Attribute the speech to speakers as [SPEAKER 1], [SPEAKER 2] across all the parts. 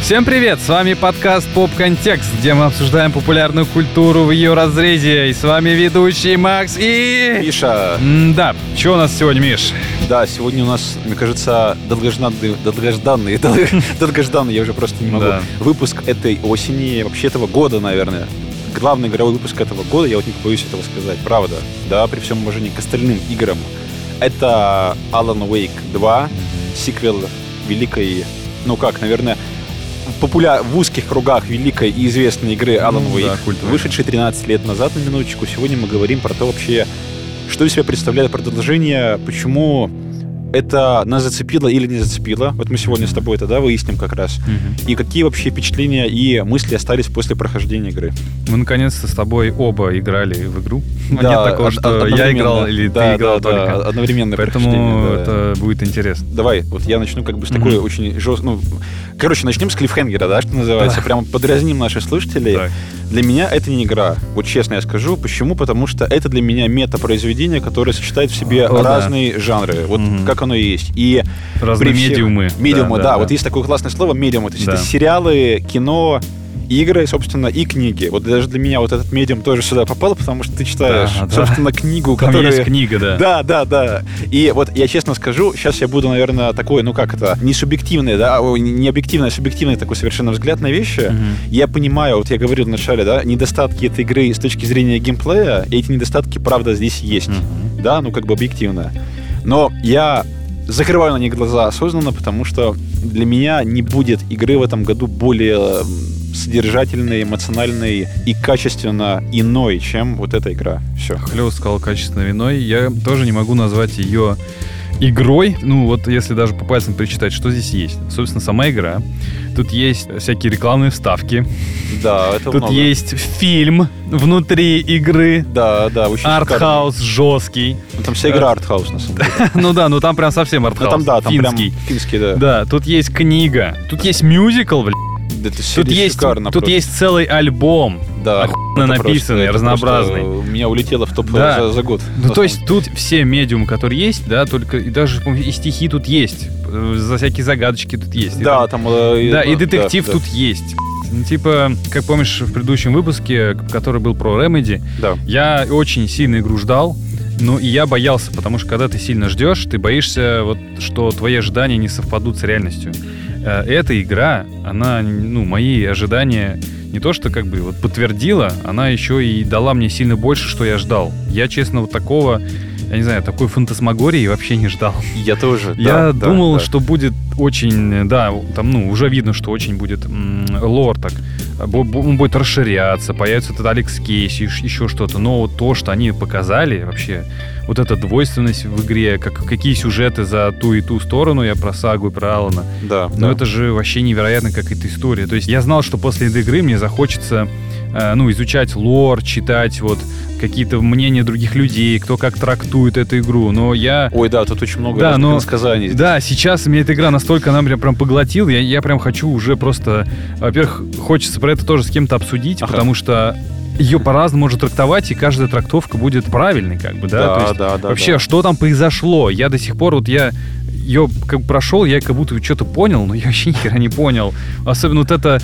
[SPEAKER 1] Всем привет! С вами подкаст «Поп Контекст», где мы обсуждаем популярную культуру в ее разрезе. И с вами ведущий Макс и...
[SPEAKER 2] Миша,
[SPEAKER 1] М, Да, что у нас сегодня, Миш?
[SPEAKER 2] да, сегодня у нас, мне кажется, долгожданный, долгожданный, долго- долгожданный, я уже просто не могу,
[SPEAKER 1] Да.
[SPEAKER 2] выпуск этой осени, вообще этого года, наверное. Главный игровой выпуск этого года, я вот не боюсь этого сказать, правда. Да, при всем уважении к остальным играм. Это Alan Wake 2, сиквел великой, ну как, наверное, популя... в узких кругах великой и известной игры Alan
[SPEAKER 1] Ну
[SPEAKER 2] Wake,
[SPEAKER 1] да, культовая.
[SPEAKER 2] вышедшей 13 лет назад на минуточку. Сегодня мы говорим про то вообще, что из себя представляет продолжение, почему это нас зацепило или не зацепило. Вот мы сегодня с тобой тогда выясним как раз. И какие вообще впечатления и мысли остались после прохождения игры.
[SPEAKER 1] Мы наконец-то с тобой оба играли в игру. Ну,
[SPEAKER 2] Да,
[SPEAKER 1] Нет такого,
[SPEAKER 2] од-
[SPEAKER 1] что я
[SPEAKER 2] одновременно.
[SPEAKER 1] играл или
[SPEAKER 2] Да,
[SPEAKER 1] ты играл
[SPEAKER 2] да, да,
[SPEAKER 1] только.
[SPEAKER 2] одновременное
[SPEAKER 1] Поэтому
[SPEAKER 2] прохождение, да.
[SPEAKER 1] это будет интересно.
[SPEAKER 2] Давай, вот я начну как бы с такой
[SPEAKER 1] Мгм.
[SPEAKER 2] очень жесткой... Ну, короче, начнем с клиффхенгера, да, что называется.
[SPEAKER 1] Да.
[SPEAKER 2] Прямо подразним наших слушателей.
[SPEAKER 1] Так.
[SPEAKER 2] Для меня это не игра. Вот честно я скажу. Почему? Потому что это для меня мета-произведение, которое сочетает в себе
[SPEAKER 1] О, да.
[SPEAKER 2] разные жанры. Вот
[SPEAKER 1] Мгм.
[SPEAKER 2] как оно и есть. И
[SPEAKER 1] Разные
[SPEAKER 2] при всех-
[SPEAKER 1] медиумы.
[SPEAKER 2] Медиумы, да, Вот есть такое классное слово медиумы. То есть
[SPEAKER 1] Да.
[SPEAKER 2] это сериалы, кино, игры, собственно, и книги. Вот даже для меня вот этот медиум тоже сюда попал, потому что ты читаешь,
[SPEAKER 1] Да, да.
[SPEAKER 2] собственно, книгу,
[SPEAKER 1] Там
[SPEAKER 2] которая...
[SPEAKER 1] есть книга, да.
[SPEAKER 2] Да, да, да. И вот я честно скажу, сейчас я буду, наверное, такой, ну как это, не субъективный, да, ой, не объективный, а субъективный такой совершенно взгляд на вещи.
[SPEAKER 1] Мгм.
[SPEAKER 2] Я понимаю, вот я говорил вначале, да, недостатки этой игры с точки зрения геймплея, и эти недостатки, правда, здесь есть.
[SPEAKER 1] Мгм.
[SPEAKER 2] Да, ну как бы объективно. Но я закрываю на них глаза осознанно, потому что для меня не будет игры в этом году более м, содержательной, эмоциональной и качественно иной, чем вот эта игра. Все.
[SPEAKER 1] Клево сказал качественной виной. Я тоже не могу назвать ее игрой. Ну, вот если даже по пальцам перечитать, что здесь есть. Собственно, сама игра. Тут есть всякие рекламные вставки.
[SPEAKER 2] Да, это
[SPEAKER 1] Тут
[SPEAKER 2] много.
[SPEAKER 1] есть фильм внутри игры.
[SPEAKER 2] Да, да, очень шикарно.
[SPEAKER 1] Артхаус жесткий.
[SPEAKER 2] Ну, Там вся игра артхаус, на самом деле.
[SPEAKER 1] Ну да, ну там прям совсем
[SPEAKER 2] Ну,
[SPEAKER 1] артхаус.
[SPEAKER 2] там, да, там прям
[SPEAKER 1] финский.
[SPEAKER 2] финский, да.
[SPEAKER 1] Да, тут есть книга, тут есть мюзикл, бля.
[SPEAKER 2] Да, это
[SPEAKER 1] Тут
[SPEAKER 2] серия
[SPEAKER 1] есть,
[SPEAKER 2] шикарно
[SPEAKER 1] тут
[SPEAKER 2] просто.
[SPEAKER 1] есть целый альбом.
[SPEAKER 2] да,
[SPEAKER 1] охуенно
[SPEAKER 2] это просто-
[SPEAKER 1] написанный,
[SPEAKER 2] это
[SPEAKER 1] разнообразный.
[SPEAKER 2] просто, э, У меня улетело в топ
[SPEAKER 1] Да.
[SPEAKER 2] за, за год.
[SPEAKER 1] Ну, то есть тут все медиумы, которые есть, да, только и даже по-моему, и стихи тут есть, э, за всякие загадочки тут есть. И
[SPEAKER 2] Да,
[SPEAKER 1] там-
[SPEAKER 2] там... э,
[SPEAKER 1] да, и
[SPEAKER 2] э,
[SPEAKER 1] детектив
[SPEAKER 2] да,
[SPEAKER 1] тут есть. Ну, типа, как помнишь, в предыдущем выпуске, который был про Remedy,
[SPEAKER 2] Да.
[SPEAKER 1] я очень сильно игру ждал, но и я боялся, потому что когда ты сильно ждешь, ты боишься, вот, что твои ожидания не совпадут с реальностью. Э, Эта игра, она, ну, мои ожидания не то что как бы вот подтвердила, она еще и дала мне сильно больше, что я ждал. Я, честно, вот такого, я не знаю, такой фантасмагории вообще не ждал.
[SPEAKER 2] Я тоже,
[SPEAKER 1] Я
[SPEAKER 2] да, да,
[SPEAKER 1] думал,
[SPEAKER 2] да.
[SPEAKER 1] что будет очень, да, там, ну, уже видно, что очень будет м, лор так. Бу- бу- Он будет расширяться, появится этот Алекс Кейс, ещ- еще что-то. Но вот то, что они показали вообще, вот эта двойственность в игре, как, какие сюжеты за ту и ту сторону, я про Сагу и про Алана,
[SPEAKER 2] Да,
[SPEAKER 1] но
[SPEAKER 2] да.
[SPEAKER 1] ну, это же вообще невероятно какая-то история. То есть я знал, что после этой игры мне захочется э, ну, изучать лор, читать вот какие-то мнения других людей, кто как трактует эту игру. Но я
[SPEAKER 2] Ой, да, тут очень много
[SPEAKER 1] Да,
[SPEAKER 2] разных
[SPEAKER 1] но-
[SPEAKER 2] предсказаний.
[SPEAKER 1] да, сейчас меня эта игра настолько она меня прям поглотила, я, я прям хочу уже просто... Во-первых, хочется про это тоже с кем-то обсудить,
[SPEAKER 2] Ага.
[SPEAKER 1] потому что ее по-разному можно трактовать, и каждая трактовка будет правильной, как бы, да?
[SPEAKER 2] да,
[SPEAKER 1] То есть
[SPEAKER 2] да, да,
[SPEAKER 1] вообще, что там произошло? Я до сих пор, вот я ее как бы прошел, я как будто что-то понял, но я вообще ни хера не понял. Особенно вот это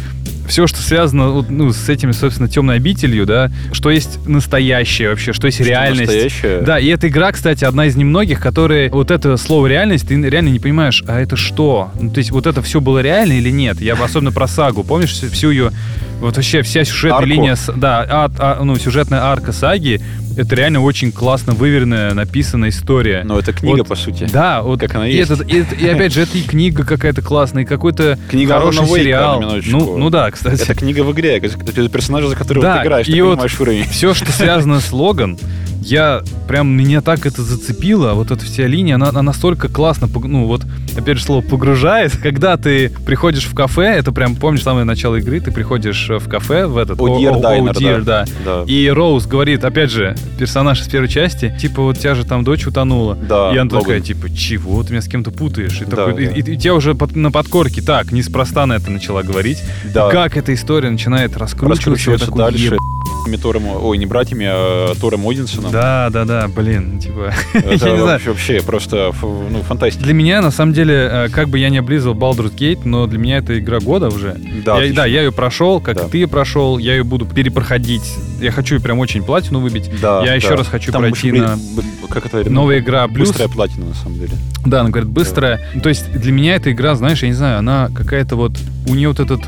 [SPEAKER 1] все, что связано вот, ну, с этими, собственно, темной обителью, да, что есть настоящее вообще, что есть
[SPEAKER 2] Что
[SPEAKER 1] реальность.
[SPEAKER 2] настоящее.
[SPEAKER 1] Да, и эта игра, кстати, одна из немногих, которые вот это слово реальность, ты реально не понимаешь, а это что? Ну, то есть вот это все было реально или нет? Я бы особенно про сагу, помнишь всю- всю ее, вот вообще вся сюжетная
[SPEAKER 2] Арку.
[SPEAKER 1] линия, с- да, ад- а- ну, сюжетная арка саги, это реально очень классно выверенная, написанная история.
[SPEAKER 2] Но это книга,
[SPEAKER 1] Вот,
[SPEAKER 2] по сути.
[SPEAKER 1] Да, вот
[SPEAKER 2] Как она
[SPEAKER 1] и,
[SPEAKER 2] есть.
[SPEAKER 1] это- и это- и опять же, это и книга какая-то классная, и какой-то
[SPEAKER 2] Книга
[SPEAKER 1] хороший
[SPEAKER 2] Алана Уэйка,
[SPEAKER 1] сериал.
[SPEAKER 2] на минуточку.
[SPEAKER 1] Ну, ну да, кстати.
[SPEAKER 2] Это книга в игре, это персонажа, за которого
[SPEAKER 1] Да,
[SPEAKER 2] ты играешь, ты
[SPEAKER 1] и вот-
[SPEAKER 2] понимаешь уровень.
[SPEAKER 1] все, что связано с Логан, я прям меня так это зацепило, вот эта вся линия, она, она настолько классно, пог- ну вот, опять же слово погружает, когда ты приходишь в кафе, это прям, помнишь, самое начало игры, ты приходишь э, в кафе, в этот,
[SPEAKER 2] Oh, dear
[SPEAKER 1] о- о- о,
[SPEAKER 2] diner,
[SPEAKER 1] dear, да,
[SPEAKER 2] Да.
[SPEAKER 1] и Роуз говорит, опять же, персонаж из первой части, типа, вот тебя же там дочь утонула.
[SPEAKER 2] Да,
[SPEAKER 1] и она
[SPEAKER 2] Логан.
[SPEAKER 1] такая, типа, чего ты меня с кем-то путаешь? И,
[SPEAKER 2] Да,
[SPEAKER 1] такой- и-
[SPEAKER 2] да.
[SPEAKER 1] и- и тебя уже под- на подкорке, так, неспроста на это начала говорить.
[SPEAKER 2] Да.
[SPEAKER 1] И как эта история начинает раскручиваться, я
[SPEAKER 2] Раскручиваться
[SPEAKER 1] такой,
[SPEAKER 2] дальше.
[SPEAKER 1] «Еб-
[SPEAKER 2] братьями Тором, ой, не братьями, а Тором Одинсоном.
[SPEAKER 1] Да, да, да, блин, типа.
[SPEAKER 2] Это
[SPEAKER 1] я не знаю.
[SPEAKER 2] вообще, вообще просто ф- ну, фантастика.
[SPEAKER 1] Для меня, на самом деле, э, как бы я не облизывал Baldur's Gate, но для меня это игра года уже.
[SPEAKER 2] Да,
[SPEAKER 1] я,
[SPEAKER 2] отлично.
[SPEAKER 1] да, я ее прошел, как
[SPEAKER 2] Да.
[SPEAKER 1] и ты ее прошел, я ее буду перепроходить. Я хочу ее прям очень платину выбить.
[SPEAKER 2] Да,
[SPEAKER 1] я
[SPEAKER 2] да.
[SPEAKER 1] еще раз хочу
[SPEAKER 2] Там,
[SPEAKER 1] пройти
[SPEAKER 2] блин,
[SPEAKER 1] на
[SPEAKER 2] б- Как это?
[SPEAKER 1] новая игра плюс.
[SPEAKER 2] Быстрая платина, на самом деле.
[SPEAKER 1] Да, она говорит быстрая. Ну, То есть для меня эта игра, знаешь, я не знаю, она какая-то вот у нее вот этот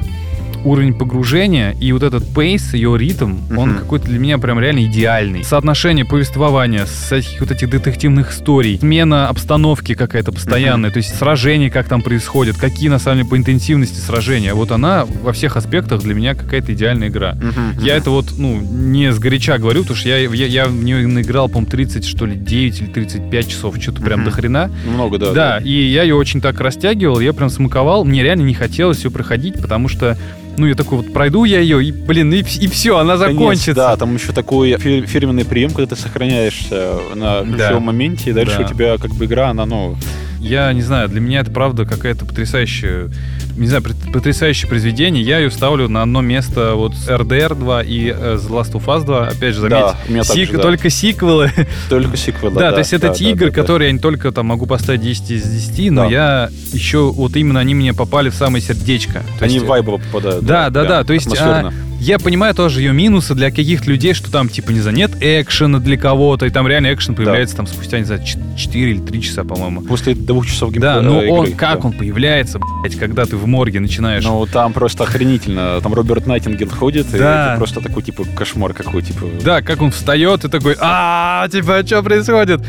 [SPEAKER 1] уровень погружения и вот этот пейс, ее ритм, он
[SPEAKER 2] Мгм.
[SPEAKER 1] какой-то для меня прям реально идеальный. Соотношение повествования, всяких вот этих детективных историй, смена обстановки какая-то постоянная, то есть сражения, как там происходит, какие на самом деле по интенсивности сражения. Вот она во всех аспектах для меня какая-то идеальная игра. Я это вот, ну, не сгоряча говорю, потому что я, я, я в нее наиграл, по-моему, 30, что ли, 9 или 35 часов, что-то прям
[SPEAKER 2] Мгм.
[SPEAKER 1] до хрена.
[SPEAKER 2] Много, да.
[SPEAKER 1] Да, и я ее очень так растягивал, я прям смаковал, мне реально не хотелось ее проходить, потому что, ну, я такой вот пройду я ее, и, блин, и, все, она
[SPEAKER 2] Конец,
[SPEAKER 1] закончится.
[SPEAKER 2] Да, там еще такой фир- фирменный прием, когда ты сохраняешься на ключевом моменте, и дальше
[SPEAKER 1] Да.
[SPEAKER 2] у тебя как бы игра, она, ну,
[SPEAKER 1] Я не знаю, для меня это правда какая-то потрясающая, не знаю, пот- потрясающее произведение. Я ее ставлю на одно место вот с RDR 2 и э, The Last of Us 2, опять же, заметь.
[SPEAKER 2] да, у меня так
[SPEAKER 1] сик-
[SPEAKER 2] же, да.
[SPEAKER 1] Только сиквелы.
[SPEAKER 2] только сиквел.
[SPEAKER 1] Да, то есть это те игры, которые я не только там могу поставить 10 из 10, но
[SPEAKER 2] Да.
[SPEAKER 1] я еще вот именно они мне попали в самое сердечко. То
[SPEAKER 2] Они
[SPEAKER 1] есть,
[SPEAKER 2] в вайбово попадают.
[SPEAKER 1] Да, да,
[SPEAKER 2] прям
[SPEAKER 1] да, то есть, а,
[SPEAKER 2] атмосферно.
[SPEAKER 1] Я понимаю тоже ее минусы для каких-то людей, что там, типа, не знаю, нет экшена для кого-то, и там реально экшен появляется там спустя, не знаю, 4 или 3 часа, по-моему.
[SPEAKER 2] После двух часов геймплея.
[SPEAKER 1] Да, но
[SPEAKER 2] Типа, э, игры,
[SPEAKER 1] он, как
[SPEAKER 2] да.
[SPEAKER 1] он появляется, блядь, когда ты в морге начинаешь...
[SPEAKER 2] Ну, там просто охренительно. Там Роберт Найтингел ходит, и
[SPEAKER 1] Да.
[SPEAKER 2] это просто такой, типа, кошмар какой, типа.
[SPEAKER 1] Да, как он встает и такой, а типа, что происходит?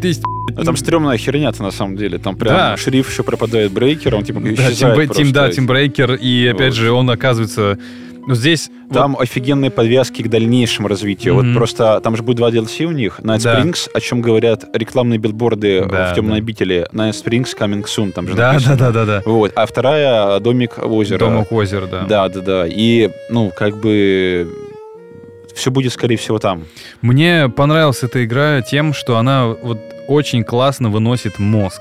[SPEAKER 1] То есть,
[SPEAKER 2] А там стрёмная херня-то, на самом деле. Там прям
[SPEAKER 1] Да.
[SPEAKER 2] шрифт еще пропадает брейкер, он, типа,
[SPEAKER 1] да,
[SPEAKER 2] исчезает
[SPEAKER 1] Тим, Бе-
[SPEAKER 2] просто.
[SPEAKER 1] Тим, да, Тимбрейкер, и опять
[SPEAKER 2] Вот.
[SPEAKER 1] же, он оказывается... Ну, здесь... вот
[SPEAKER 2] Там офигенные подвязки к дальнейшему развитию.
[SPEAKER 1] Мгм.
[SPEAKER 2] Вот просто там же будет два DLC у них. Night
[SPEAKER 1] Да.
[SPEAKER 2] Springs, о чем говорят рекламные билборды э,
[SPEAKER 1] Да,
[SPEAKER 2] в темной
[SPEAKER 1] да.
[SPEAKER 2] обители. Night Springs coming soon, там же
[SPEAKER 1] Да, да,
[SPEAKER 2] написано.
[SPEAKER 1] да, да, да.
[SPEAKER 2] Вот. А вторая домик у озера.
[SPEAKER 1] Домок озера, да.
[SPEAKER 2] Да, да, да. И, ну, как бы все будет, скорее всего, там.
[SPEAKER 1] Мне понравилась эта игра тем, что она вот очень классно выносит мозг.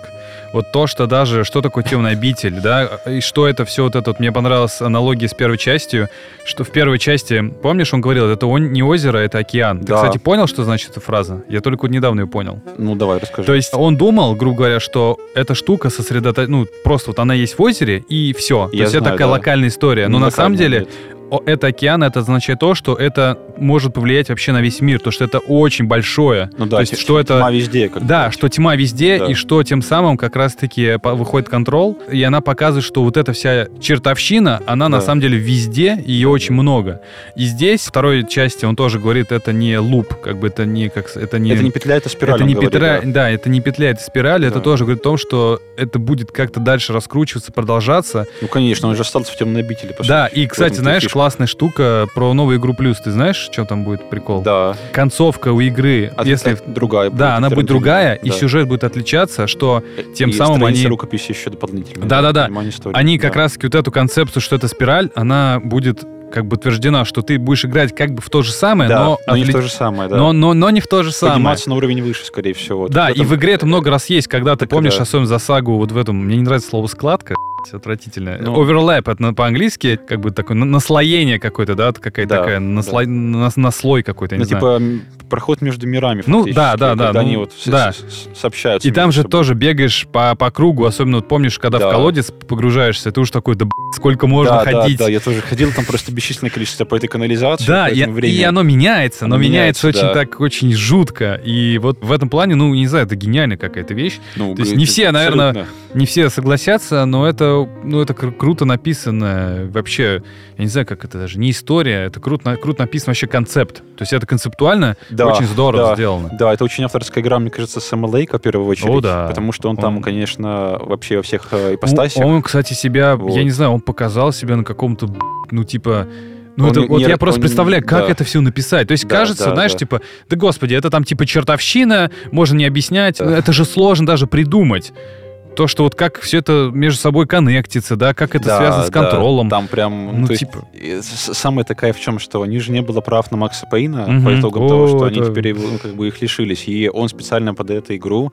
[SPEAKER 1] Вот то, что даже, что такое темный обитель, да, и что это все вот это, вот. мне понравилась аналогия с первой частью, что в первой части, помнишь, он говорил, это он, не озеро, это океан. Ты,
[SPEAKER 2] Да.
[SPEAKER 1] кстати, понял, что значит эта фраза? Я только вот недавно ее понял.
[SPEAKER 2] Ну, давай, расскажи.
[SPEAKER 1] То есть он думал, грубо говоря, что эта штука сосредоточена, ну, просто вот она есть в озере, и все. То
[SPEAKER 2] Я
[SPEAKER 1] есть это
[SPEAKER 2] знаю,
[SPEAKER 1] такая
[SPEAKER 2] да.
[SPEAKER 1] локальная история. Но
[SPEAKER 2] Ну,
[SPEAKER 1] на
[SPEAKER 2] так
[SPEAKER 1] самом
[SPEAKER 2] оно
[SPEAKER 1] деле,
[SPEAKER 2] будет.
[SPEAKER 1] о- это океан, это означает то, что это может повлиять вообще на весь мир, то что это очень большое.
[SPEAKER 2] Ну да,
[SPEAKER 1] то есть,
[SPEAKER 2] ть-
[SPEAKER 1] что это...
[SPEAKER 2] тьма везде. Как...
[SPEAKER 1] Да, что тьма везде,
[SPEAKER 2] Да.
[SPEAKER 1] и что тем самым как раз-таки по- выходит контроль, и она показывает, что вот эта вся чертовщина, она на
[SPEAKER 2] Да.
[SPEAKER 1] самом деле везде, и ее очень много. И здесь, в второй части, он тоже говорит, это не луп, как бы это не... Как, с- это не...
[SPEAKER 2] Это не петля, это спираль.
[SPEAKER 1] это
[SPEAKER 2] он
[SPEAKER 1] не
[SPEAKER 2] говорит,
[SPEAKER 1] петля-
[SPEAKER 2] да.
[SPEAKER 1] да. это не петля, это спираль. Это
[SPEAKER 2] Да.
[SPEAKER 1] тоже говорит о том, что это будет как-то дальше раскручиваться, продолжаться.
[SPEAKER 2] Ну, конечно, он же остался в темной обители. по
[SPEAKER 1] Да,
[SPEAKER 2] сути.
[SPEAKER 1] и,
[SPEAKER 2] В
[SPEAKER 1] кстати,
[SPEAKER 2] этом-то
[SPEAKER 1] знаешь,
[SPEAKER 2] фишка.
[SPEAKER 1] классная штука про новую игру плюс. Ты знаешь, что там будет прикол?
[SPEAKER 2] Да.
[SPEAKER 1] Концовка у игры,
[SPEAKER 2] А-
[SPEAKER 1] если...
[SPEAKER 2] а другая.
[SPEAKER 1] да, она будет
[SPEAKER 2] Тарантино.
[SPEAKER 1] другая, и
[SPEAKER 2] Да.
[SPEAKER 1] сюжет будет отличаться, что тем
[SPEAKER 2] И
[SPEAKER 1] самым
[SPEAKER 2] страницы
[SPEAKER 1] они-
[SPEAKER 2] рукописи еще дополнительные.
[SPEAKER 1] Да-да-да.
[SPEAKER 2] понимание истории.
[SPEAKER 1] они как
[SPEAKER 2] Да.
[SPEAKER 1] раз-таки вот эту концепцию, что это спираль, она будет как бы утверждена, что ты будешь играть как бы в то же самое,
[SPEAKER 2] Да,
[SPEAKER 1] но,
[SPEAKER 2] не
[SPEAKER 1] отли-
[SPEAKER 2] то же самое, да.
[SPEAKER 1] но, но- но не в то же самое.
[SPEAKER 2] Подниматься на уровень выше, скорее всего.
[SPEAKER 1] Да,
[SPEAKER 2] Вот в
[SPEAKER 1] и в
[SPEAKER 2] этом-
[SPEAKER 1] игре это много раз есть, когда ты
[SPEAKER 2] Так,
[SPEAKER 1] помнишь,
[SPEAKER 2] да.
[SPEAKER 1] особенно за сагу вот в этом, мне не нравится слово складка, отвратительно.
[SPEAKER 2] Ну.
[SPEAKER 1] Overlap, это на- по-английски, как бы такое на- наслоение какое-то, да, какая-то
[SPEAKER 2] Да,
[SPEAKER 1] такая, насло- нас- наслой какой-то, я
[SPEAKER 2] Ну,
[SPEAKER 1] не знаю.
[SPEAKER 2] типа, м, проход между мирами
[SPEAKER 1] Ну,
[SPEAKER 2] фактически,
[SPEAKER 1] да, да,
[SPEAKER 2] когда
[SPEAKER 1] да,
[SPEAKER 2] они
[SPEAKER 1] ну,
[SPEAKER 2] вот с-
[SPEAKER 1] да.
[SPEAKER 2] с- с- сообщаются.
[SPEAKER 1] И там
[SPEAKER 2] между
[SPEAKER 1] же
[SPEAKER 2] собой.
[SPEAKER 1] тоже бегаешь по, по кругу, особенно вот помнишь, когда в
[SPEAKER 2] Да.
[SPEAKER 1] колодец погружаешься, ты уж такой, да б***ь, сколько можно
[SPEAKER 2] да,
[SPEAKER 1] ходить.
[SPEAKER 2] Да, да, я тоже ходил, там просто бесчисленное количество по этой канализации.
[SPEAKER 1] Да,
[SPEAKER 2] по
[SPEAKER 1] и,
[SPEAKER 2] этому времени.
[SPEAKER 1] и оно меняется, но
[SPEAKER 2] Оно
[SPEAKER 1] меняется,
[SPEAKER 2] меняется,
[SPEAKER 1] очень
[SPEAKER 2] да.
[SPEAKER 1] так, очень жутко. И вот в этом плане, ну, не знаю, это гениальная какая-то вещь.
[SPEAKER 2] Ну,
[SPEAKER 1] то есть
[SPEAKER 2] блин,
[SPEAKER 1] не все, наверное,
[SPEAKER 2] абсолютно.
[SPEAKER 1] Не все согласятся, но это, ну, это кру- круто написано. Вообще, я не знаю, как это даже, не история, это круто, на- круто написан вообще концепт. То есть это концептуально
[SPEAKER 2] Да,
[SPEAKER 1] очень здорово
[SPEAKER 2] да.
[SPEAKER 1] сделано.
[SPEAKER 2] Да, это очень авторская игра, мне кажется, с MLA, в первую очередь.
[SPEAKER 1] О, да.
[SPEAKER 2] Потому что он, там,
[SPEAKER 1] Он-
[SPEAKER 2] конечно, вообще во всех э, ипостасях.
[SPEAKER 1] Он, кстати, себя,
[SPEAKER 2] Вот.
[SPEAKER 1] я не знаю, он показал себя на каком-то, б***ь, ну, типа... Ну,
[SPEAKER 2] Он
[SPEAKER 1] это,
[SPEAKER 2] не-
[SPEAKER 1] вот
[SPEAKER 2] не-
[SPEAKER 1] я просто
[SPEAKER 2] он не-
[SPEAKER 1] представляю, как
[SPEAKER 2] да.
[SPEAKER 1] это все написать. То есть,
[SPEAKER 2] Да,
[SPEAKER 1] кажется,
[SPEAKER 2] да,
[SPEAKER 1] знаешь,
[SPEAKER 2] да.
[SPEAKER 1] типа, да господи, это там типа чертовщина, можно не объяснять,
[SPEAKER 2] Да.
[SPEAKER 1] это же сложно даже придумать. То, что вот как все это между собой коннектится, да, как это
[SPEAKER 2] Да,
[SPEAKER 1] связано с
[SPEAKER 2] да,
[SPEAKER 1] контролем.
[SPEAKER 2] Там прям,
[SPEAKER 1] ну,
[SPEAKER 2] то есть,
[SPEAKER 1] типа...
[SPEAKER 2] И с- самая такая в чем, что у них же не было прав на Макса Пейна
[SPEAKER 1] Мгм.
[SPEAKER 2] по итогам
[SPEAKER 1] О,
[SPEAKER 2] того, что они
[SPEAKER 1] это-
[SPEAKER 2] теперь его, ну, как бы их лишились. И он специально под эту игру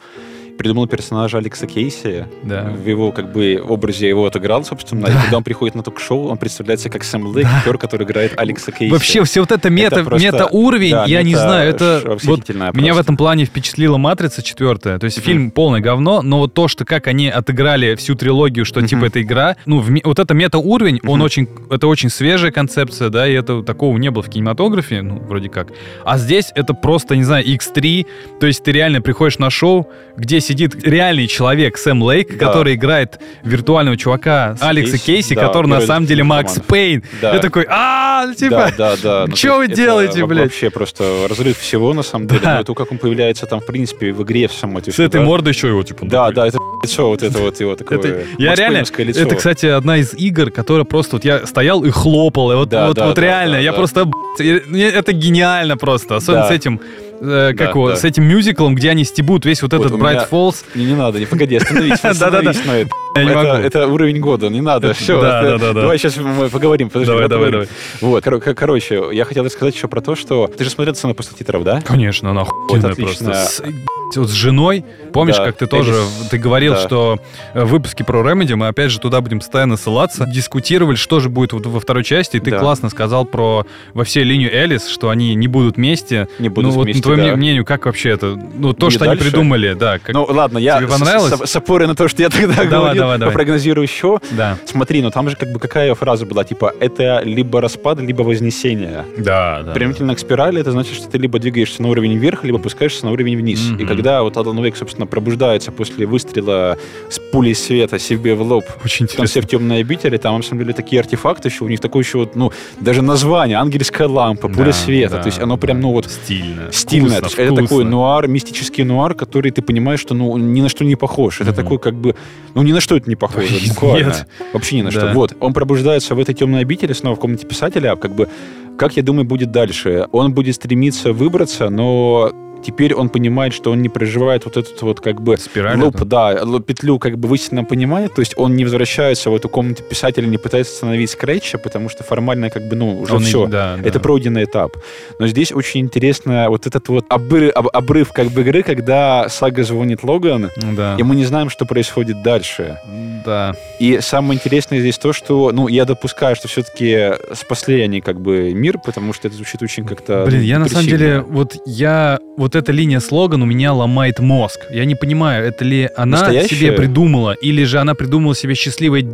[SPEAKER 2] придумал персонажа Алекса Кейси.
[SPEAKER 1] Да.
[SPEAKER 2] В его как бы образе его отыграл, собственно. И когда он приходит на ток-шоу, он представляет себя как Сэм Лэйк, актер, который играет Алекса Кейси.
[SPEAKER 1] Вообще, все вот это мета,
[SPEAKER 2] Это просто-
[SPEAKER 1] мета-уровень,
[SPEAKER 2] да,
[SPEAKER 1] я не
[SPEAKER 2] мета-
[SPEAKER 1] знаю, это
[SPEAKER 2] ш-
[SPEAKER 1] вот
[SPEAKER 2] восхитительная
[SPEAKER 1] меня в
[SPEAKER 2] просто.
[SPEAKER 1] этом плане впечатлила «Матрица» четвертая. То есть
[SPEAKER 2] Мгм.
[SPEAKER 1] фильм полное говно, но вот то, что как они отыграли всю трилогию, что
[SPEAKER 2] Мгм.
[SPEAKER 1] типа это игра, ну, в ми- вот это мета-уровень, он
[SPEAKER 2] Мгм.
[SPEAKER 1] очень, это очень свежая концепция, да, и это такого не было в кинематографе, ну, вроде как. А здесь это просто, не знаю, X3, то есть ты реально приходишь на шоу, где сидит реальный человек Сэм Лейк,
[SPEAKER 2] Да.
[SPEAKER 1] который играет виртуального чувака
[SPEAKER 2] С
[SPEAKER 1] Алекса
[SPEAKER 2] Кейси,
[SPEAKER 1] Кейси,
[SPEAKER 2] да,
[SPEAKER 1] который на
[SPEAKER 2] герой
[SPEAKER 1] самом деле Макс
[SPEAKER 2] «Нимфоманов».
[SPEAKER 1] Пейн.
[SPEAKER 2] Да.
[SPEAKER 1] Я такой, а, типа...
[SPEAKER 2] Да, да, да. Ну,
[SPEAKER 1] Чё
[SPEAKER 2] то
[SPEAKER 1] вы
[SPEAKER 2] есть это
[SPEAKER 1] делаете,
[SPEAKER 2] во-
[SPEAKER 1] блядь?
[SPEAKER 2] Вообще просто разрыв всего, на самом деле.
[SPEAKER 1] Да.
[SPEAKER 2] Ну, и то, как он появляется там, в принципе, в игре в самой. то есть,
[SPEAKER 1] С этой
[SPEAKER 2] да.
[SPEAKER 1] мордой еще его, типа,
[SPEAKER 2] Да, да, это лицо, вот это вот его такое.
[SPEAKER 1] Это- я реально,
[SPEAKER 2] макспейновское лицо.
[SPEAKER 1] это, кстати, одна из игр, которая просто вот я стоял и хлопал, и вот,
[SPEAKER 2] Да,
[SPEAKER 1] вот,
[SPEAKER 2] да,
[SPEAKER 1] вот
[SPEAKER 2] да,
[SPEAKER 1] реально,
[SPEAKER 2] да,
[SPEAKER 1] я
[SPEAKER 2] да.
[SPEAKER 1] просто, б***ь, я- мне это гениально просто, особенно
[SPEAKER 2] Да.
[SPEAKER 1] с этим, э, как
[SPEAKER 2] Да,
[SPEAKER 1] его,
[SPEAKER 2] да.
[SPEAKER 1] с этим мюзиклом, где они стебут весь вот,
[SPEAKER 2] Вот
[SPEAKER 1] этот
[SPEAKER 2] у
[SPEAKER 1] Bright
[SPEAKER 2] меня-
[SPEAKER 1] Falls,
[SPEAKER 2] Не, не надо, не погоди, остановись,
[SPEAKER 1] Да-да-да.
[SPEAKER 2] остановись на это.
[SPEAKER 1] я не
[SPEAKER 2] Это-
[SPEAKER 1] могу.
[SPEAKER 2] Это уровень года, не надо.
[SPEAKER 1] Это-
[SPEAKER 2] Все,
[SPEAKER 1] да, да, да, да.
[SPEAKER 2] давай сейчас мы поговорим. подожди,
[SPEAKER 1] Давай, давай,
[SPEAKER 2] поговорим. Вот, кор- кор- короче, я хотел рассказать еще про то, что ты же смотрел цену после титров, да?
[SPEAKER 1] Конечно, она охуенная
[SPEAKER 2] отлично.
[SPEAKER 1] просто. С, б***ь, вот с женой, помнишь,
[SPEAKER 2] Да,
[SPEAKER 1] как ты тоже,
[SPEAKER 2] Элис,
[SPEAKER 1] ты говорил,
[SPEAKER 2] да.
[SPEAKER 1] что э, в выпуске про Remedy, мы опять же туда будем постоянно ссылаться, дискутировали, что же будет вот во второй части, и ты
[SPEAKER 2] Да.
[SPEAKER 1] классно сказал про во всей линию Элис, что они не будут вместе,
[SPEAKER 2] Не буду
[SPEAKER 1] ну, вот,
[SPEAKER 2] вместе,
[SPEAKER 1] по твоему
[SPEAKER 2] да.
[SPEAKER 1] мнению, как вообще это? Ну, то,
[SPEAKER 2] Не
[SPEAKER 1] что они
[SPEAKER 2] дальше?
[SPEAKER 1] придумали, да. Как,
[SPEAKER 2] Ну ладно, я
[SPEAKER 1] Тебе
[SPEAKER 2] с- с-
[SPEAKER 1] понравилось?
[SPEAKER 2] с, с опорой на то, что я тогда
[SPEAKER 1] Давай,
[SPEAKER 2] говорил,
[SPEAKER 1] давай, давай.
[SPEAKER 2] прогнозирую еще.
[SPEAKER 1] да.
[SPEAKER 2] Смотри, ну там же как бы какая фраза была, типа, это либо распад, либо вознесение.
[SPEAKER 1] Да, да.
[SPEAKER 2] Применительно к спирали, это значит, что ты либо двигаешься на уровень вверх, либо опускаешься на уровень вниз.
[SPEAKER 1] Мгм.
[SPEAKER 2] И когда вот Алан Уэйк, собственно, пробуждается после выстрела с пулей света себе в лоб
[SPEAKER 1] Очень
[SPEAKER 2] в конце
[SPEAKER 1] интересно.
[SPEAKER 2] в темной обители, там, на самом деле, такие артефакты еще, у них такое еще, вот, ну, даже название, ангельская лампа, пуля
[SPEAKER 1] Да,
[SPEAKER 2] света,
[SPEAKER 1] да,
[SPEAKER 2] то есть оно
[SPEAKER 1] да.
[SPEAKER 2] прям, ну, вот,
[SPEAKER 1] Стильно. Э,
[SPEAKER 2] стильно.
[SPEAKER 1] Вкусно,
[SPEAKER 2] То есть это такой ну,
[SPEAKER 1] вкусно.
[SPEAKER 2] нуар, мистический нуар, который ты понимаешь, что ну он ни на что не похож. Это
[SPEAKER 1] Мгм.
[SPEAKER 2] такой как бы, ну ни на что это не похоже,
[SPEAKER 1] Нет.
[SPEAKER 2] буквально. Вообще ни на что.
[SPEAKER 1] Да.
[SPEAKER 2] Вот, он пробуждается в этой темной обители, снова в комнате писателя, как бы, как я думаю, будет дальше? Он будет стремиться выбраться, но теперь он понимает, что он не проживает вот этот вот как бы
[SPEAKER 1] Спираль
[SPEAKER 2] луп,
[SPEAKER 1] это?
[SPEAKER 2] да, луп- петлю как бы в истинном понимании, то есть он не возвращается в эту комнату писателя, не пытается остановить Скретча, потому что формально как бы, ну, уже
[SPEAKER 1] Он и-
[SPEAKER 2] все.
[SPEAKER 1] Да, да.
[SPEAKER 2] Это пройденный этап. Но здесь очень интересно вот этот вот обры- об- обрыв как бы игры, когда Сага звонит Логан,
[SPEAKER 1] Ну Да.
[SPEAKER 2] и мы не знаем, что происходит дальше.
[SPEAKER 1] Да.
[SPEAKER 2] И самое интересное здесь то, что, ну, я допускаю, что все-таки спасли они как бы мир, потому что это звучит очень как-то...
[SPEAKER 1] Блин,
[SPEAKER 2] ну,
[SPEAKER 1] я на самом деле,
[SPEAKER 2] депрессивно.
[SPEAKER 1] вот я, вот эта линия слоган у меня ломает мозг. Я не понимаю, это ли она
[SPEAKER 2] Настоящая?
[SPEAKER 1] себе придумала, или же она придумала себе счастливой,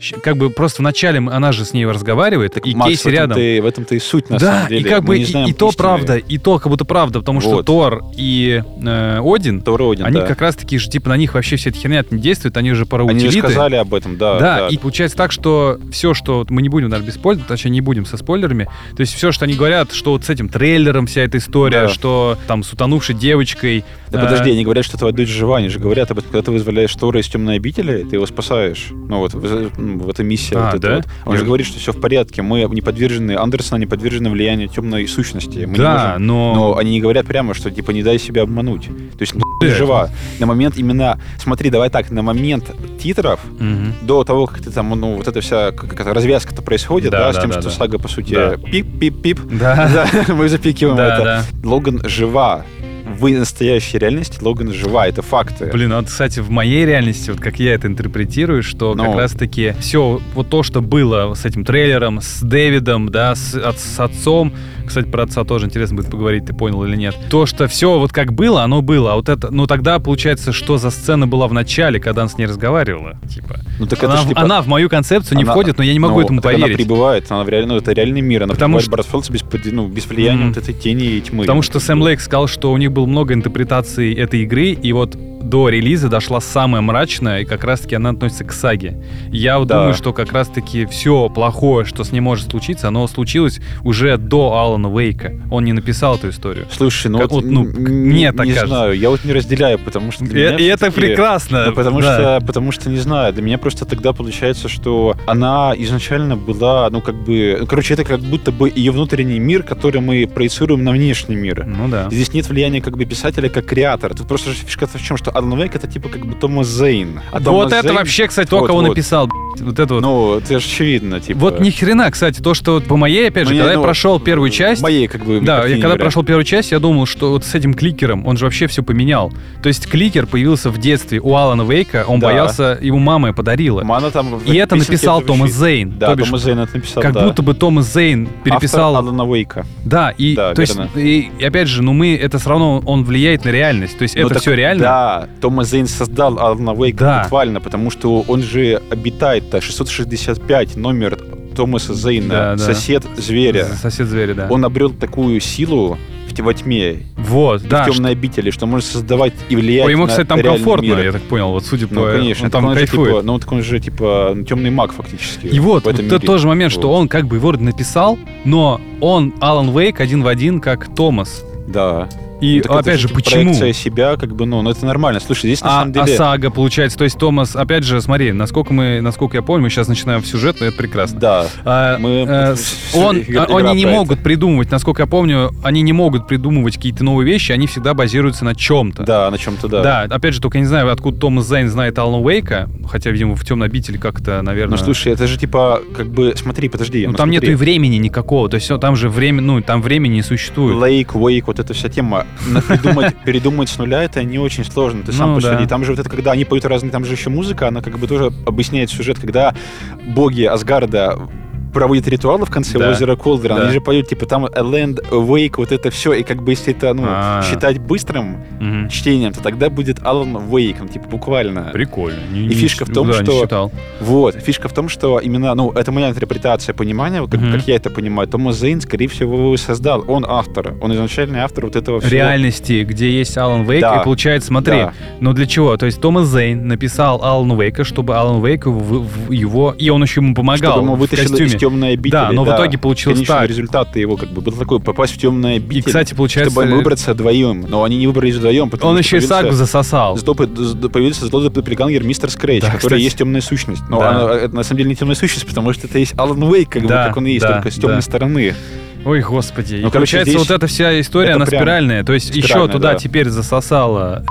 [SPEAKER 1] щ- как бы просто вначале м- она же с ней разговаривает, и
[SPEAKER 2] Макс,
[SPEAKER 1] Кейси
[SPEAKER 2] в
[SPEAKER 1] рядом.
[SPEAKER 2] этом-то и- в этом-то и суть, на
[SPEAKER 1] да,
[SPEAKER 2] самом деле.
[SPEAKER 1] и как
[SPEAKER 2] Мы
[SPEAKER 1] бы
[SPEAKER 2] не
[SPEAKER 1] и,
[SPEAKER 2] знаем
[SPEAKER 1] и то
[SPEAKER 2] истины.
[SPEAKER 1] правда, и то как будто правда, потому что
[SPEAKER 2] Вот.
[SPEAKER 1] Тор и э, Один,
[SPEAKER 2] Тор Один,
[SPEAKER 1] они
[SPEAKER 2] да.
[SPEAKER 1] как раз таки же, типа, на них вообще вся эта херня не действует, они же пара
[SPEAKER 2] Они же
[SPEAKER 1] утилиты.
[SPEAKER 2] сказали об этом, да.
[SPEAKER 1] Да, и получается так, что все, что вот мы не будем, наверное, без спойлеров, точнее, не будем со спойлерами. То есть все, что они говорят, что вот с этим трейлером вся эта история,
[SPEAKER 2] Да.
[SPEAKER 1] что там с утонувшей девочкой.
[SPEAKER 2] Да
[SPEAKER 1] э,
[SPEAKER 2] подожди, они говорят, что твоя дочь жива, они же говорят об этом, когда ты вызволяешь Тора из темной обители, ты его спасаешь. Ну вот, в, ну, вот эта миссия.
[SPEAKER 1] А,
[SPEAKER 2] вот эта
[SPEAKER 1] да?
[SPEAKER 2] вот. Он же
[SPEAKER 1] Я-
[SPEAKER 2] говорит, что все в порядке, мы не подвержены, Андерсона не подвержены влиянию темной сущности. Мы не
[SPEAKER 1] да,
[SPEAKER 2] можем.
[SPEAKER 1] но...
[SPEAKER 2] Но они не говорят прямо, что типа не дай себя обмануть. То есть ну, ты
[SPEAKER 1] Да.
[SPEAKER 2] жива. На момент именно, смотри, давай так, на момент титров,
[SPEAKER 1] Мгм.
[SPEAKER 2] до того, как ты там, ну, вот эта вся как это, развязка-то происходит,
[SPEAKER 1] Да,
[SPEAKER 2] да,
[SPEAKER 1] да,
[SPEAKER 2] с тем,
[SPEAKER 1] да,
[SPEAKER 2] что
[SPEAKER 1] да.
[SPEAKER 2] сага, по сути,
[SPEAKER 1] Да.
[SPEAKER 2] пип-пип-пип,
[SPEAKER 1] Да,
[SPEAKER 2] Да, мы запикиваем это.
[SPEAKER 1] да,
[SPEAKER 2] Логан жива. В настоящей реальности Логан жива, это факты.
[SPEAKER 1] да. Блин, а вот, кстати, в моей реальности, вот как я это интерпретирую, что как
[SPEAKER 2] Ну.
[SPEAKER 1] раз-таки все вот то, что было с этим трейлером, с Дэвидом, да, с, от- с отцом, кстати, про отца тоже интересно будет поговорить, ты понял или нет. То, что все вот как было, оно было. А вот это, ну тогда получается, что за сцена была в начале, когда она с ней разговаривала. Типа,
[SPEAKER 2] Ну так
[SPEAKER 1] она,
[SPEAKER 2] это ж, типа,
[SPEAKER 1] она в мою концепцию не
[SPEAKER 2] она-
[SPEAKER 1] входит, но я не могу
[SPEAKER 2] ну,
[SPEAKER 1] этому
[SPEAKER 2] так Она
[SPEAKER 1] поверить.
[SPEAKER 2] прибывает, она в реаль- ну, это реальный мир, она
[SPEAKER 1] Потому
[SPEAKER 2] прибывает в Братфилдс без, под- ну, без влияния
[SPEAKER 1] Мгм.
[SPEAKER 2] вот этой тени и тьмы.
[SPEAKER 1] Потому что Сэм Лейк сказал, что у них было много интерпретаций этой игры, и вот до релиза дошла самая мрачная, и как раз-таки она относится к саге. Я вот
[SPEAKER 2] Да.
[SPEAKER 1] думаю, что как раз-таки все плохое, что с ней может случиться, оно случилось уже до Алана Уэйка. Он не написал эту историю.
[SPEAKER 2] Слушай, ну,
[SPEAKER 1] Как-
[SPEAKER 2] вот,
[SPEAKER 1] вот, ну,
[SPEAKER 2] н-
[SPEAKER 1] к-
[SPEAKER 2] н-
[SPEAKER 1] мне так
[SPEAKER 2] не
[SPEAKER 1] кажется.
[SPEAKER 2] знаю, я вот не разделяю, потому что
[SPEAKER 1] И,
[SPEAKER 2] для меня
[SPEAKER 1] и это
[SPEAKER 2] всё-таки-
[SPEAKER 1] прекрасно.
[SPEAKER 2] Ну, потому,
[SPEAKER 1] да.
[SPEAKER 2] что, потому что, не знаю, для меня просто тогда получается, что она изначально была, ну, как бы... ну, Короче, это как будто бы ее внутренний мир, который мы проецируем на внешний мир.
[SPEAKER 1] Ну да.
[SPEAKER 2] Здесь нет влияния как бы писателя как креатора. Тут просто же фишка в чем, что Алан Уэйк это типа как бы Томас Зейн. А
[SPEAKER 1] вот
[SPEAKER 2] Томас
[SPEAKER 1] это
[SPEAKER 2] Зейн-
[SPEAKER 1] вообще, кстати, то,
[SPEAKER 2] Вот,
[SPEAKER 1] кого
[SPEAKER 2] вот.
[SPEAKER 1] написал. б***ь. Вот это вот.
[SPEAKER 2] Ну, это же очевидно, типа...
[SPEAKER 1] Вот ни хрена, кстати, то, что вот по моей, опять же,
[SPEAKER 2] Мне,
[SPEAKER 1] когда я
[SPEAKER 2] ну,
[SPEAKER 1] прошел первую часть,
[SPEAKER 2] Моей, как бы,
[SPEAKER 1] Да, я
[SPEAKER 2] картине
[SPEAKER 1] когда
[SPEAKER 2] говоря.
[SPEAKER 1] прошел первую часть, я думал, что вот с этим кликером он же вообще все поменял. То есть кликер появился в детстве у Алана Вейка, он
[SPEAKER 2] Да.
[SPEAKER 1] боялся, его мама подарила.
[SPEAKER 2] Мана там... в
[SPEAKER 1] И это
[SPEAKER 2] песенке
[SPEAKER 1] написал Томас
[SPEAKER 2] звучит.
[SPEAKER 1] Зейн.
[SPEAKER 2] Да,
[SPEAKER 1] то бишь,
[SPEAKER 2] Томас Зейн это написал,
[SPEAKER 1] как
[SPEAKER 2] да.
[SPEAKER 1] будто бы Томас Зейн переписал.
[SPEAKER 2] Автор Алана Уэйка.
[SPEAKER 1] Да, и
[SPEAKER 2] Да,
[SPEAKER 1] то есть,
[SPEAKER 2] верно.
[SPEAKER 1] и, и опять же, ну мы это все равно он влияет на реальность. То есть
[SPEAKER 2] Ну
[SPEAKER 1] это
[SPEAKER 2] так
[SPEAKER 1] все реально.
[SPEAKER 2] Да, Томас Зейн создал Алана Уэйка
[SPEAKER 1] Да.
[SPEAKER 2] буквально, потому что он же обитает так, 665 номер Томаса
[SPEAKER 1] Да,
[SPEAKER 2] Зейна,
[SPEAKER 1] да.
[SPEAKER 2] сосед зверя.
[SPEAKER 1] Сосед зверя, да.
[SPEAKER 2] Он обрел такую силу в те- во тьме,
[SPEAKER 1] Вот, да.
[SPEAKER 2] в темной обители, что может создавать и влиять
[SPEAKER 1] А, Ой, ему,
[SPEAKER 2] на
[SPEAKER 1] кстати, там
[SPEAKER 2] реальный
[SPEAKER 1] комфортно,
[SPEAKER 2] мир.
[SPEAKER 1] я так понял. Вот судя
[SPEAKER 2] Ну,
[SPEAKER 1] по
[SPEAKER 2] конечно,
[SPEAKER 1] он
[SPEAKER 2] так
[SPEAKER 1] там
[SPEAKER 2] он же,
[SPEAKER 1] кайфует.
[SPEAKER 2] типа, ну, вот он же, типа, темный маг фактически.
[SPEAKER 1] И вот,
[SPEAKER 2] в этом
[SPEAKER 1] вот это
[SPEAKER 2] мире.
[SPEAKER 1] тоже момент, что
[SPEAKER 2] Вот.
[SPEAKER 1] он как бы его написал, но он Алан Вейк один в один, как Томас.
[SPEAKER 2] Да.
[SPEAKER 1] И
[SPEAKER 2] Ну, так это
[SPEAKER 1] опять же,
[SPEAKER 2] типа
[SPEAKER 1] почему?
[SPEAKER 2] Проекция себя, как бы, ну, ну, это нормально. Слушай, здесь на
[SPEAKER 1] А,
[SPEAKER 2] самом
[SPEAKER 1] а
[SPEAKER 2] деле...
[SPEAKER 1] сага, получается, то есть Томас, опять же, смотри, насколько мы, насколько я помню, мы сейчас начинаем в сюжет, но это прекрасно.
[SPEAKER 2] Да.
[SPEAKER 1] А,
[SPEAKER 2] Мы-
[SPEAKER 1] э, с- он,
[SPEAKER 2] игра-
[SPEAKER 1] а, они
[SPEAKER 2] игра
[SPEAKER 1] не
[SPEAKER 2] про
[SPEAKER 1] могут придумывать, насколько я помню, они не могут придумывать какие-то новые вещи, они всегда базируются на чем-то.
[SPEAKER 2] Да, на чем-то да.
[SPEAKER 1] Да, опять же, только я не знаю, откуда Томас Зейн знает Алана Уэйка, хотя, видимо, в темной обители как-то,
[SPEAKER 2] Ну
[SPEAKER 1] наверное...
[SPEAKER 2] слушай, это же типа, как бы, смотри, подожди.
[SPEAKER 1] Ну, там
[SPEAKER 2] смотри.
[SPEAKER 1] нету и времени никакого, то есть всё, там же время, ну, там времени не существует.
[SPEAKER 2] Лейк, Уэйк, вот эта вся тема. На- придумать- Передумать с нуля это не очень сложно. Ты сам
[SPEAKER 1] Ну,
[SPEAKER 2] посуди.
[SPEAKER 1] да.
[SPEAKER 2] Там же вот это, когда они поют разные, там же еще музыка, она как бы тоже объясняет сюжет, когда боги Асгарда проводят ритуалы в конце
[SPEAKER 1] Да.
[SPEAKER 2] озера Колдера,
[SPEAKER 1] Да.
[SPEAKER 2] они же поют, типа, там A Land Awake, вот это все, и как бы если это, ну,
[SPEAKER 1] А.
[SPEAKER 2] считать быстрым
[SPEAKER 1] Мгм.
[SPEAKER 2] чтением, то тогда будет Алан Wake, ну, типа, буквально.
[SPEAKER 1] Прикольно. Не-
[SPEAKER 2] И
[SPEAKER 1] не
[SPEAKER 2] фишка
[SPEAKER 1] ч-
[SPEAKER 2] в том,
[SPEAKER 1] да, не
[SPEAKER 2] что-
[SPEAKER 1] считал.
[SPEAKER 2] Вот, фишка в том, что именно, ну, это моя интерпретация понимания, вот как,
[SPEAKER 1] Мгм.
[SPEAKER 2] как я это понимаю, Томас Зейн, скорее всего, его и создал. Он автор, он изначальный автор вот этого всего.
[SPEAKER 1] реальности, где есть Алан Вейк,
[SPEAKER 2] Да.
[SPEAKER 1] и получается, смотри,
[SPEAKER 2] Да.
[SPEAKER 1] но для чего? То есть Томас Зейн написал Алан Вейка, чтобы Алан Вейк в- в его, и он еще ему помогал
[SPEAKER 2] Чтобы ему
[SPEAKER 1] в
[SPEAKER 2] вытащили
[SPEAKER 1] костюме.
[SPEAKER 2] из темной обители.
[SPEAKER 1] Да, но в итоге получилось
[SPEAKER 2] Конечный
[SPEAKER 1] так.
[SPEAKER 2] результат его как бы был такой, попасть в темную обитель.
[SPEAKER 1] И, кстати, получается,
[SPEAKER 2] чтобы выбраться вдвоем. Но они не выбрались вдвоем, потому
[SPEAKER 1] он
[SPEAKER 2] что
[SPEAKER 1] еще и
[SPEAKER 2] появился
[SPEAKER 1] сагу засосал.
[SPEAKER 2] злопы- з- Появился злой доплегангер Мистер Скрэч,
[SPEAKER 1] Да,
[SPEAKER 2] который
[SPEAKER 1] кстати.
[SPEAKER 2] есть темная сущность. Но
[SPEAKER 1] Да.
[SPEAKER 2] она, это на самом деле не темная сущность, потому что это есть Алан Уэйк, как, бы,
[SPEAKER 1] Да,
[SPEAKER 2] как он и есть,
[SPEAKER 1] да,
[SPEAKER 2] только с темной
[SPEAKER 1] да.
[SPEAKER 2] стороны.
[SPEAKER 1] Ой, господи. И
[SPEAKER 2] Ну, короче,
[SPEAKER 1] получается,
[SPEAKER 2] здесь
[SPEAKER 1] вот эта вся история,
[SPEAKER 2] это
[SPEAKER 1] она
[SPEAKER 2] прям
[SPEAKER 1] спиральная. То есть еще
[SPEAKER 2] спиральная,
[SPEAKER 1] туда
[SPEAKER 2] да.
[SPEAKER 1] теперь засосала.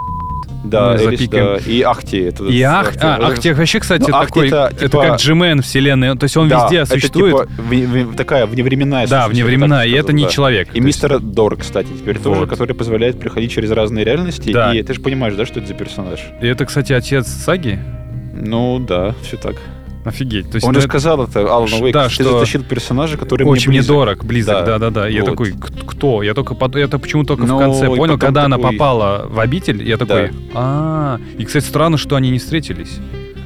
[SPEAKER 2] Да,
[SPEAKER 1] Мы
[SPEAKER 2] Элис,
[SPEAKER 1] запикаем.
[SPEAKER 2] да, и Ахти. э, это
[SPEAKER 1] Ну, И
[SPEAKER 2] вот-
[SPEAKER 1] Ах...
[SPEAKER 2] это-
[SPEAKER 1] А, Ахти вообще, кстати,
[SPEAKER 2] Ну, Ахти
[SPEAKER 1] такой...
[SPEAKER 2] это,
[SPEAKER 1] Это,
[SPEAKER 2] типа-
[SPEAKER 1] как Джимен вселенной. То есть он
[SPEAKER 2] Да,
[SPEAKER 1] везде
[SPEAKER 2] это
[SPEAKER 1] существует.
[SPEAKER 2] типа вне- вне- такая вневременная
[SPEAKER 1] да,
[SPEAKER 2] сущность,
[SPEAKER 1] вне
[SPEAKER 2] я бы
[SPEAKER 1] времена.
[SPEAKER 2] так
[SPEAKER 1] И
[SPEAKER 2] сказал,
[SPEAKER 1] это не
[SPEAKER 2] да.
[SPEAKER 1] человек.
[SPEAKER 2] И
[SPEAKER 1] То есть-
[SPEAKER 2] мистер Дор, кстати, теперь тоже,
[SPEAKER 1] Вот.
[SPEAKER 2] который позволяет проходить через разные реальности.
[SPEAKER 1] Да.
[SPEAKER 2] И ты же понимаешь, да, что это за персонаж?
[SPEAKER 1] И это, кстати, отец саги.
[SPEAKER 2] Ну да, все так.
[SPEAKER 1] Офигеть. То есть
[SPEAKER 2] Он же
[SPEAKER 1] это-
[SPEAKER 2] сказал ну это Алану
[SPEAKER 1] Ш-
[SPEAKER 2] Уэйк,
[SPEAKER 1] да,
[SPEAKER 2] ты
[SPEAKER 1] что
[SPEAKER 2] затащил персонажа, который
[SPEAKER 1] Очень мне
[SPEAKER 2] мне близок.
[SPEAKER 1] дорог, близок,
[SPEAKER 2] Да.
[SPEAKER 1] да, да, да. Я
[SPEAKER 2] Вот.
[SPEAKER 1] такой, «К- кто? Я только пот- это почему только
[SPEAKER 2] Ну,
[SPEAKER 1] в конце
[SPEAKER 2] и
[SPEAKER 1] понял,
[SPEAKER 2] потом
[SPEAKER 1] когда она
[SPEAKER 2] такой-
[SPEAKER 1] попала в обитель, я такой,
[SPEAKER 2] Да.
[SPEAKER 1] а. И кстати, странно, что они не встретились.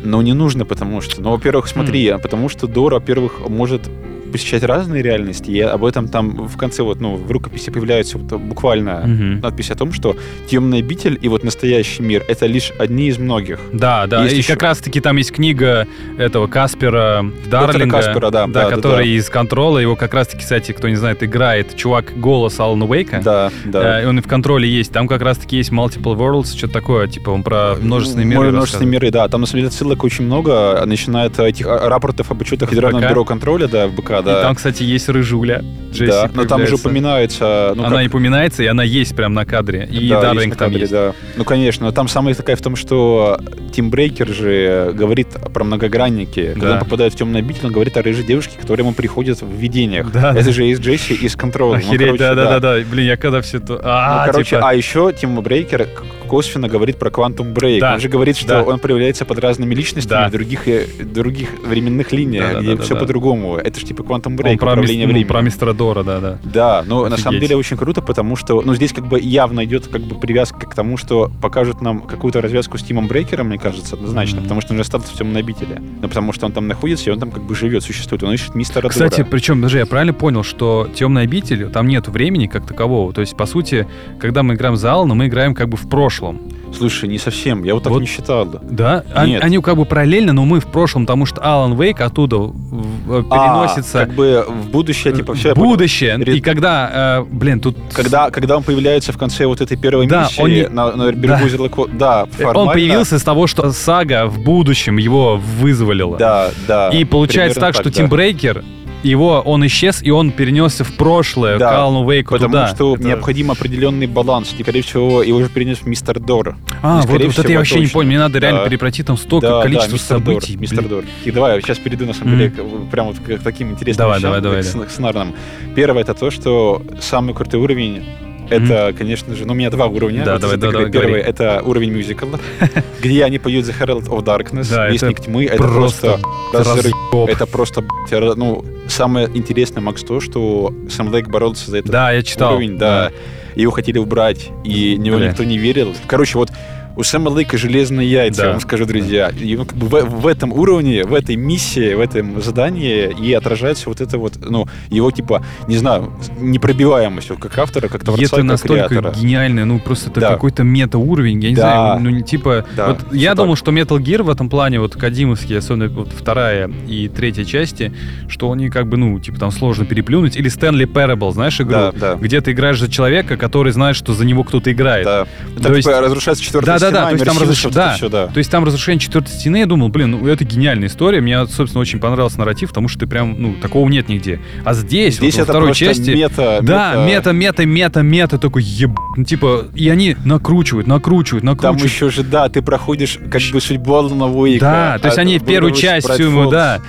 [SPEAKER 2] Но не нужно, потому что... Ну, во-первых, смотри, потому что Дор, во-первых, может посещать разные реальности, и об этом там в конце вот, ну, в рукописи появляются вот буквально
[SPEAKER 1] Мгм.
[SPEAKER 2] надпись о том, что темный обитель и вот настоящий мир — это лишь одни из многих.
[SPEAKER 1] Да, да.
[SPEAKER 2] Есть
[SPEAKER 1] и
[SPEAKER 2] еще.
[SPEAKER 1] как раз-таки там есть книга этого Каспера Дарлинга,
[SPEAKER 2] Каспера, да, да, да,
[SPEAKER 1] который
[SPEAKER 2] да.
[SPEAKER 1] из контрола. Его как раз-таки, кстати, кто не знает, играет чувак голос Алана Уэйка.
[SPEAKER 2] Да, да.
[SPEAKER 1] Э, Он и в контроле есть. Там как раз-таки есть Multiple Worlds, что-то такое, типа он про множественные миры.
[SPEAKER 2] Множественные миры, да. Там, на самом деле, отсылок очень много, а, начиная от этих а, рапортов об учетах Федерального
[SPEAKER 1] БК.
[SPEAKER 2] бюро контроля, да, в
[SPEAKER 1] рассказывает. И
[SPEAKER 2] БК, да.
[SPEAKER 1] там, кстати, есть Рыжуля. Джесси
[SPEAKER 2] да. Но там же
[SPEAKER 1] появляется.
[SPEAKER 2] упоминается... Ну,
[SPEAKER 1] она
[SPEAKER 2] как-
[SPEAKER 1] и упоминается, и она есть прям на кадре. И
[SPEAKER 2] Да,
[SPEAKER 1] Дарлинг
[SPEAKER 2] на
[SPEAKER 1] там
[SPEAKER 2] кадре,
[SPEAKER 1] есть.
[SPEAKER 2] Да. Ну, конечно. Там самая такая в том, что Тим Брейкер же говорит про многогранники. Когда
[SPEAKER 1] Да.
[SPEAKER 2] он попадает в темную обитель, он говорит о рыжей девушке, которая ему приходит в видениях.
[SPEAKER 1] Да,
[SPEAKER 2] Это
[SPEAKER 1] да.
[SPEAKER 2] же из Джесси из контрола. Ну,
[SPEAKER 1] Охереть,
[SPEAKER 2] короче,
[SPEAKER 1] да-да-да. Блин, я когда все то...
[SPEAKER 2] Ну,
[SPEAKER 1] А,
[SPEAKER 2] короче,
[SPEAKER 1] типа,
[SPEAKER 2] а еще Тим Брейкер к- косвенно говорит про Quantum Break.
[SPEAKER 1] Да,
[SPEAKER 2] Он же говорит, что
[SPEAKER 1] да.
[SPEAKER 2] он проявляется под разными личностями
[SPEAKER 1] Да.
[SPEAKER 2] в других, э, других временных линиях,
[SPEAKER 1] Да-да-да,
[SPEAKER 2] где
[SPEAKER 1] да-да.
[SPEAKER 2] все по-другому. Это же типа Quantum Break,
[SPEAKER 1] он про, мис-
[SPEAKER 2] управление
[SPEAKER 1] ну,
[SPEAKER 2] временем.
[SPEAKER 1] про мистера Дора, да-да.
[SPEAKER 2] Да, но на самом
[SPEAKER 1] Офигеть.
[SPEAKER 2] деле очень круто, потому что, ну, здесь как бы явно идет как бы привязка к тому, что покажут нам какую-то развязку с Тимом Брейкером, мне кажется, однозначно,
[SPEAKER 1] Мгм.
[SPEAKER 2] потому что он же остался в темной обители. Ну, потому что он там находится, и он там как бы живет, существует. Он ищет мистера
[SPEAKER 1] Кстати,
[SPEAKER 2] Дора.
[SPEAKER 1] причем, даже я правильно понял, что темная обитель, там нет времени как такового. То есть, по сути, когда мы играем за Алана, мы играем как бы в прошлом.
[SPEAKER 2] Слушай, не совсем, я вот так
[SPEAKER 1] Вот.
[SPEAKER 2] не считал.
[SPEAKER 1] Да? А-
[SPEAKER 2] Нет.
[SPEAKER 1] Они как бы параллельно, но мы в прошлом, потому что Алан Вейк оттуда в- в-
[SPEAKER 2] А,
[SPEAKER 1] переносится
[SPEAKER 2] как бы в будущее, типа, все,
[SPEAKER 1] в будущее.
[SPEAKER 2] Ре-
[SPEAKER 1] И когда, э, блин, тут...
[SPEAKER 2] Когда, когда он появляется в конце вот этой первой
[SPEAKER 1] Да,
[SPEAKER 2] миссии
[SPEAKER 1] он не-
[SPEAKER 2] на, на берегу
[SPEAKER 1] Да.
[SPEAKER 2] озера Ко- да, формально.
[SPEAKER 1] Он появился из того, что сага в будущем его вызволила.
[SPEAKER 2] Да, да.
[SPEAKER 1] И получается
[SPEAKER 2] Примерно
[SPEAKER 1] так, что
[SPEAKER 2] да.
[SPEAKER 1] Тим Брейкер его, он исчез, и он перенесся в прошлое,
[SPEAKER 2] Да,
[SPEAKER 1] к Алану Вейку
[SPEAKER 2] Потому
[SPEAKER 1] туда.
[SPEAKER 2] что э,
[SPEAKER 1] Это-
[SPEAKER 2] необходим определенный баланс. И, скорее всего, его уже перенес в Мистер Дор.
[SPEAKER 1] А, вот,
[SPEAKER 2] скорее
[SPEAKER 1] вот это
[SPEAKER 2] всего,
[SPEAKER 1] я вообще не
[SPEAKER 2] точно.
[SPEAKER 1] понял. Мне надо реально
[SPEAKER 2] Да.
[SPEAKER 1] перепройти там столько
[SPEAKER 2] да,
[SPEAKER 1] количества
[SPEAKER 2] да, мистер
[SPEAKER 1] событий.
[SPEAKER 2] Дор, мистер
[SPEAKER 1] блин.
[SPEAKER 2] Дор. И давай, сейчас перейду, на самом
[SPEAKER 1] Мгм.
[SPEAKER 2] деле, к- прям вот к, к таким интересным
[SPEAKER 1] Давай,
[SPEAKER 2] вещам,
[SPEAKER 1] давай, давай,
[SPEAKER 2] к, с- к сценарным. Первое, это то, что самый крутой уровень это, конечно же, ну, у меня два уровня.
[SPEAKER 1] Да,
[SPEAKER 2] вот
[SPEAKER 1] давай,
[SPEAKER 2] из этой
[SPEAKER 1] да,
[SPEAKER 2] игры.
[SPEAKER 1] давай,
[SPEAKER 2] Первый — это уровень мюзикла, где они поют The Herald of Darkness,
[SPEAKER 1] Да, это
[SPEAKER 2] Вестник тьмы. Это
[SPEAKER 1] просто
[SPEAKER 2] просто... разрыв.
[SPEAKER 1] Разъеб.
[SPEAKER 2] Это просто, б***ь, ра- ну, самое интересное, Макс, то, что Сэм Лейк боролся за этот
[SPEAKER 1] Да, я читал.
[SPEAKER 2] уровень, да. Его хотели убрать, и в него
[SPEAKER 1] Бля.
[SPEAKER 2] никто не верил. Короче, вот у Сэма Лейка железные яйца,
[SPEAKER 1] Да.
[SPEAKER 2] я вам скажу, друзья. И он как бы в, в этом уровне, в этой миссии, в этом задании и отражается вот это вот, ну, его типа, не знаю, непробиваемость вот как автора, как
[SPEAKER 1] И
[SPEAKER 2] творца,
[SPEAKER 1] это
[SPEAKER 2] и как
[SPEAKER 1] настолько
[SPEAKER 2] креатора.
[SPEAKER 1] гениально, ну просто это
[SPEAKER 2] Да.
[SPEAKER 1] какой-то мета-уровень, я не
[SPEAKER 2] Да.
[SPEAKER 1] знаю, ну не типа...
[SPEAKER 2] Да,
[SPEAKER 1] вот я
[SPEAKER 2] всё
[SPEAKER 1] думал, что Metal Gear в этом плане, вот Кадимовские, особенно вот вторая и третья части, что они как бы, ну, типа там сложно переплюнуть, или Stanley Parable, знаешь, игру,
[SPEAKER 2] Да, да.
[SPEAKER 1] где ты играешь за человека, который знает, что за него кто-то играет.
[SPEAKER 2] Да.
[SPEAKER 1] То
[SPEAKER 2] Это
[SPEAKER 1] есть-
[SPEAKER 2] типа разрушается четвертая
[SPEAKER 1] Да-да-да,
[SPEAKER 2] стена,
[SPEAKER 1] то есть там разруш-
[SPEAKER 2] иммерсивность, вот это
[SPEAKER 1] да.
[SPEAKER 2] всё, да.
[SPEAKER 1] То есть там разрушение четвертой стены, я думал, блин, ну это гениальная история. Мне, собственно, очень понравился нарратив, потому что ты прям, ну, такого нет нигде. А здесь, вот
[SPEAKER 2] Здесь
[SPEAKER 1] во
[SPEAKER 2] это
[SPEAKER 1] второй
[SPEAKER 2] просто
[SPEAKER 1] части...
[SPEAKER 2] мета,
[SPEAKER 1] Да, мета, мета, мета, мета, такой еб... Ну, типа, и они накручивают, накручивают,
[SPEAKER 2] Там
[SPEAKER 1] накручивают.
[SPEAKER 2] еще же, да, ты проходишь как бы судьбу Алана Уэйка.
[SPEAKER 1] Да, то есть
[SPEAKER 2] А,
[SPEAKER 1] они в первую
[SPEAKER 2] Брайт
[SPEAKER 1] часть всю
[SPEAKER 2] Фолз.
[SPEAKER 1] ему, да.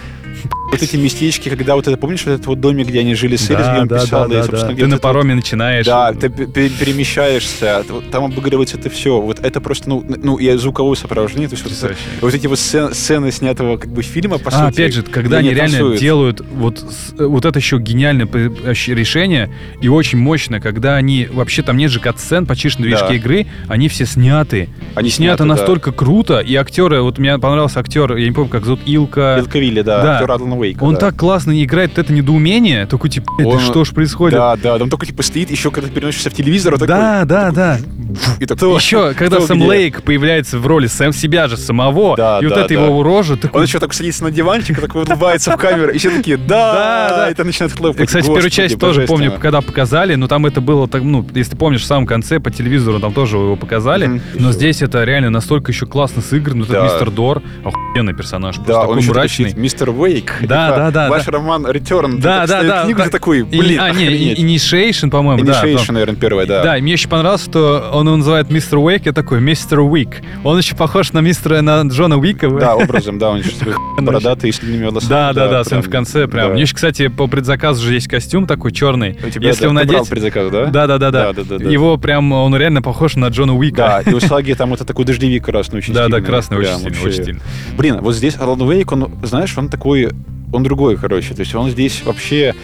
[SPEAKER 2] Вот эти местечки, когда вот это, помнишь, вот этот вот домик, где они жили с Элис, где
[SPEAKER 1] Да,
[SPEAKER 2] он
[SPEAKER 1] да,
[SPEAKER 2] писал,
[SPEAKER 1] да, да,
[SPEAKER 2] и, собственно,
[SPEAKER 1] да.
[SPEAKER 2] где
[SPEAKER 1] Ты
[SPEAKER 2] вот
[SPEAKER 1] на
[SPEAKER 2] это вот-
[SPEAKER 1] пароме начинаешь.
[SPEAKER 2] Да, ты пе- пе- перемещаешься, т- вот там обыгрывается это все. Вот это просто, ну, н- ну и звуковое сопровождение, то есть вот, это-
[SPEAKER 1] Потрясающе.
[SPEAKER 2] вот эти вот сцен- сцены снятого как бы фильма, по
[SPEAKER 1] А,
[SPEAKER 2] сути,
[SPEAKER 1] опять же, когда
[SPEAKER 2] где
[SPEAKER 1] они реально
[SPEAKER 2] танцуют.
[SPEAKER 1] делают вот, с- вот это еще гениальное п- вообще решение и очень мощно, когда они вообще там нет же катсцен, почти на движке
[SPEAKER 2] Да.
[SPEAKER 1] игры, они все сняты.
[SPEAKER 2] они
[SPEAKER 1] снято
[SPEAKER 2] сняты, да.
[SPEAKER 1] настолько круто, и актеры, вот мне понравился актер, я не помню, как зовут Илка.
[SPEAKER 2] Белковили, да,
[SPEAKER 1] Да.
[SPEAKER 2] актер Алана Уэйка,
[SPEAKER 1] Он
[SPEAKER 2] да.
[SPEAKER 1] так классно играет, это недоумение, такой типа, «Блядь, да
[SPEAKER 2] Он-
[SPEAKER 1] что ж происходит?
[SPEAKER 2] Да, да, там только типа стоит, еще когда ты переносишься в телевизор, он такой,
[SPEAKER 1] Да, да, да.
[SPEAKER 2] и такой,
[SPEAKER 1] Еще, когда
[SPEAKER 2] кто
[SPEAKER 1] Сэм
[SPEAKER 2] где?
[SPEAKER 1] Лейк появляется в роли Сэм себя же самого,
[SPEAKER 2] Да,
[SPEAKER 1] и вот
[SPEAKER 2] да,
[SPEAKER 1] это
[SPEAKER 2] да.
[SPEAKER 1] его рожа, такой,
[SPEAKER 2] Он еще так садится на диванчик, такой улыбается в камеру, и все такие,
[SPEAKER 1] Да,
[SPEAKER 2] да,
[SPEAKER 1] да.
[SPEAKER 2] да, это начинает хлопать.
[SPEAKER 1] И, кстати, первую
[SPEAKER 2] Господи,
[SPEAKER 1] часть тоже помню,
[SPEAKER 2] божественно.
[SPEAKER 1] когда показали, но там это было так, ну, если ты помнишь, в самом конце по телевизору там тоже его показали,
[SPEAKER 2] Мгм.
[SPEAKER 1] но здесь это реально настолько еще классно сыграно, вот этот
[SPEAKER 2] Да.
[SPEAKER 1] мистер Дор, охуенный персонаж, просто
[SPEAKER 2] Да, он
[SPEAKER 1] такой
[SPEAKER 2] еще такой
[SPEAKER 1] мрачный.
[SPEAKER 2] сидит, мистер Уэйк.
[SPEAKER 1] Да, да, да,
[SPEAKER 2] Ваш роман Return.
[SPEAKER 1] Да, да,
[SPEAKER 2] Ты читаешь
[SPEAKER 1] да,
[SPEAKER 2] Книгу,
[SPEAKER 1] да.
[SPEAKER 2] ты такой,
[SPEAKER 1] И-
[SPEAKER 2] блин,
[SPEAKER 1] а, не, и-
[SPEAKER 2] охренеть.
[SPEAKER 1] Initiation, по-моему, да.
[SPEAKER 2] Initiation,
[SPEAKER 1] да.
[SPEAKER 2] наверное, первая, да.
[SPEAKER 1] Да, и мне еще понравилось, что он его называет мистер Уэйк, я такой, мистер Уик. Он еще похож на мистера, на Джона Уика.
[SPEAKER 2] Да, образом, да, он еще такой бородатый, с длинными волосами.
[SPEAKER 1] да, да, да, сын
[SPEAKER 2] прям,
[SPEAKER 1] в конце прям.
[SPEAKER 2] да.
[SPEAKER 1] У меня еще, кстати, по предзаказу же есть костюм такой черный.
[SPEAKER 2] У тебя,
[SPEAKER 1] Если
[SPEAKER 2] да,
[SPEAKER 1] он
[SPEAKER 2] ты брал
[SPEAKER 1] надеть...
[SPEAKER 2] предзаказ, да?
[SPEAKER 1] Да, да, да, да.
[SPEAKER 2] Да, да, да, да.
[SPEAKER 1] Его прям, он реально похож на Джона Уика.
[SPEAKER 2] Да, и у Саги там вот такой дождевик красный очень
[SPEAKER 1] Да, да,
[SPEAKER 2] стильный,
[SPEAKER 1] красный очень
[SPEAKER 2] прям
[SPEAKER 1] сильно,
[SPEAKER 2] вообще.
[SPEAKER 1] очень сильно.
[SPEAKER 2] Блин, а вот здесь Алан Уэйк, он, знаешь, он такой, он другой, короче. То есть он здесь вообще...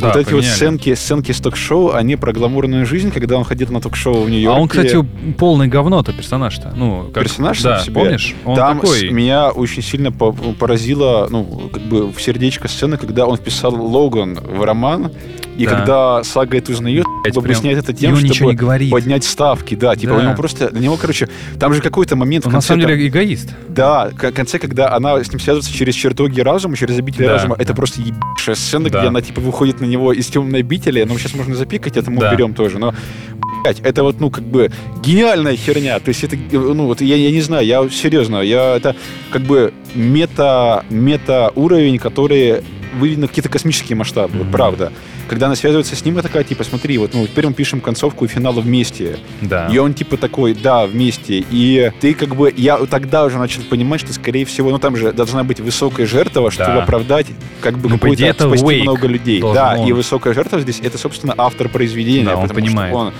[SPEAKER 1] Да,
[SPEAKER 2] вот эти вот
[SPEAKER 1] поменяли.
[SPEAKER 2] сценки, сценки с ток-шоу, они про гламурную жизнь, когда он ходил на ток-шоу в
[SPEAKER 1] А
[SPEAKER 2] Нью-Йорке.
[SPEAKER 1] он, кстати, полное говно-то персонаж-то. Ну, как...
[SPEAKER 2] Персонаж сам
[SPEAKER 1] да,
[SPEAKER 2] по себе.
[SPEAKER 1] помнишь? Он
[SPEAKER 2] Там с-
[SPEAKER 1] такой.
[SPEAKER 2] меня очень сильно по- поразила, ну, как бы в сердечко сцена, когда он вписал Логан в роман, и
[SPEAKER 1] Да.
[SPEAKER 2] когда сага это узнает,
[SPEAKER 1] Блядь,
[SPEAKER 2] чтобы
[SPEAKER 1] прям
[SPEAKER 2] объяснять это тем,
[SPEAKER 1] Ему ничего
[SPEAKER 2] чтобы
[SPEAKER 1] не говорит.
[SPEAKER 2] поднять ставки, да, типа
[SPEAKER 1] Да.
[SPEAKER 2] у него просто, для него, короче, там же какой-то момент
[SPEAKER 1] Он
[SPEAKER 2] в
[SPEAKER 1] на
[SPEAKER 2] конце,
[SPEAKER 1] самом
[SPEAKER 2] там-
[SPEAKER 1] деле эгоист.
[SPEAKER 2] да, к- в конце, когда она с ним связывается через чертоги разума, через обители
[SPEAKER 1] Да,
[SPEAKER 2] разума,
[SPEAKER 1] да.
[SPEAKER 2] это просто ебейшая сцена,
[SPEAKER 1] Да.
[SPEAKER 2] где она, типа, выходит на него из темной обители, ну, сейчас можно запикать, это мы
[SPEAKER 1] Да.
[SPEAKER 2] уберем тоже, но блядь, это вот, ну, как бы гениальная херня. То есть это, э, ну, вот я, я не знаю, я серьезно, я это как бы мета, мета уровень, который выведен на какие-то космические масштабы, вот
[SPEAKER 1] Мгм.
[SPEAKER 2] правда. Когда она связывается с ним, я такая, типа, смотри, вот, ну, теперь мы пишем концовку и финала вместе.
[SPEAKER 1] Да.
[SPEAKER 2] И он типа такой, да, вместе. И ты как бы, я тогда уже начал понимать, что скорее всего, ну там же должна быть высокая жертва, чтобы
[SPEAKER 1] Да.
[SPEAKER 2] оправдать как бы
[SPEAKER 1] Ну, по идее,
[SPEAKER 2] какой-то
[SPEAKER 1] это
[SPEAKER 2] спасти
[SPEAKER 1] Wake
[SPEAKER 2] много людей.
[SPEAKER 1] должен
[SPEAKER 2] Да,
[SPEAKER 1] он.
[SPEAKER 2] и высокая жертва здесь это, собственно, автор произведения.
[SPEAKER 1] Да, он
[SPEAKER 2] потому что
[SPEAKER 1] понимает.
[SPEAKER 2] он-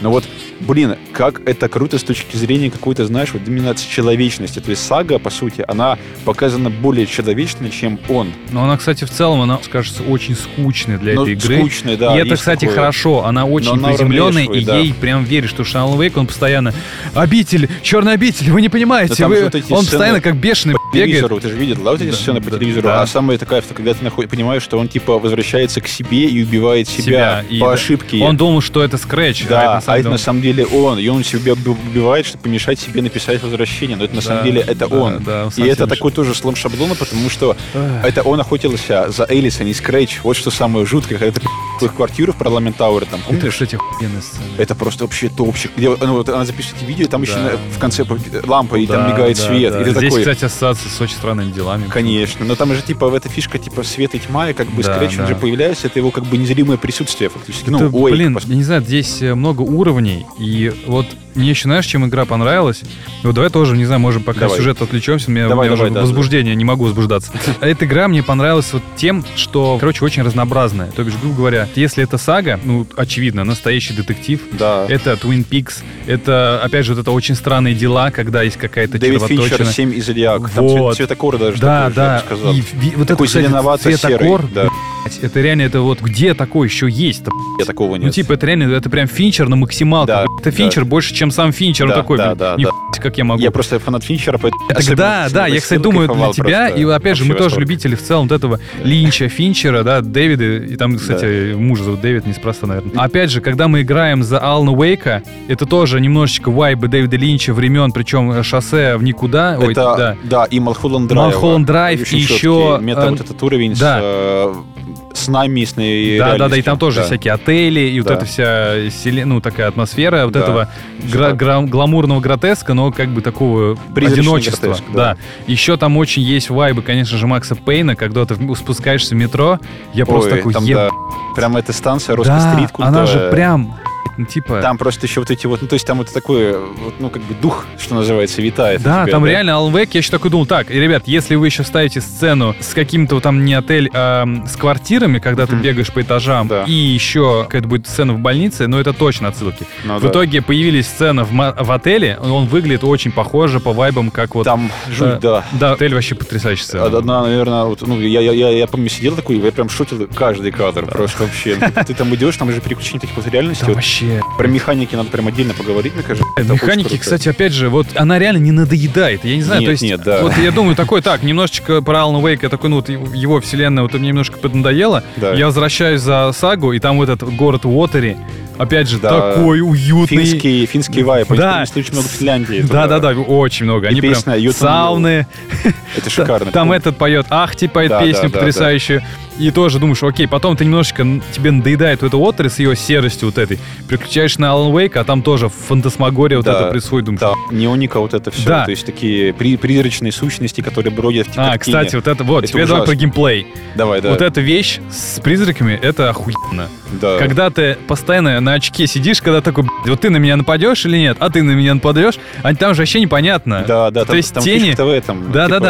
[SPEAKER 2] но вот, блин, как это круто с точки зрения какой-то, знаешь, вот именно человечности. То есть сага, по сути, она показана более человечной, чем он.
[SPEAKER 1] Но она, кстати, в целом, она, кажется, очень скучной для
[SPEAKER 2] Ну,
[SPEAKER 1] этой игры.
[SPEAKER 2] скучная, да.
[SPEAKER 1] и это,
[SPEAKER 2] есть
[SPEAKER 1] кстати,
[SPEAKER 2] такое.
[SPEAKER 1] хорошо. Она очень
[SPEAKER 2] она
[SPEAKER 1] приземленная,
[SPEAKER 2] уравновешивает,
[SPEAKER 1] и
[SPEAKER 2] да.
[SPEAKER 1] ей прям веришь, потому что Алан Вейк, он постоянно «Обитель! Черная обитель! Вы не понимаете!»
[SPEAKER 2] там
[SPEAKER 1] вы-
[SPEAKER 2] же вот эти
[SPEAKER 1] Он
[SPEAKER 2] сцены
[SPEAKER 1] постоянно как бешеный
[SPEAKER 2] по
[SPEAKER 1] бегает.
[SPEAKER 2] телевизору, ты же видел, да, вот эти
[SPEAKER 1] Да,
[SPEAKER 2] сцены по
[SPEAKER 1] да,
[SPEAKER 2] телевизору?
[SPEAKER 1] да.
[SPEAKER 2] А самое такая, что когда ты нахо- понимаешь, что он типа возвращается к себе и убивает себя,
[SPEAKER 1] Себя, и
[SPEAKER 2] по
[SPEAKER 1] да.
[SPEAKER 2] ошибке.
[SPEAKER 1] Он думал, что это скретч.
[SPEAKER 2] да,
[SPEAKER 1] самом
[SPEAKER 2] а это
[SPEAKER 1] деле
[SPEAKER 2] на самом деле он, и он себя уб- убивает, чтобы помешать себе написать возвращение, но это на
[SPEAKER 1] Да,
[SPEAKER 2] самом деле это
[SPEAKER 1] да,
[SPEAKER 2] он.
[SPEAKER 1] да, он
[SPEAKER 2] и
[SPEAKER 1] сам
[SPEAKER 2] это
[SPEAKER 1] себе
[SPEAKER 2] такой тоже слом шаблона, потому что
[SPEAKER 1] Эх.
[SPEAKER 2] это он охотился за Элис, а не Скрэч. Вот что самое жуткое, когда ты пи***л их квартиру в парламент Тауэр там,
[SPEAKER 1] Это
[SPEAKER 2] помнишь?
[SPEAKER 1] что эти охуенные сцены.
[SPEAKER 2] Это просто вообще топчик. Где, ну, вот она запишет видео, и там еще
[SPEAKER 1] Да.
[SPEAKER 2] на- в конце э, лампа, и
[SPEAKER 1] Да,
[SPEAKER 2] там мигает
[SPEAKER 1] да,
[SPEAKER 2] свет.
[SPEAKER 1] да.
[SPEAKER 2] И ты
[SPEAKER 1] Здесь,
[SPEAKER 2] такой,
[SPEAKER 1] кстати, ассоциация занимается с очень странными делами.
[SPEAKER 2] Конечно, но там же типа в эта фишка типа свет и тьма, и как бы
[SPEAKER 1] Да,
[SPEAKER 2] Scratch, он
[SPEAKER 1] да.
[SPEAKER 2] же появляется, это его как бы незримое присутствие фактически.
[SPEAKER 1] Это,
[SPEAKER 2] ну, ой,
[SPEAKER 1] блин,
[SPEAKER 2] пос-
[SPEAKER 1] я не знаю, здесь э, много уровней, и вот мне еще, знаешь, чем игра понравилась? Вот давай тоже, не знаю, можем пока
[SPEAKER 2] Давай.
[SPEAKER 1] сюжет отвлечемся, у меня,
[SPEAKER 2] Давай,
[SPEAKER 1] у меня
[SPEAKER 2] давай,
[SPEAKER 1] уже
[SPEAKER 2] да,
[SPEAKER 1] возбуждение, не могу возбуждаться. А Эта игра мне понравилась вот тем, что, короче, очень разнообразная. То бишь, грубо говоря, если это сага, ну, очевидно, настоящий детектив,
[SPEAKER 2] да.
[SPEAKER 1] это Twin Peaks, это, опять же, вот это очень странные дела, когда есть какая-то
[SPEAKER 2] Дэвид Финчер,
[SPEAKER 1] червоточина.
[SPEAKER 2] 7 из Ильяк. Там
[SPEAKER 1] Вот.
[SPEAKER 2] цвет- цветокор даже
[SPEAKER 1] Да,
[SPEAKER 2] такой же, я
[SPEAKER 1] да.
[SPEAKER 2] бы сказал.
[SPEAKER 1] И ви- вот это,
[SPEAKER 2] Такой
[SPEAKER 1] кстати,
[SPEAKER 2] зеленовато-серый,
[SPEAKER 1] цветокор,
[SPEAKER 2] да.
[SPEAKER 1] блядь, это реально, это вот где такое еще есть-то,
[SPEAKER 2] Я такого нет.
[SPEAKER 1] Ну, типа, это реально, это прям Финчер на максималку.
[SPEAKER 2] Да,
[SPEAKER 1] это
[SPEAKER 2] да.
[SPEAKER 1] Финчер больше, чем сам Финчер. Он
[SPEAKER 2] Да,
[SPEAKER 1] такой,
[SPEAKER 2] да,
[SPEAKER 1] блин,
[SPEAKER 2] да,
[SPEAKER 1] «Ни хуй, как я могу.
[SPEAKER 2] Я просто фанат Финчера, поэтому...
[SPEAKER 1] Так
[SPEAKER 2] особенно
[SPEAKER 1] да,
[SPEAKER 2] с
[SPEAKER 1] да,
[SPEAKER 2] этой
[SPEAKER 1] я, кстати,
[SPEAKER 2] сцены
[SPEAKER 1] думаю, для
[SPEAKER 2] кайфовал
[SPEAKER 1] тебя,
[SPEAKER 2] просто.
[SPEAKER 1] и, опять же, мы
[SPEAKER 2] Вообще
[SPEAKER 1] тоже
[SPEAKER 2] восторг.
[SPEAKER 1] любители в целом вот этого Линча, Финчера, да, Дэвида, и там, кстати, мужа зовут Дэвид, неспроста, наверное. А Опять же, когда мы играем за Алана Уэйка, это тоже немножечко вайбы Дэвида Линча времен, причем э, шоссе в никуда. Ой,
[SPEAKER 2] Это,
[SPEAKER 1] да.
[SPEAKER 2] да. и Малхолланд Драйв.
[SPEAKER 1] Малхолланд Драйв и еще,
[SPEAKER 2] Мета
[SPEAKER 1] э,
[SPEAKER 2] вот этот уровень
[SPEAKER 1] да.
[SPEAKER 2] с, э, с нами, с ней
[SPEAKER 1] Да, да, да, и там тоже
[SPEAKER 2] да.
[SPEAKER 1] всякие отели, и вот
[SPEAKER 2] Да.
[SPEAKER 1] эта вся селе- ну, такая атмосфера вот
[SPEAKER 2] Да.
[SPEAKER 1] этого
[SPEAKER 2] Всё
[SPEAKER 1] гра-
[SPEAKER 2] так.
[SPEAKER 1] гра- гламурного гротеска, но как бы такого
[SPEAKER 2] Призрачный
[SPEAKER 1] одиночества.
[SPEAKER 2] гротеск,
[SPEAKER 1] да.
[SPEAKER 2] да.
[SPEAKER 1] Еще там очень есть вайбы, конечно же, Макса Пейна, когда ты в- спускаешься в метро, я
[SPEAKER 2] Ой,
[SPEAKER 1] просто такой,
[SPEAKER 2] там,
[SPEAKER 1] «Еб-
[SPEAKER 2] да, прям эта станция русский
[SPEAKER 1] да,
[SPEAKER 2] стрит
[SPEAKER 1] она же
[SPEAKER 2] культовая.
[SPEAKER 1] прям, ну, типа,
[SPEAKER 2] Там просто еще вот эти вот, ну то есть там вот такой, вот, ну как бы дух, что называется, витает.
[SPEAKER 1] да,
[SPEAKER 2] у тебя,
[SPEAKER 1] там реально Алан Вейк, я еще такой думал, так, ребят, если вы еще ставите сцену с каким-то вот там не отель, а м, с квартирами, когда ты
[SPEAKER 2] Мгм.
[SPEAKER 1] бегаешь по этажам,
[SPEAKER 2] Да.
[SPEAKER 1] и еще какая-то будет сцена в больнице, но это точно отсылки.
[SPEAKER 2] Ну
[SPEAKER 1] в
[SPEAKER 2] да.
[SPEAKER 1] итоге появились сцены в, ма- в отеле, он выглядит очень похоже по вайбам, как вот...
[SPEAKER 2] Там жуть,
[SPEAKER 1] э,
[SPEAKER 2] да.
[SPEAKER 1] Да, отель вообще потрясающая сцена.
[SPEAKER 2] Одна, наверное, вот, ну, я, я, я, я помню, сидел такой, я прям шутил каждый кадр, просто вообще. Ну, типа, Ты там идешь, там же переключение таких вот реальностей.
[SPEAKER 1] Да
[SPEAKER 2] Вот
[SPEAKER 1] вообще.
[SPEAKER 2] Про механики надо прям отдельно поговорить, мне кажется. Это очень
[SPEAKER 1] Механики,
[SPEAKER 2] круто.
[SPEAKER 1] кстати, опять же, вот она реально не надоедает. Я не знаю,
[SPEAKER 2] Нет,
[SPEAKER 1] то есть,
[SPEAKER 2] нет, да.
[SPEAKER 1] вот я думаю, такой, так, немножечко про Алана Уэйка, такой, ну, вот его вселенная, вот мне немножко поднадоела.
[SPEAKER 2] Да.
[SPEAKER 1] Я возвращаюсь за сагу, и там вот этот город Уотери, опять же,
[SPEAKER 2] Да.
[SPEAKER 1] такой уютный.
[SPEAKER 2] Финский, финский вайп.
[SPEAKER 1] Да.
[SPEAKER 2] Да. очень много в Финляндии.
[SPEAKER 1] Да, да, да, очень много. Они прям
[SPEAKER 2] песня «Ютон
[SPEAKER 1] сауны.
[SPEAKER 2] Это шикарно.
[SPEAKER 1] Там этот поет, ах, ты поет
[SPEAKER 2] Да, да,
[SPEAKER 1] песню
[SPEAKER 2] да,
[SPEAKER 1] потрясающую. И тоже думаешь, окей, потом ты немножечко, н- тебе надоедает вот эта отрасль с ее серостью вот этой. Переключаешь на Алан Уэйка, а там тоже фантасмагория вот
[SPEAKER 2] Да,
[SPEAKER 1] это происходит. Думаешь,
[SPEAKER 2] Да, неоника вот это все.
[SPEAKER 1] Да.
[SPEAKER 2] То есть такие при- призрачные сущности, которые бродят в
[SPEAKER 1] а,
[SPEAKER 2] картине.
[SPEAKER 1] кстати, вот это, вот,
[SPEAKER 2] Типа Это
[SPEAKER 1] теперь давай
[SPEAKER 2] ужасно.
[SPEAKER 1] про геймплей.
[SPEAKER 2] Давай, да.
[SPEAKER 1] Вот эта вещь с призраками, это охуенно.
[SPEAKER 2] да.
[SPEAKER 1] Когда ты постоянно на очке сидишь, когда такой, «Блядь, вот ты на меня нападешь или нет, а ты на меня нападешь, а там же вообще непонятно.
[SPEAKER 2] Да, да,
[SPEAKER 1] То
[SPEAKER 2] там,
[SPEAKER 1] есть
[SPEAKER 2] там
[SPEAKER 1] тени...
[SPEAKER 2] фишка-то в этом.
[SPEAKER 1] Да, да,
[SPEAKER 2] типа,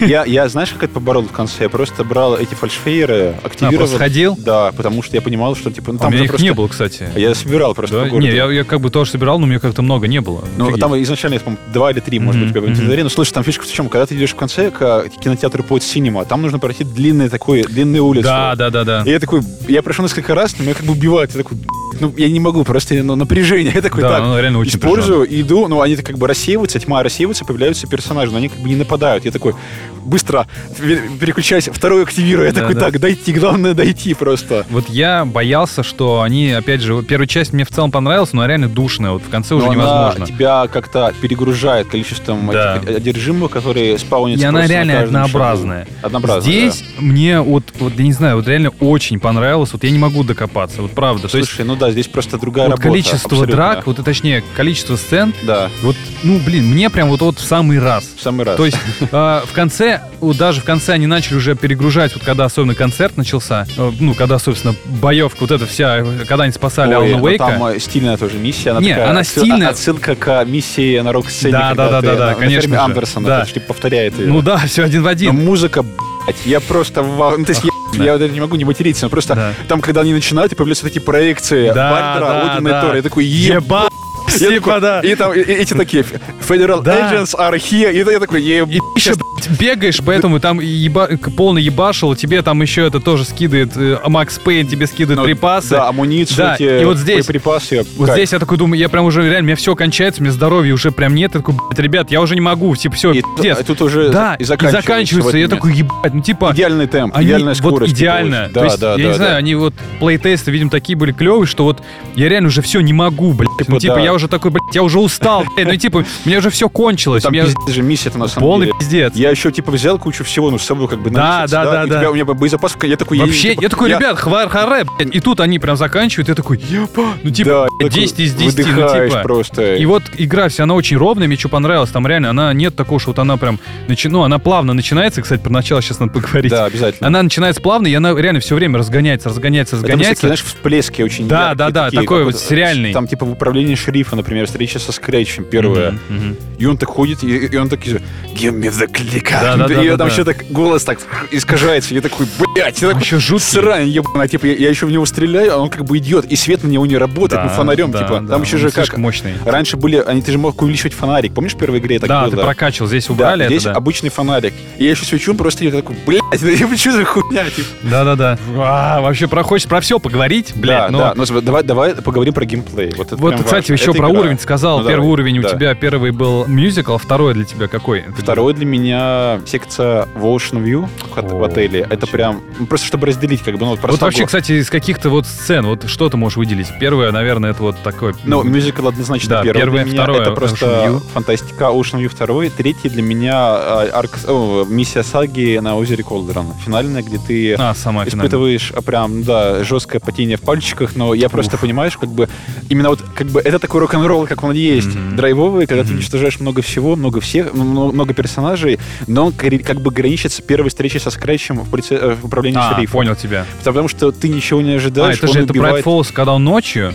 [SPEAKER 1] да.
[SPEAKER 2] Я, я, знаешь, как это поборол в конце? Я просто брал эти фальшфейеры,
[SPEAKER 1] А,
[SPEAKER 2] активировал.
[SPEAKER 1] просто ходил.
[SPEAKER 2] Да, потому что я понимал, что типа, ну
[SPEAKER 1] А у
[SPEAKER 2] там
[SPEAKER 1] меня
[SPEAKER 2] же
[SPEAKER 1] их
[SPEAKER 2] просто... А
[SPEAKER 1] не было, кстати.
[SPEAKER 2] Я собирал просто
[SPEAKER 1] Да?
[SPEAKER 2] по городу.
[SPEAKER 1] Не, я, я как бы тоже собирал, но у меня как-то много не было.
[SPEAKER 2] Ну,
[SPEAKER 1] Офигеть.
[SPEAKER 2] там изначально, я помню, два или три, может
[SPEAKER 1] Мгм,
[SPEAKER 2] быть, в
[SPEAKER 1] мгм.
[SPEAKER 2] инвентаре. Но слушай, там фишка в чем? Когда ты идешь в конце к э, кинотеатру Point Cinema, там нужно пройти длинные такой, длинные улицы.
[SPEAKER 1] Да, да, да, да.
[SPEAKER 2] И я такой, я прошел несколько раз, но меня как бы убивает. Я такой, ну, я не могу, просто ну, напряжение. Я такой,
[SPEAKER 1] Да, ну,
[SPEAKER 2] так,
[SPEAKER 1] оно реально очень
[SPEAKER 2] использую, иду, ну, они как бы рассеиваются, тьма рассеивается, появляются персонажи, но они как бы не нападают. Я такой, быстро пер- переключаюсь, вторую активирую. Я
[SPEAKER 1] Да,
[SPEAKER 2] такой,
[SPEAKER 1] да.
[SPEAKER 2] так, дойти, главное дойти просто.
[SPEAKER 1] Вот я боялся, что они, опять же, вот первая часть мне в целом понравилась, но она реально душная. Вот в конце уже
[SPEAKER 2] Но она
[SPEAKER 1] невозможно.
[SPEAKER 2] тебя как-то перегружает количеством
[SPEAKER 1] Да.
[SPEAKER 2] этих одержимых, которые спаунятся.
[SPEAKER 1] И она
[SPEAKER 2] просто на
[SPEAKER 1] реально
[SPEAKER 2] каждом шагу.
[SPEAKER 1] однообразная.
[SPEAKER 2] Однообразная,
[SPEAKER 1] Здесь мне вот, вот, я не знаю, вот реально очень понравилось. Вот я не могу докопаться, вот правда. То есть
[SPEAKER 2] Слушай, ну да, здесь просто другая
[SPEAKER 1] вот
[SPEAKER 2] работа.
[SPEAKER 1] количество
[SPEAKER 2] абсолютно.
[SPEAKER 1] драк, вот, точнее, количество сцен,
[SPEAKER 2] Да,
[SPEAKER 1] вот, ну, блин, мне прям вот, вот в самый раз.
[SPEAKER 2] в самый раз.
[SPEAKER 1] То есть э, в конце, вот даже в конце они начали уже перегружать, вот когда особенно концерт начался, э, ну, когда, собственно, боевка вот эта вся, э, когда они спасали
[SPEAKER 2] Ой,
[SPEAKER 1] Алана
[SPEAKER 2] ну
[SPEAKER 1] Уэйка.
[SPEAKER 2] там э, стильная тоже миссия. Она
[SPEAKER 1] Не,
[SPEAKER 2] такая
[SPEAKER 1] она
[SPEAKER 2] отсыл-
[SPEAKER 1] стильная.
[SPEAKER 2] Отсылка к миссии на рок-сцене.
[SPEAKER 1] Да,
[SPEAKER 2] когда
[SPEAKER 1] да, да,
[SPEAKER 2] ты
[SPEAKER 1] да, да,
[SPEAKER 2] на- на
[SPEAKER 1] конечно
[SPEAKER 2] ферме
[SPEAKER 1] же.
[SPEAKER 2] Андерсона,
[SPEAKER 1] Да.
[SPEAKER 2] то есть, типа, повторяет ее.
[SPEAKER 1] Ну да, все один в
[SPEAKER 2] Но
[SPEAKER 1] один.
[SPEAKER 2] музыка, блядь, я просто... вау, Ну, то есть, я, я вот это не могу не материться, но просто
[SPEAKER 1] Да.
[SPEAKER 2] там, когда они начинают, и появляются такие проекции
[SPEAKER 1] Да,
[SPEAKER 2] Бальдера,
[SPEAKER 1] да,
[SPEAKER 2] Одина и
[SPEAKER 1] да.
[SPEAKER 2] Тора. Я такой, еб...
[SPEAKER 1] Еба,
[SPEAKER 2] Я такой,
[SPEAKER 1] типа, да.
[SPEAKER 2] И там и- и эти такие, Federal
[SPEAKER 1] Да.
[SPEAKER 2] Agents are here. И я такой, еб...
[SPEAKER 1] И ты еще блядь, бегаешь, поэтому там еба- к- полный ебашил, тебе там еще это тоже скидывает, э, Макс Пейн тебе скидывает
[SPEAKER 2] Ну,
[SPEAKER 1] припасы.
[SPEAKER 2] Да, амуницию,
[SPEAKER 1] Да,
[SPEAKER 2] эти
[SPEAKER 1] и вот здесь-
[SPEAKER 2] припасы.
[SPEAKER 1] Вот
[SPEAKER 2] кайф.
[SPEAKER 1] здесь я такой думаю, я прям уже реально, у меня все кончается, у меня здоровья уже прям нет. Я такой, блядь, ребят, я уже не могу, типа, все,
[SPEAKER 2] И
[SPEAKER 1] пиздец.
[SPEAKER 2] т- тут уже
[SPEAKER 1] Да,
[SPEAKER 2] и заканчивается. в этот
[SPEAKER 1] Я
[SPEAKER 2] момент.
[SPEAKER 1] такой, ебать, ну типа...
[SPEAKER 2] Идеальный темп,
[SPEAKER 1] Они
[SPEAKER 2] идеальная
[SPEAKER 1] вот
[SPEAKER 2] скорость. типа,
[SPEAKER 1] идеально.
[SPEAKER 2] очень.
[SPEAKER 1] То
[SPEAKER 2] Да,
[SPEAKER 1] есть,
[SPEAKER 2] да,
[SPEAKER 1] я не
[SPEAKER 2] да,
[SPEAKER 1] знаю,
[SPEAKER 2] да.
[SPEAKER 1] они вот плейтесты, видимо, такие были клевые, что вот я реально уже все не могу, блядь.
[SPEAKER 2] Типа,
[SPEAKER 1] ну, типа
[SPEAKER 2] да,
[SPEAKER 1] я уже такой, блядь, я уже устал, блядь, ну типа, мне уже все кончилось.
[SPEAKER 2] Там
[SPEAKER 1] мне
[SPEAKER 2] пиздец же миссия-то на самом
[SPEAKER 1] полный
[SPEAKER 2] деле.
[SPEAKER 1] пиздец.
[SPEAKER 2] Я еще типа взял кучу всего, ну с собой как бы
[SPEAKER 1] Да,
[SPEAKER 2] месяц,
[SPEAKER 1] да, да,
[SPEAKER 2] и
[SPEAKER 1] да.
[SPEAKER 2] у тебя- у меня боезапас, я такой... еду,
[SPEAKER 1] Вообще,
[SPEAKER 2] типа,
[SPEAKER 1] я такой, ребят, хвар харе, блядь. И тут они прям заканчивают, я такой, еба, ну типа,
[SPEAKER 2] да, я такой
[SPEAKER 1] 10 из 10, ну
[SPEAKER 2] выдыхаешь
[SPEAKER 1] типа.
[SPEAKER 2] просто.
[SPEAKER 1] И вот игра вся, она очень ровная, мне что понравилось, там реально, она нет такого, что вот она прям, начи- ну, она плавно начинается, кстати, про начало сейчас надо поговорить.
[SPEAKER 2] Да, обязательно.
[SPEAKER 1] Она начинается плавно, и она реально все время разгоняется, разгоняется,
[SPEAKER 2] Это просто такие,
[SPEAKER 1] разгоняется.
[SPEAKER 2] знаешь, всплески очень
[SPEAKER 1] Да,
[SPEAKER 2] яркие
[SPEAKER 1] да, да,
[SPEAKER 2] такие,
[SPEAKER 1] такой
[SPEAKER 2] как
[SPEAKER 1] вот сериальный.
[SPEAKER 2] Там типа в управлении шерифа, например, встреча со Скретчем первая.
[SPEAKER 1] Мгм, мгм.
[SPEAKER 2] И он так ходит, и, и он такой give me the clicker.
[SPEAKER 1] Да, да,
[SPEAKER 2] и
[SPEAKER 1] да, да,
[SPEAKER 2] там
[SPEAKER 1] да.
[SPEAKER 2] еще так голос так искажается. Я такой, блядь, я
[SPEAKER 1] А
[SPEAKER 2] такой,
[SPEAKER 1] Еще жуткий.
[SPEAKER 2] срань ебаная. Типа я, еще в него стреляю, а он как бы идет, и свет на него не работает,
[SPEAKER 1] Да,
[SPEAKER 2] ну фонарем,
[SPEAKER 1] да,
[SPEAKER 2] типа.
[SPEAKER 1] да,
[SPEAKER 2] там еще
[SPEAKER 1] он
[SPEAKER 2] же как...
[SPEAKER 1] слишком мощный.
[SPEAKER 2] Раньше были, они, ты же мог увеличивать фонарик. Помнишь, в первой игре так
[SPEAKER 1] Да,
[SPEAKER 2] было?
[SPEAKER 1] ты прокачивал, здесь
[SPEAKER 2] Да,
[SPEAKER 1] убрали
[SPEAKER 2] здесь
[SPEAKER 1] это, да.
[SPEAKER 2] обычный фонарик. И я еще свечу, он просто идет такой, блядь, ну что за хуйня, типа.
[SPEAKER 1] Да-да-да. А, Вообще, про, хочешь про все поговорить? Бля,
[SPEAKER 2] да,
[SPEAKER 1] но...
[SPEAKER 2] да. Ну, смотри, давай, давай поговорим про геймплей. Вот, это
[SPEAKER 1] Вот,
[SPEAKER 2] прям
[SPEAKER 1] кстати,
[SPEAKER 2] важно.
[SPEAKER 1] еще
[SPEAKER 2] Это
[SPEAKER 1] про
[SPEAKER 2] игра.
[SPEAKER 1] уровень сказал.
[SPEAKER 2] Ну,
[SPEAKER 1] Первый
[SPEAKER 2] давай.
[SPEAKER 1] уровень
[SPEAKER 2] Да.
[SPEAKER 1] у тебя, первый был мюзикл, а второй для тебя какой?
[SPEAKER 2] Второй для меня секция Ocean View в хот-
[SPEAKER 1] О,
[SPEAKER 2] в отеле. Это
[SPEAKER 1] вообще.
[SPEAKER 2] прям ну, просто чтобы разделить, как бы, ну вот
[SPEAKER 1] Вот
[SPEAKER 2] просто.
[SPEAKER 1] вообще, кстати, из каких-то вот сцен, вот что ты можешь выделить? Первое, наверное, это вот такое...
[SPEAKER 2] Ну, мюзикл однозначно
[SPEAKER 1] Да,
[SPEAKER 2] первый
[SPEAKER 1] первое,
[SPEAKER 2] для меня.
[SPEAKER 1] второе
[SPEAKER 2] это
[SPEAKER 1] Ocean View.
[SPEAKER 2] просто фантастика. Ocean View второй. Третий для меня а, арк, о, миссия саги на озере Колдерон. Финальная, где ты
[SPEAKER 1] а, сама финальная.
[SPEAKER 2] испытываешь а, прям, да, жесткое потение в пальчиках, но я просто,
[SPEAKER 1] Уф.
[SPEAKER 2] понимаешь, как бы, именно вот, как бы, это такой рок-н-ролл, как он есть,
[SPEAKER 1] Мгм.
[SPEAKER 2] драйвовый, когда ты
[SPEAKER 1] Мгм.
[SPEAKER 2] уничтожаешь много всего, много всех, м- много, персонажей, но он гри- как бы граничит с первой встречей со Скретчем в, полице- э, в управлении
[SPEAKER 1] А,
[SPEAKER 2] шерифа.
[SPEAKER 1] понял тебя.
[SPEAKER 2] Потому что ты ничего не
[SPEAKER 1] А,
[SPEAKER 2] ожидаешь,
[SPEAKER 1] это
[SPEAKER 2] он
[SPEAKER 1] же это Bright
[SPEAKER 2] убивает...
[SPEAKER 1] Falls, когда он ночью?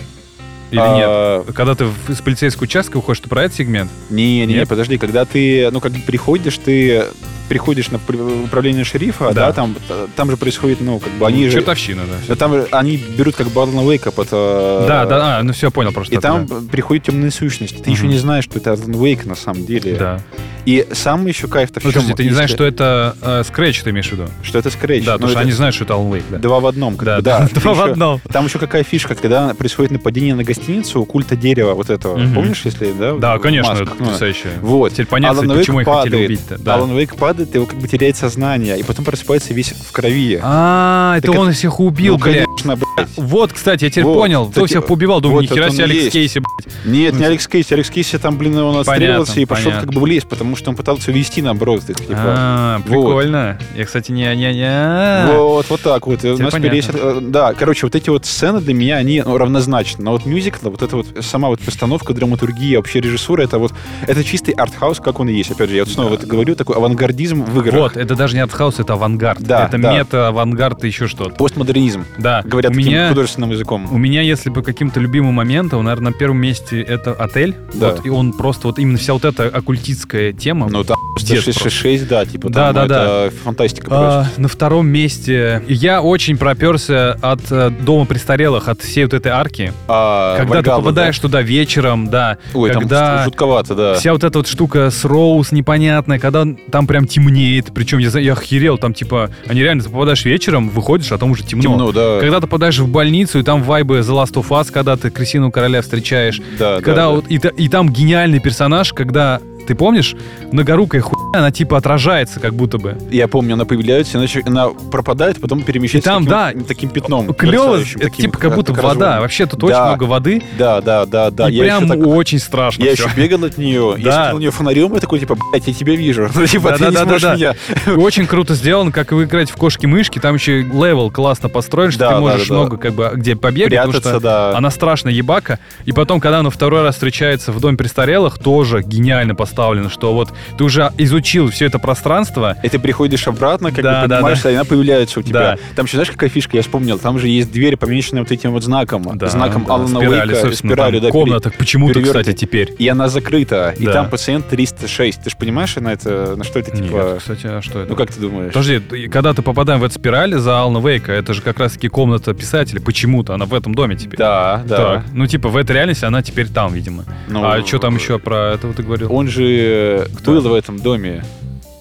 [SPEAKER 1] Или нет?
[SPEAKER 2] а,
[SPEAKER 1] Когда ты в- из полицейского участка уходишь, ты про этот сегмент?
[SPEAKER 2] Не, не, не,
[SPEAKER 1] Нет?
[SPEAKER 2] подожди, когда ты, ну, как бы приходишь, ты приходишь на при- управление шерифа,
[SPEAKER 1] Да.
[SPEAKER 2] да, там, там же происходит, ну, как бы они
[SPEAKER 1] Ну,
[SPEAKER 2] же...
[SPEAKER 1] Чертовщина, да. всё.
[SPEAKER 2] Да там же они берут как бы Алана Уэйка под... э,
[SPEAKER 1] Да, да, а, ну все, понял просто.
[SPEAKER 2] И
[SPEAKER 1] это,
[SPEAKER 2] там приходит темная сущность. Ты
[SPEAKER 1] Мгм.
[SPEAKER 2] еще не знаешь, что это Alan Wake на самом деле.
[SPEAKER 1] да. Да.
[SPEAKER 2] И сам еще кайф-то в
[SPEAKER 1] Ну,
[SPEAKER 2] чём?
[SPEAKER 1] подожди, ты не
[SPEAKER 2] Если-
[SPEAKER 1] знаешь, что это э, Scratch, ты имеешь в виду?
[SPEAKER 2] что это скретч.
[SPEAKER 1] Да,
[SPEAKER 2] Ну,
[SPEAKER 1] потому что
[SPEAKER 2] это
[SPEAKER 1] они знают, что это Alan Wake, да.
[SPEAKER 2] Два в одном, как
[SPEAKER 1] Да,
[SPEAKER 2] бы, да. Ты
[SPEAKER 1] два в
[SPEAKER 2] ещё-
[SPEAKER 1] одном.
[SPEAKER 2] Там еще какая фишка, когда происходит нападение на гостиницу у культа дерева вот этого.
[SPEAKER 1] Мгм.
[SPEAKER 2] Помнишь, если, да?
[SPEAKER 1] Да,
[SPEAKER 2] в
[SPEAKER 1] конечно,
[SPEAKER 2] масках,
[SPEAKER 1] это
[SPEAKER 2] ну,
[SPEAKER 1] потрясающе.
[SPEAKER 2] Вот.
[SPEAKER 1] Теперь понятно,
[SPEAKER 2] Alan Wake
[SPEAKER 1] почему их хотели
[SPEAKER 2] падает.
[SPEAKER 1] убить-то. да.
[SPEAKER 2] Алан Уэйк падает, его как бы теряет сознание, и потом просыпается весь в крови.
[SPEAKER 1] А, это
[SPEAKER 2] Так
[SPEAKER 1] он всех убил,
[SPEAKER 2] ну,
[SPEAKER 1] блядь.
[SPEAKER 2] конечно, блядь.
[SPEAKER 1] Вот, кстати, я теперь
[SPEAKER 2] Вот,
[SPEAKER 1] понял, кто
[SPEAKER 2] кстати,
[SPEAKER 1] всех поубивал. Думаю,
[SPEAKER 2] вот
[SPEAKER 1] ни хера
[SPEAKER 2] это он
[SPEAKER 1] себе
[SPEAKER 2] и
[SPEAKER 1] Алекс
[SPEAKER 2] есть.
[SPEAKER 1] Кейси, блядь.
[SPEAKER 2] Нет,
[SPEAKER 1] Ну,
[SPEAKER 2] не Алекс Кейси. Алекс Кейси там, блин, он
[SPEAKER 1] Понятно,
[SPEAKER 2] отстрелился и пошел
[SPEAKER 1] понятно.
[SPEAKER 2] как бы в лес, потому что он пытался увести наоборот. этих, Типа.
[SPEAKER 1] А,
[SPEAKER 2] Вот.
[SPEAKER 1] прикольно. Я, кстати, не... не, не.
[SPEAKER 2] Вот, вот так вот. И У
[SPEAKER 1] Теперь
[SPEAKER 2] нас теперь есть,
[SPEAKER 1] А. понятно.
[SPEAKER 2] э, да, короче, вот эти вот сцены для меня, они ну, равнозначны. Но вот мюзикл, вот эта вот сама вот постановка, драматургия, вообще режиссура, это вот, это чистый артхаус, как он и есть. Опять же, я вот снова вот говорю, такой авангардизм в играх.
[SPEAKER 1] Вот, это даже не артхаус, это авангард.
[SPEAKER 2] Да,
[SPEAKER 1] это
[SPEAKER 2] да.
[SPEAKER 1] мета, авангард и еще что-то.
[SPEAKER 2] Постмодернизм,
[SPEAKER 1] Да,
[SPEAKER 2] говорят
[SPEAKER 1] у
[SPEAKER 2] таким
[SPEAKER 1] меня...
[SPEAKER 2] художественным языком.
[SPEAKER 1] У меня, если по каким-то любимым моментам, наверное, на первом месте это отель.
[SPEAKER 2] Да.
[SPEAKER 1] Вот, и он просто, вот именно вся вот эта оккультистская тема.
[SPEAKER 2] Ну, там
[SPEAKER 1] Пиздец
[SPEAKER 2] 666, да, типа,
[SPEAKER 1] Да,
[SPEAKER 2] там
[SPEAKER 1] да,
[SPEAKER 2] это фантастика просто.
[SPEAKER 1] А, на втором месте я очень проперся от э, дома престарелых, от всей вот этой арки.
[SPEAKER 2] А,
[SPEAKER 1] когда
[SPEAKER 2] Вальгалла,
[SPEAKER 1] ты попадаешь туда вечером, да,
[SPEAKER 2] да. Ой,
[SPEAKER 1] когда-
[SPEAKER 2] там жутковато, да.
[SPEAKER 1] вся вот эта вот штука с Роуз непонятная, когда он- там прям темнеет, причем я, за- я охерел, там типа, они реально, ты попадаешь вечером, выходишь, а там уже темно.
[SPEAKER 2] Темно, да.
[SPEAKER 1] Когда ты попадаешь в больницу, и там вайбы The Last of Us, когда ты крысиного короля встречаешь,
[SPEAKER 2] Да, да,
[SPEAKER 1] когда
[SPEAKER 2] да.
[SPEAKER 1] вот и, та- и там гениальный персонаж, когда ты помнишь, многорукая хуйня, она типа отражается, как будто бы.
[SPEAKER 2] Я помню, она появляется, иначе она пропадает, потом перемещается
[SPEAKER 1] И там,
[SPEAKER 2] таким, таким пятном.
[SPEAKER 1] Ну, Клево,
[SPEAKER 2] мерцающим,
[SPEAKER 1] это
[SPEAKER 2] таким,
[SPEAKER 1] типа как будто
[SPEAKER 2] разрывом.
[SPEAKER 1] вода. Вообще тут
[SPEAKER 2] Да.
[SPEAKER 1] очень много воды,
[SPEAKER 2] Да, да, да, да.
[SPEAKER 1] и
[SPEAKER 2] я
[SPEAKER 1] прям
[SPEAKER 2] еще так-
[SPEAKER 1] очень страшно.
[SPEAKER 2] я
[SPEAKER 1] всё.
[SPEAKER 2] еще бегал от нее, я
[SPEAKER 1] Да.
[SPEAKER 2] смотрел на нее фонарем, и такой, типа, блядь, я тебя вижу. Ну, типа,
[SPEAKER 1] Да,
[SPEAKER 2] ты
[SPEAKER 1] да,
[SPEAKER 2] не
[SPEAKER 1] да,
[SPEAKER 2] сможешь
[SPEAKER 1] да, да.
[SPEAKER 2] меня.
[SPEAKER 1] Очень круто сделано, как вы играете в кошки-мышки, там еще левел классно построен, что
[SPEAKER 2] Да,
[SPEAKER 1] ты
[SPEAKER 2] да,
[SPEAKER 1] можешь
[SPEAKER 2] да, да.
[SPEAKER 1] много как бы где побегать, потому
[SPEAKER 2] Прятаться,
[SPEAKER 1] что
[SPEAKER 2] да.
[SPEAKER 1] она страшная ебака. И потом, когда она второй раз встречается в доме престарелых, тоже гениально поставлено, что вот ты уже изучил все это пространство,
[SPEAKER 2] И ты приходишь обратно, как
[SPEAKER 1] Да,
[SPEAKER 2] бы
[SPEAKER 1] да,
[SPEAKER 2] понимаешь, что она появляется у тебя.
[SPEAKER 1] Да.
[SPEAKER 2] Там еще знаешь, какая фишка, я вспомнил, там же есть дверь, помеченная вот этим вот знаком.
[SPEAKER 1] да,
[SPEAKER 2] Знаком
[SPEAKER 1] да,
[SPEAKER 2] Алана
[SPEAKER 1] спирали,
[SPEAKER 2] Уэйка,
[SPEAKER 1] собственно,
[SPEAKER 2] спиралью,
[SPEAKER 1] там
[SPEAKER 2] да.
[SPEAKER 1] комната, почему-то,
[SPEAKER 2] перевёрнутый.
[SPEAKER 1] кстати, теперь.
[SPEAKER 2] И она закрыта, и
[SPEAKER 1] Да.
[SPEAKER 2] там пациент 306. Ты же понимаешь, на это, на что это,
[SPEAKER 1] Нет,
[SPEAKER 2] типа...
[SPEAKER 1] кстати, а что это?
[SPEAKER 2] Ну, как ты думаешь?
[SPEAKER 1] Подожди, ты- когда ты попадаем в эту спираль за Алана Вейка, это же как раз-таки комната писателя, почему-то она в этом доме теперь.
[SPEAKER 2] Да, да.
[SPEAKER 1] Так, ну типа в этой реальности она теперь там, видимо.
[SPEAKER 2] Ну,
[SPEAKER 1] а что там еще про этого ты говорил?
[SPEAKER 2] Он же
[SPEAKER 1] Кто?
[SPEAKER 2] кто был в этом доме?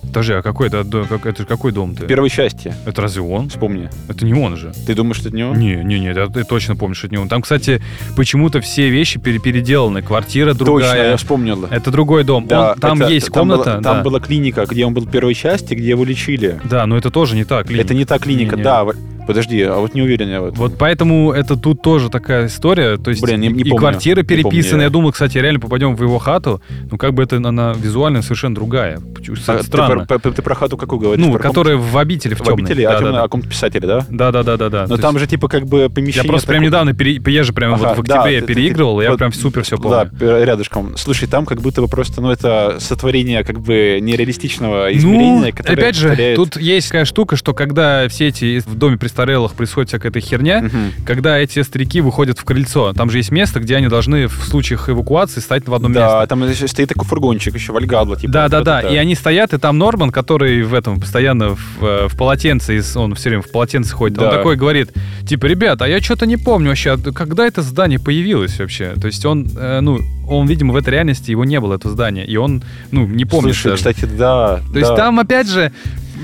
[SPEAKER 1] Подожди, а какой это, до- как, это какой дом
[SPEAKER 2] В
[SPEAKER 1] ты?
[SPEAKER 2] первой части.
[SPEAKER 1] Это разве он?
[SPEAKER 2] Вспомни.
[SPEAKER 1] Это не он же.
[SPEAKER 2] Ты думаешь, что это не он?
[SPEAKER 1] Не, не, не, да, ты точно помнишь, это не он. Там, кстати, почему-то все вещи пере- переделаны. Квартира
[SPEAKER 2] Точно,
[SPEAKER 1] другая.
[SPEAKER 2] я вспомнил.
[SPEAKER 1] Это другой дом.
[SPEAKER 2] Да,
[SPEAKER 1] Он- там
[SPEAKER 2] это-
[SPEAKER 1] есть
[SPEAKER 2] там была-
[SPEAKER 1] комната.
[SPEAKER 2] там
[SPEAKER 1] да.
[SPEAKER 2] была клиника, где он был в первой части, где его лечили.
[SPEAKER 1] Да, но это тоже не так. Линь.
[SPEAKER 2] Это не та клиника,
[SPEAKER 1] Не-не.
[SPEAKER 2] да. в- Подожди, а вот не уверен я в этом.
[SPEAKER 1] Вот поэтому это тут тоже такая история. То есть
[SPEAKER 2] Блин, не- не
[SPEAKER 1] и
[SPEAKER 2] помню,
[SPEAKER 1] квартиры
[SPEAKER 2] не помню,
[SPEAKER 1] переписаны.
[SPEAKER 2] да.
[SPEAKER 1] Я думал, кстати, реально попадем в его хату. Ну, как бы это она визуально совершенно другая. Почему-
[SPEAKER 2] А ты
[SPEAKER 1] Странно.
[SPEAKER 2] про- про- ты про хату какую говоришь?
[SPEAKER 1] Ну,
[SPEAKER 2] Про ком-
[SPEAKER 1] которая в обители, в
[SPEAKER 2] в
[SPEAKER 1] темной.
[SPEAKER 2] обители,
[SPEAKER 1] Да,
[SPEAKER 2] а
[SPEAKER 1] да,
[SPEAKER 2] темно-
[SPEAKER 1] да.
[SPEAKER 2] о каком-то писателе, да?
[SPEAKER 1] Да, да, да, да, да.
[SPEAKER 2] Но
[SPEAKER 1] То
[SPEAKER 2] там
[SPEAKER 1] есть
[SPEAKER 2] же типа как бы помещение...
[SPEAKER 1] я просто прям
[SPEAKER 2] такое-
[SPEAKER 1] недавно пере... я же прям
[SPEAKER 2] Ага,
[SPEAKER 1] вот в
[SPEAKER 2] да,
[SPEAKER 1] октябре
[SPEAKER 2] ты- ты-
[SPEAKER 1] переигрывал, и я
[SPEAKER 2] вот-
[SPEAKER 1] прям супер все
[SPEAKER 2] Да,
[SPEAKER 1] помню.
[SPEAKER 2] пер- рядышком. Слушай, там как будто бы просто, ну, это сотворение как бы нереалистичного измерения,
[SPEAKER 1] ну,
[SPEAKER 2] которое
[SPEAKER 1] опять же,
[SPEAKER 2] повторяет-
[SPEAKER 1] тут есть такая штука, что когда все эти в доме престарелых происходит всякая эта херня,
[SPEAKER 2] Мгм.
[SPEAKER 1] когда эти старики выходят в крыльцо, там же есть место, где они должны в случаях эвакуации стать в одном месте.
[SPEAKER 2] Да, там еще стоит такой фургончик еще, Вальгадла, типа.
[SPEAKER 1] Да, да,
[SPEAKER 2] вот
[SPEAKER 1] да.
[SPEAKER 2] это.
[SPEAKER 1] И они стоят, и там Норман, который в этом постоянно в, э, в полотенце, из- он все время в полотенце ходит, он
[SPEAKER 2] Да.
[SPEAKER 1] такой говорит, типа, ребят, а я что-то не помню вообще, а когда это здание появилось вообще? То есть он, э, ну, он, видимо, в этой реальности его не было, этого здания, и он, ну, не помнит
[SPEAKER 2] Слушай,
[SPEAKER 1] даже.
[SPEAKER 2] кстати, да.
[SPEAKER 1] То есть
[SPEAKER 2] да.
[SPEAKER 1] там, опять же,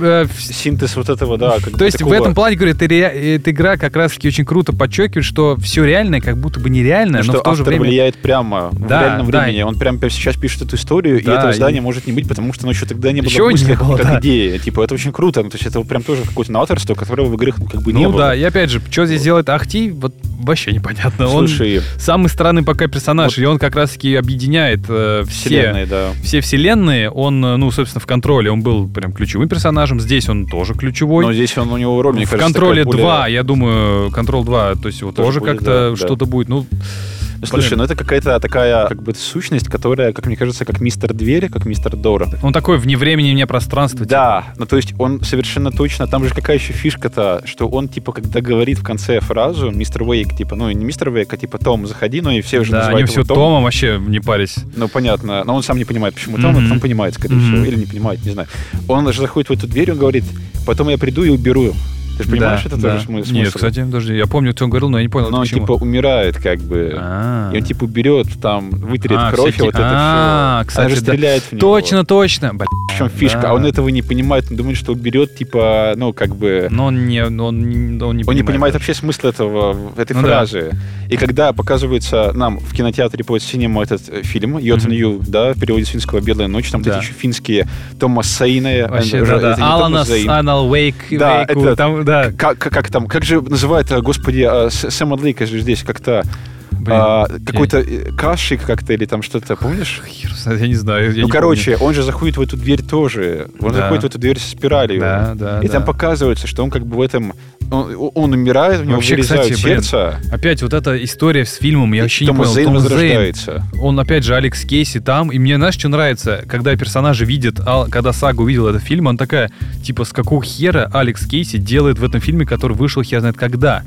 [SPEAKER 1] э, в-
[SPEAKER 2] синтез вот этого, да. как
[SPEAKER 1] то
[SPEAKER 2] бы
[SPEAKER 1] есть
[SPEAKER 2] такого-
[SPEAKER 1] в этом плане, говорю, эта, ре- эта игра как раз-таки очень круто подчеркивает, что все реальное как будто бы нереальное, но
[SPEAKER 2] что
[SPEAKER 1] в то же
[SPEAKER 2] автор
[SPEAKER 1] время...
[SPEAKER 2] влияет прямо в
[SPEAKER 1] Да,
[SPEAKER 2] реальном
[SPEAKER 1] да.
[SPEAKER 2] времени. Он прям прямо сейчас пишет эту историю,
[SPEAKER 1] Да,
[SPEAKER 2] и этого
[SPEAKER 1] и-
[SPEAKER 2] здания может не быть, потому что оно еще тогда не было
[SPEAKER 1] Ещё
[SPEAKER 2] в
[SPEAKER 1] не
[SPEAKER 2] мыслях
[SPEAKER 1] было,
[SPEAKER 2] как
[SPEAKER 1] да.
[SPEAKER 2] идея. Типа, это очень круто. Ну, то есть это вот прям тоже какое-то новаторство, которого в играх ну, как бы не
[SPEAKER 1] Ну
[SPEAKER 2] было.
[SPEAKER 1] да, и опять же, что здесь делает Ахти, вот вообще непонятно. Он-
[SPEAKER 2] Слушай,
[SPEAKER 1] самый странный пока персонаж,
[SPEAKER 2] Вот.
[SPEAKER 1] и он как раз-таки объединяет э, все,
[SPEAKER 2] вселенная, да.
[SPEAKER 1] все вселенные. Он, э, ну, собственно, в контроле, он был прям ключевым персонажем, здесь он тоже ключевой.
[SPEAKER 2] Но здесь он у него роль, мне
[SPEAKER 1] в
[SPEAKER 2] кажется,
[SPEAKER 1] контроле
[SPEAKER 2] такая более-
[SPEAKER 1] 2, я думаю, контрол 2, то есть его
[SPEAKER 2] Тоже
[SPEAKER 1] тоже,
[SPEAKER 2] будет,
[SPEAKER 1] как-то
[SPEAKER 2] да, да.
[SPEAKER 1] что-то будет. Ну,
[SPEAKER 2] Слушай,
[SPEAKER 1] блин.
[SPEAKER 2] ну это какая-то такая как бы сущность, которая, как мне кажется, как мистер Двери, как мистер Дора.
[SPEAKER 1] он такой вне времени, вне пространства. типа.
[SPEAKER 2] Да, ну то есть он совершенно точно, там же какая еще фишка-то, что он типа когда говорит в конце фразу мистер Уэйк, типа, ну не мистер Уэйк, а типа Том, заходи, ну и все уже
[SPEAKER 1] Да, они
[SPEAKER 2] называют
[SPEAKER 1] все
[SPEAKER 2] его Том.
[SPEAKER 1] Томом вообще не парись.
[SPEAKER 2] Ну понятно, но он сам не понимает, почему Том,
[SPEAKER 1] Мгм.
[SPEAKER 2] а потом понимает, скорее
[SPEAKER 1] Мгм.
[SPEAKER 2] всего, или не понимает, не знаю. Он же заходит в эту дверь, он говорит, потом я приду и уберу. Ты же понимаешь,
[SPEAKER 1] Да,
[SPEAKER 2] это
[SPEAKER 1] да.
[SPEAKER 2] тоже смы- смысл?
[SPEAKER 1] Нет, кстати, подожди, я помню, что он говорил, но я не понял,
[SPEAKER 2] Но он
[SPEAKER 1] почему.
[SPEAKER 2] типа умирает как бы.
[SPEAKER 1] А.
[SPEAKER 2] И он типа уберет, там, вытерет
[SPEAKER 1] А,
[SPEAKER 2] кровь, и
[SPEAKER 1] всякие-
[SPEAKER 2] вот это
[SPEAKER 1] А,
[SPEAKER 2] все.
[SPEAKER 1] кстати,
[SPEAKER 2] Она же
[SPEAKER 1] да.
[SPEAKER 2] стреляет в него.
[SPEAKER 1] Точно, точно. Блин,
[SPEAKER 2] В чем фишка?
[SPEAKER 1] Да.
[SPEAKER 2] А он этого не понимает, он думает, что уберет, типа, ну, как бы...
[SPEAKER 1] Но он не, он, не- он не
[SPEAKER 2] Он не
[SPEAKER 1] понимает.
[SPEAKER 2] понимает вообще смысл этого, в- этой
[SPEAKER 1] Ну да.
[SPEAKER 2] фразы. И когда показывается нам в кинотеатре по синему этот э, фильм «Йотен
[SPEAKER 1] Мгм.
[SPEAKER 2] Ю», да, в переводе с финского «Белая ночь», там
[SPEAKER 1] Да.
[SPEAKER 2] эти еще финские Томас э, Сейне,
[SPEAKER 1] Вообще, да, да. Алана, Анал, Вейк,
[SPEAKER 2] Да,
[SPEAKER 1] Вейку,
[SPEAKER 2] это-
[SPEAKER 1] там, да.
[SPEAKER 2] Как, как, как там, как же называют, э, господи, э, С- Сэма Лейка же здесь как-то
[SPEAKER 1] Блин,
[SPEAKER 2] а, какой-то э, кашик как-то или там что-то, помнишь?
[SPEAKER 1] хер знает, я не знаю. я
[SPEAKER 2] ну,
[SPEAKER 1] не
[SPEAKER 2] короче, он же заходит в эту дверь тоже. Он
[SPEAKER 1] Да.
[SPEAKER 2] заходит в эту дверь со спиралью.
[SPEAKER 1] помню. да, да,
[SPEAKER 2] И
[SPEAKER 1] да.
[SPEAKER 2] там показывается, что он как бы в этом... Он, он умирает, у него
[SPEAKER 1] Вообще,
[SPEAKER 2] вырезают
[SPEAKER 1] кстати, блин,
[SPEAKER 2] сердце.
[SPEAKER 1] Опять вот эта история с фильмом, я вообще не
[SPEAKER 2] Томас
[SPEAKER 1] понял.
[SPEAKER 2] Зейн
[SPEAKER 1] Томас Зейн,
[SPEAKER 2] возрождается.
[SPEAKER 1] он опять же Алекс Кейси там, и мне, знаешь, что нравится, когда персонажи видят, а, когда Сага увидела этот фильм, он такая, типа, с какого хера Алекс Кейси делает в этом фильме, который вышел хер знает когда.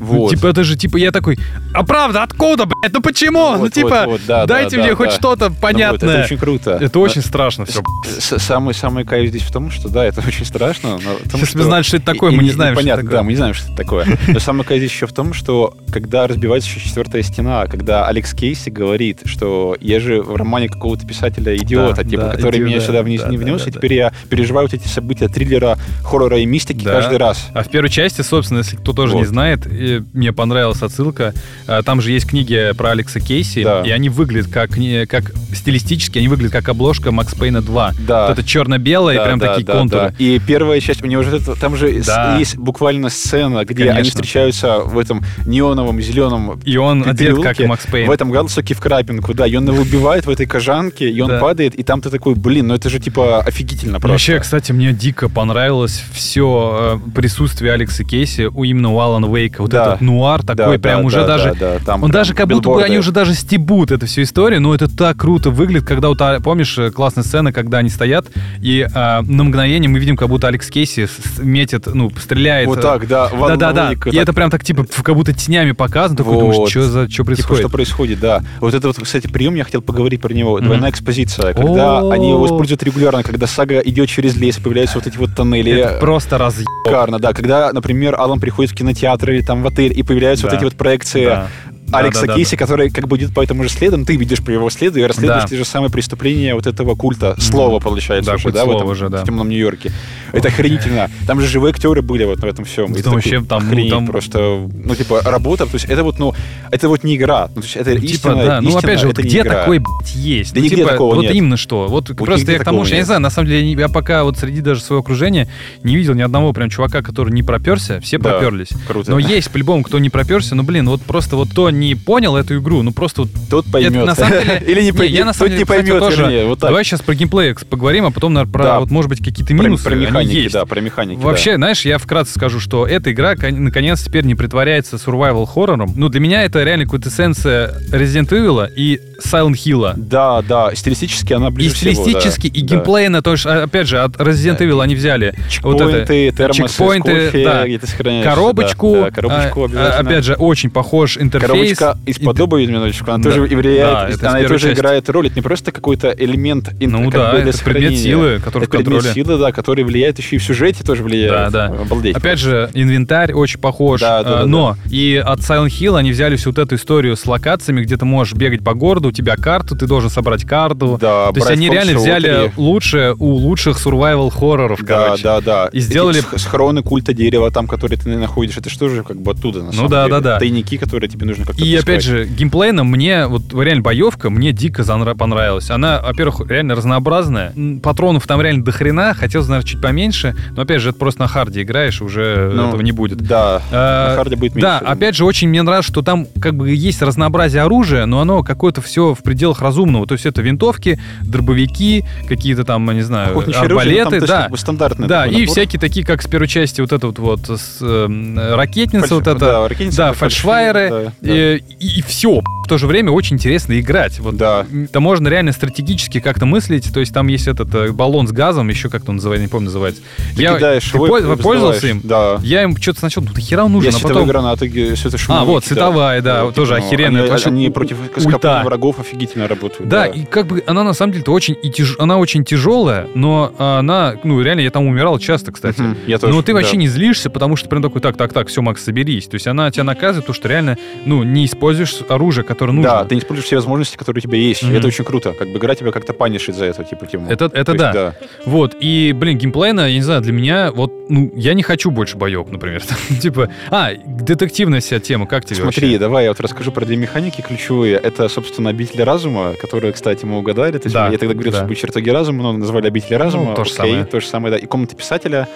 [SPEAKER 1] Ну,
[SPEAKER 2] Вот.
[SPEAKER 1] типа, это же, типа, я такой, а правда, откуда, блядь, ну почему? ну,
[SPEAKER 2] Вот,
[SPEAKER 1] типа,
[SPEAKER 2] вот, вот, да, да,
[SPEAKER 1] дайте
[SPEAKER 2] да,
[SPEAKER 1] мне
[SPEAKER 2] да.
[SPEAKER 1] хоть что-то
[SPEAKER 2] Ну вот,
[SPEAKER 1] понятное.
[SPEAKER 2] это очень круто.
[SPEAKER 1] Это очень страшно
[SPEAKER 2] Но-
[SPEAKER 1] все.
[SPEAKER 2] с- самый, самый кайф здесь в том, что да, это очень страшно. но потому
[SPEAKER 1] Сейчас мы
[SPEAKER 2] что-
[SPEAKER 1] знаем, что это такое,
[SPEAKER 2] и-
[SPEAKER 1] мы
[SPEAKER 2] и-
[SPEAKER 1] не знаем, что это
[SPEAKER 2] Понятно,
[SPEAKER 1] такое.
[SPEAKER 2] да, мы не знаем, что это такое. Но самый кайф здесь еще в том, что когда разбивается еще четвертая стена, когда Алекс Кейси говорит, что я же в романе какого-то писателя идиота,
[SPEAKER 1] Да,
[SPEAKER 2] типа,
[SPEAKER 1] да,
[SPEAKER 2] который меня
[SPEAKER 1] идиота,
[SPEAKER 2] сюда вниз
[SPEAKER 1] да,
[SPEAKER 2] не
[SPEAKER 1] да,
[SPEAKER 2] внес,
[SPEAKER 1] да,
[SPEAKER 2] и
[SPEAKER 1] да.
[SPEAKER 2] теперь я переживаю вот эти события триллера, хоррора и мистики
[SPEAKER 1] Да.
[SPEAKER 2] каждый раз.
[SPEAKER 1] А в первой части, собственно, если кто тоже не
[SPEAKER 2] Вот.
[SPEAKER 1] знает, и мне понравилась отсылка. а, Там же есть книги про Алекса Кейси,
[SPEAKER 2] Да.
[SPEAKER 1] и они выглядят как, кни- как стилистически, они выглядят как обложка Макс Пейна 2.
[SPEAKER 2] Да.
[SPEAKER 1] Вот это черно-белое,
[SPEAKER 2] Да,
[SPEAKER 1] прям
[SPEAKER 2] да,
[SPEAKER 1] такие
[SPEAKER 2] да,
[SPEAKER 1] контуры.
[SPEAKER 2] да. И первая часть, у него же это- там же с-
[SPEAKER 1] Да.
[SPEAKER 2] есть буквально сцена, где они
[SPEAKER 1] Конечно.
[SPEAKER 2] встречаются в этом неоновом зеленом
[SPEAKER 1] И он
[SPEAKER 2] Ты
[SPEAKER 1] одет как
[SPEAKER 2] переулке,
[SPEAKER 1] Макс Пейн.
[SPEAKER 2] В этом галстуке в крапинку, да. И он его убивает в этой кожанке, и он
[SPEAKER 1] Да. Ну,
[SPEAKER 2] падает, и там ты такой, блин, ну это же типа офигительно просто.
[SPEAKER 1] Вообще, кстати, мне дико понравилось все присутствие Алекса Кейси у именно у Алана Вейка. Вот
[SPEAKER 2] Да.
[SPEAKER 1] этот нуар такой,
[SPEAKER 2] Да,
[SPEAKER 1] прям
[SPEAKER 2] да,
[SPEAKER 1] уже
[SPEAKER 2] да,
[SPEAKER 1] даже
[SPEAKER 2] да, да, там
[SPEAKER 1] Он
[SPEAKER 2] прям
[SPEAKER 1] Ну, даже как будто бы
[SPEAKER 2] билборды.
[SPEAKER 1] они уже даже стебут эту всю историю, но это так круто выглядит, когда вот, а, помнишь, э, классная сцена, когда они стоят, и а, на мгновение мы видим, как будто Алекс Кейси с- с- метит, ну, стреляет.
[SPEAKER 2] Вот так, да. в
[SPEAKER 1] Да, да, да.
[SPEAKER 2] Alan Wake,
[SPEAKER 1] И это прям так типа ф- как будто тенями показано. Такой думаешь,
[SPEAKER 2] Вот.
[SPEAKER 1] что за что
[SPEAKER 2] Типа,
[SPEAKER 1] происходит?
[SPEAKER 2] что происходит, да. Вот это вот, кстати, прием, я хотел поговорить про него.
[SPEAKER 1] Мгм.
[SPEAKER 2] Двойная экспозиция. Когда
[SPEAKER 1] О.
[SPEAKER 2] они его используют регулярно, когда сага идет через лес, появляются вот эти вот тоннели.
[SPEAKER 1] Это просто раз.
[SPEAKER 2] Шикарно, да. Когда, например, Алан приходит в кинотеатр или там в отель, и появляются
[SPEAKER 1] Да.
[SPEAKER 2] вот эти вот проекции
[SPEAKER 1] Да.
[SPEAKER 2] э, Алекса
[SPEAKER 1] да, да,
[SPEAKER 2] Кейси, который как бы идет по этому же следам, ты видишь по его следу и расследуешь
[SPEAKER 1] Да.
[SPEAKER 2] те же самые преступления вот этого культа. Слово, получается,
[SPEAKER 1] Да,
[SPEAKER 2] уже,
[SPEAKER 1] культ
[SPEAKER 2] да, в,
[SPEAKER 1] слова
[SPEAKER 2] этом,
[SPEAKER 1] уже, да.
[SPEAKER 2] в темном Нью-Йорке. Это охренительно. Там же живые актеры были вот в этом всем.
[SPEAKER 1] Да
[SPEAKER 2] И ты
[SPEAKER 1] там
[SPEAKER 2] такой,
[SPEAKER 1] вообще там, ну,
[SPEAKER 2] охренеть
[SPEAKER 1] там-
[SPEAKER 2] просто, ну, типа, работа. То есть это вот, ну, это вот не игра. Ну, то есть это
[SPEAKER 1] Ну,
[SPEAKER 2] истина,
[SPEAKER 1] типа, да, ну
[SPEAKER 2] истина,
[SPEAKER 1] опять же, вот
[SPEAKER 2] это не
[SPEAKER 1] где
[SPEAKER 2] игра.
[SPEAKER 1] такой, блядь, есть?
[SPEAKER 2] Да
[SPEAKER 1] ну,
[SPEAKER 2] нигде
[SPEAKER 1] типа,
[SPEAKER 2] такого
[SPEAKER 1] вот
[SPEAKER 2] нет.
[SPEAKER 1] именно что. Вот просто
[SPEAKER 2] нигде
[SPEAKER 1] я к тому,
[SPEAKER 2] такого
[SPEAKER 1] что я не
[SPEAKER 2] нет.
[SPEAKER 1] знаю, на самом деле, я пока вот среди даже своего окружения не видел ни одного прям чувака, который не проперся, все
[SPEAKER 2] Да.
[SPEAKER 1] проперлись.
[SPEAKER 2] Круто.
[SPEAKER 1] Но есть по-любому, кто не проперся, ну блин, вот просто вот кто не понял эту игру, ну просто вот
[SPEAKER 2] Тот поймет.
[SPEAKER 1] на самом деле-
[SPEAKER 2] Или не
[SPEAKER 1] Не,
[SPEAKER 2] поймет.
[SPEAKER 1] я на самом
[SPEAKER 2] тот
[SPEAKER 1] деле,
[SPEAKER 2] не
[SPEAKER 1] кстати,
[SPEAKER 2] поймет,
[SPEAKER 1] тоже-
[SPEAKER 2] вернее, вот так.
[SPEAKER 1] Давай сейчас про геймплей поговорим, а потом, наверное, про
[SPEAKER 2] Да.
[SPEAKER 1] вот, может быть, какие-то
[SPEAKER 2] Про-
[SPEAKER 1] минусы.
[SPEAKER 2] про
[SPEAKER 1] они
[SPEAKER 2] механики,
[SPEAKER 1] есть.
[SPEAKER 2] да, про механики. да.
[SPEAKER 1] Вообще, знаешь, я вкратце скажу, что эта игра, кон- наконец, теперь не притворяется survival хоррором. Ну, для меня это реально квинтэссенция Resident Evil и Silent Hill.
[SPEAKER 2] Да, да, стилистически она
[SPEAKER 1] И
[SPEAKER 2] ближе
[SPEAKER 1] стилистически,
[SPEAKER 2] всего, да.
[SPEAKER 1] и геймплейно, то есть, а, опять же, от Resident
[SPEAKER 2] Да.
[SPEAKER 1] Evil они взяли
[SPEAKER 2] Да.
[SPEAKER 1] вот это-
[SPEAKER 2] Чекпоинты, термосы, с
[SPEAKER 1] чекпоинты,
[SPEAKER 2] кофе,
[SPEAKER 1] да.
[SPEAKER 2] где ты сохраняешься, да,
[SPEAKER 1] коробочку,
[SPEAKER 2] да, коробочку
[SPEAKER 1] а,
[SPEAKER 2] обязательно.
[SPEAKER 1] а, опять же, очень похож интерфейс.
[SPEAKER 2] Коробочка из-под дуба, минуточку, она
[SPEAKER 1] Да.
[SPEAKER 2] тоже и
[SPEAKER 1] Да,
[SPEAKER 2] влияет,
[SPEAKER 1] это из
[SPEAKER 2] она и
[SPEAKER 1] первой
[SPEAKER 2] тоже
[SPEAKER 1] части.
[SPEAKER 2] играет роль. Это не просто какой-то элемент ин-
[SPEAKER 1] Ну
[SPEAKER 2] как
[SPEAKER 1] да,
[SPEAKER 2] бы для
[SPEAKER 1] это предмет
[SPEAKER 2] сохранения.
[SPEAKER 1] силы, который
[SPEAKER 2] Это
[SPEAKER 1] в
[SPEAKER 2] предмет
[SPEAKER 1] контроле.
[SPEAKER 2] силы, да, который влияет еще и в сюжете тоже влияет.
[SPEAKER 1] Да, да.
[SPEAKER 2] Обалдеть.
[SPEAKER 1] Опять же, инвентарь очень похож,
[SPEAKER 2] Да, да,
[SPEAKER 1] э,
[SPEAKER 2] да,
[SPEAKER 1] но и от Silent Hill они взяли всю вот эту историю с локациями, где ты можешь бегать по городу, у тебя карту, ты должен собрать карту.
[SPEAKER 2] да,
[SPEAKER 1] То есть они реально взяли лучшее у лучших survival хорроров,
[SPEAKER 2] Да,
[SPEAKER 1] короче.
[SPEAKER 2] да, да.
[SPEAKER 1] И сделали-
[SPEAKER 2] Эти сх- схроны культа дерева, там, которые ты находишь, это что же тоже как бы оттуда, на
[SPEAKER 1] Ну
[SPEAKER 2] самом
[SPEAKER 1] да,
[SPEAKER 2] деле.
[SPEAKER 1] да, да.
[SPEAKER 2] Тайники, которые тебе нужно как-то
[SPEAKER 1] И опять
[SPEAKER 2] отыскать.
[SPEAKER 1] же, геймплейно мне, вот реально боевка, мне дико занра- понравилась. Она, во-первых, реально разнообразная. М, Патронов там реально до хрена, хотелось, наверное, чуть поменьше. Но опять же, это просто на харде играешь, уже
[SPEAKER 2] Ну,
[SPEAKER 1] этого не будет.
[SPEAKER 2] Да,
[SPEAKER 1] Э,
[SPEAKER 2] на харде будет меньше.
[SPEAKER 1] Да, опять же, очень мне нравится, что там как бы есть разнообразие оружия, но оно какое-то все в пределах разумного. То есть это винтовки, дробовики, какие-то там, не знаю,
[SPEAKER 2] Охотничье оружие, ну, там,
[SPEAKER 1] арбалеты,
[SPEAKER 2] то есть,
[SPEAKER 1] А, да.
[SPEAKER 2] как бы стандартный
[SPEAKER 1] Да,
[SPEAKER 2] такой
[SPEAKER 1] и
[SPEAKER 2] набор.
[SPEAKER 1] всякие такие, как с первой части, вот этот вот, с, эм, ракетница,
[SPEAKER 2] Фальш-
[SPEAKER 1] вот это.
[SPEAKER 2] да, ракетницы,
[SPEAKER 1] Да,
[SPEAKER 2] фальш-
[SPEAKER 1] фальшфайеры.
[SPEAKER 2] да, да.
[SPEAKER 1] э, И, все. В то же время очень интересно играть. Вот
[SPEAKER 2] Да.
[SPEAKER 1] Там можно реально стратегически как-то мыслить. То есть там есть этот э, баллон с газом, еще как-то он называется, не помню, называется.
[SPEAKER 2] Ты
[SPEAKER 1] я
[SPEAKER 2] кидаешь
[SPEAKER 1] ты
[SPEAKER 2] его и
[SPEAKER 1] польз- пользовался
[SPEAKER 2] взрываешь.
[SPEAKER 1] им.
[SPEAKER 2] Да.
[SPEAKER 1] Я им что-то сначала, ну ты хера он нужен,
[SPEAKER 2] Есть
[SPEAKER 1] а
[SPEAKER 2] световые
[SPEAKER 1] потом...
[SPEAKER 2] гранаты, ге- светошумовики,
[SPEAKER 1] А, вот, световая, да, вот тоже
[SPEAKER 2] ну,
[SPEAKER 1] охеренная,
[SPEAKER 2] Они,
[SPEAKER 1] это вообще
[SPEAKER 2] они
[SPEAKER 1] у-
[SPEAKER 2] против
[SPEAKER 1] ульта.
[SPEAKER 2] скопления врагов офигительно работают.
[SPEAKER 1] Да, и как бы она на самом деле-то очень, и тяж- она очень тяжелая, но она, ну реально, я там умирал часто, кстати.
[SPEAKER 2] Мгм, я тоже,
[SPEAKER 1] но ты вообще
[SPEAKER 2] да.
[SPEAKER 1] не злишься, потому что прям такой, так, так, так, все, Макс, соберись. То есть она тебя наказывает, потому что реально, ну, не используешь оружие, которое нужно.
[SPEAKER 2] Да, ты не используешь все возможности, которые у тебя есть. и
[SPEAKER 1] Мгм.
[SPEAKER 2] Это очень круто. Как бы игра тебя как-то панишит за эту типа тему.
[SPEAKER 1] Это, это
[SPEAKER 2] То есть,
[SPEAKER 1] да. Вот, и, блин, геймплейно, я не знаю, для меня, вот, ну, я не хочу больше боев, например. типа, а, детективная вся тема, как тебе
[SPEAKER 2] Смотри,
[SPEAKER 1] вообще?
[SPEAKER 2] давай я вот расскажу про две механики ключевые. Это, собственно, обители разума, которые, кстати, мы угадали. То есть
[SPEAKER 1] Да,
[SPEAKER 2] я тогда говорил,
[SPEAKER 1] да. Ну,
[SPEAKER 2] что будет чертоги разума, но назвали обители разума.
[SPEAKER 1] то же
[SPEAKER 2] Окей,
[SPEAKER 1] самое.
[SPEAKER 2] То же самое, да. И комната писателя,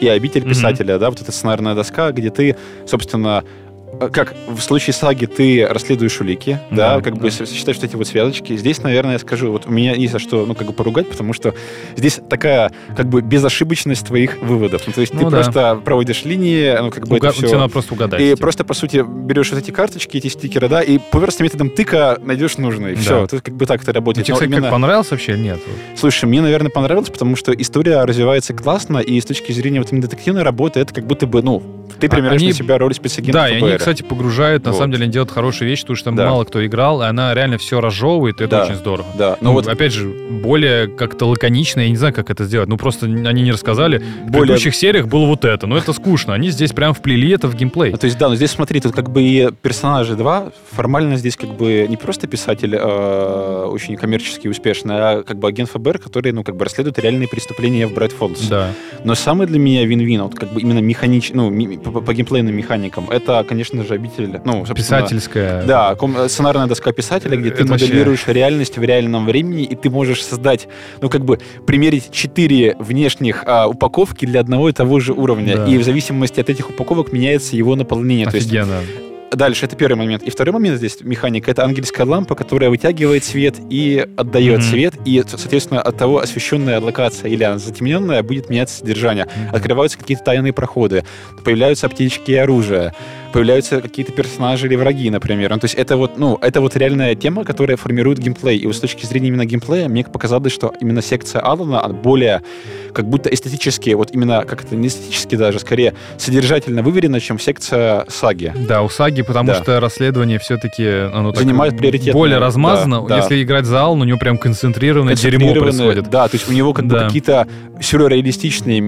[SPEAKER 2] и обитель
[SPEAKER 1] Мгм.
[SPEAKER 2] писателя, да, вот эта сценарная доска, где ты, собственно, э, как в случае саги ты расследуешь улики, да,
[SPEAKER 1] Да,
[SPEAKER 2] как
[SPEAKER 1] да.
[SPEAKER 2] бы с- считаешь что эти вот связочки. Здесь, наверное, я скажу, вот у меня есть за что, ну, как бы поругать, потому что здесь такая, как бы, безошибочность твоих выводов. Ну, то есть
[SPEAKER 1] Ну
[SPEAKER 2] ты
[SPEAKER 1] да.
[SPEAKER 2] просто проводишь линии, ну, как бы
[SPEAKER 1] Уга-
[SPEAKER 2] это все...
[SPEAKER 1] Тебе надо просто угадать.
[SPEAKER 2] И
[SPEAKER 1] типа.
[SPEAKER 2] просто, по сути, берешь вот эти карточки, эти стикеры, да, и поверхностным методом тыка найдешь нужный.
[SPEAKER 1] Да.
[SPEAKER 2] Все, тут как бы так это
[SPEAKER 1] Ну,
[SPEAKER 2] работает.
[SPEAKER 1] тебе,
[SPEAKER 2] Но
[SPEAKER 1] кстати, как
[SPEAKER 2] именно-
[SPEAKER 1] понравился вообще? Нет.
[SPEAKER 2] Слушай, мне, наверное, понравилось, потому что история развивается классно, и с точки зрения вот именно детективной работы это как будто бы, ну, ты
[SPEAKER 1] А-
[SPEAKER 2] примеряешь
[SPEAKER 1] они-
[SPEAKER 2] на себя роль спецагента
[SPEAKER 1] Да, и они,
[SPEAKER 2] ФБР.
[SPEAKER 1] кстати, погружают, на
[SPEAKER 2] Вот.
[SPEAKER 1] самом деле, они делают хорошие вещи, потому что там
[SPEAKER 2] Да.
[SPEAKER 1] мало кто играл, и она реально все разжевывает, и это
[SPEAKER 2] Да.
[SPEAKER 1] очень здорово.
[SPEAKER 2] Да, но
[SPEAKER 1] Ну,
[SPEAKER 2] вот
[SPEAKER 1] опять же, более как-то лаконично, я не знаю, как это сделать. Ну, просто они не рассказали. В
[SPEAKER 2] более...
[SPEAKER 1] предыдущих сериях было вот это, но это скучно. Они здесь прям вплели это в геймплей.
[SPEAKER 2] Ну, то есть, да, но здесь смотри, тут как бы и персонажи два, формально здесь как бы не просто писатель э, очень коммерчески успешный, а как бы агент ФБР, который, ну, как бы расследует реальные преступления в Брэдфолдсе.
[SPEAKER 1] Да.
[SPEAKER 2] Но самый для меня вин-вин, вот как бы именно механич, ну, ми- по, по- по геймплейным механикам, это, конечно же, обитель, ну, собственно,
[SPEAKER 1] Писательская.
[SPEAKER 2] Да, ком- э, сценарная доска писателя, где ты
[SPEAKER 1] Это вообще-
[SPEAKER 2] моделируешь реальность в реальном времени, и ты можешь создать, ну, как бы, примерить четыре внешних а, упаковки для одного и того же уровня.
[SPEAKER 1] Да.
[SPEAKER 2] И в зависимости от этих упаковок меняется его наполнение. То есть
[SPEAKER 1] Офигенно.
[SPEAKER 2] Дальше, это первый момент. И второй момент здесь механика, это ангельская лампа, которая вытягивает свет и отдает
[SPEAKER 1] Мгм.
[SPEAKER 2] свет, и, со- соответственно, от того освещенная локация или она затемненная будет меняться содержание. Открываются какие-то тайные проходы, появляются аптечки и оружие, появляются какие-то персонажи или враги, например. Ну, то есть это вот, ну, это вот реальная тема, которая формирует геймплей. И вот с точки зрения именно геймплея, мне показалось, что именно секция Алана она более как будто эстетически, вот именно как это не эстетически даже, скорее содержательно выверена, чем секция саги.
[SPEAKER 1] Да, у Саги все-таки, потому
[SPEAKER 2] Да.
[SPEAKER 1] что расследование все-таки оно так
[SPEAKER 2] Занимает приоритетное,
[SPEAKER 1] более
[SPEAKER 2] да,
[SPEAKER 1] размазано.
[SPEAKER 2] да.
[SPEAKER 1] Если играть за Алана, у него прям концентрированное дерьмо
[SPEAKER 2] Концентрированное,
[SPEAKER 1] происходит.
[SPEAKER 2] Да, то есть у него как бы
[SPEAKER 1] Да.
[SPEAKER 2] какие-то сюрреалистичные,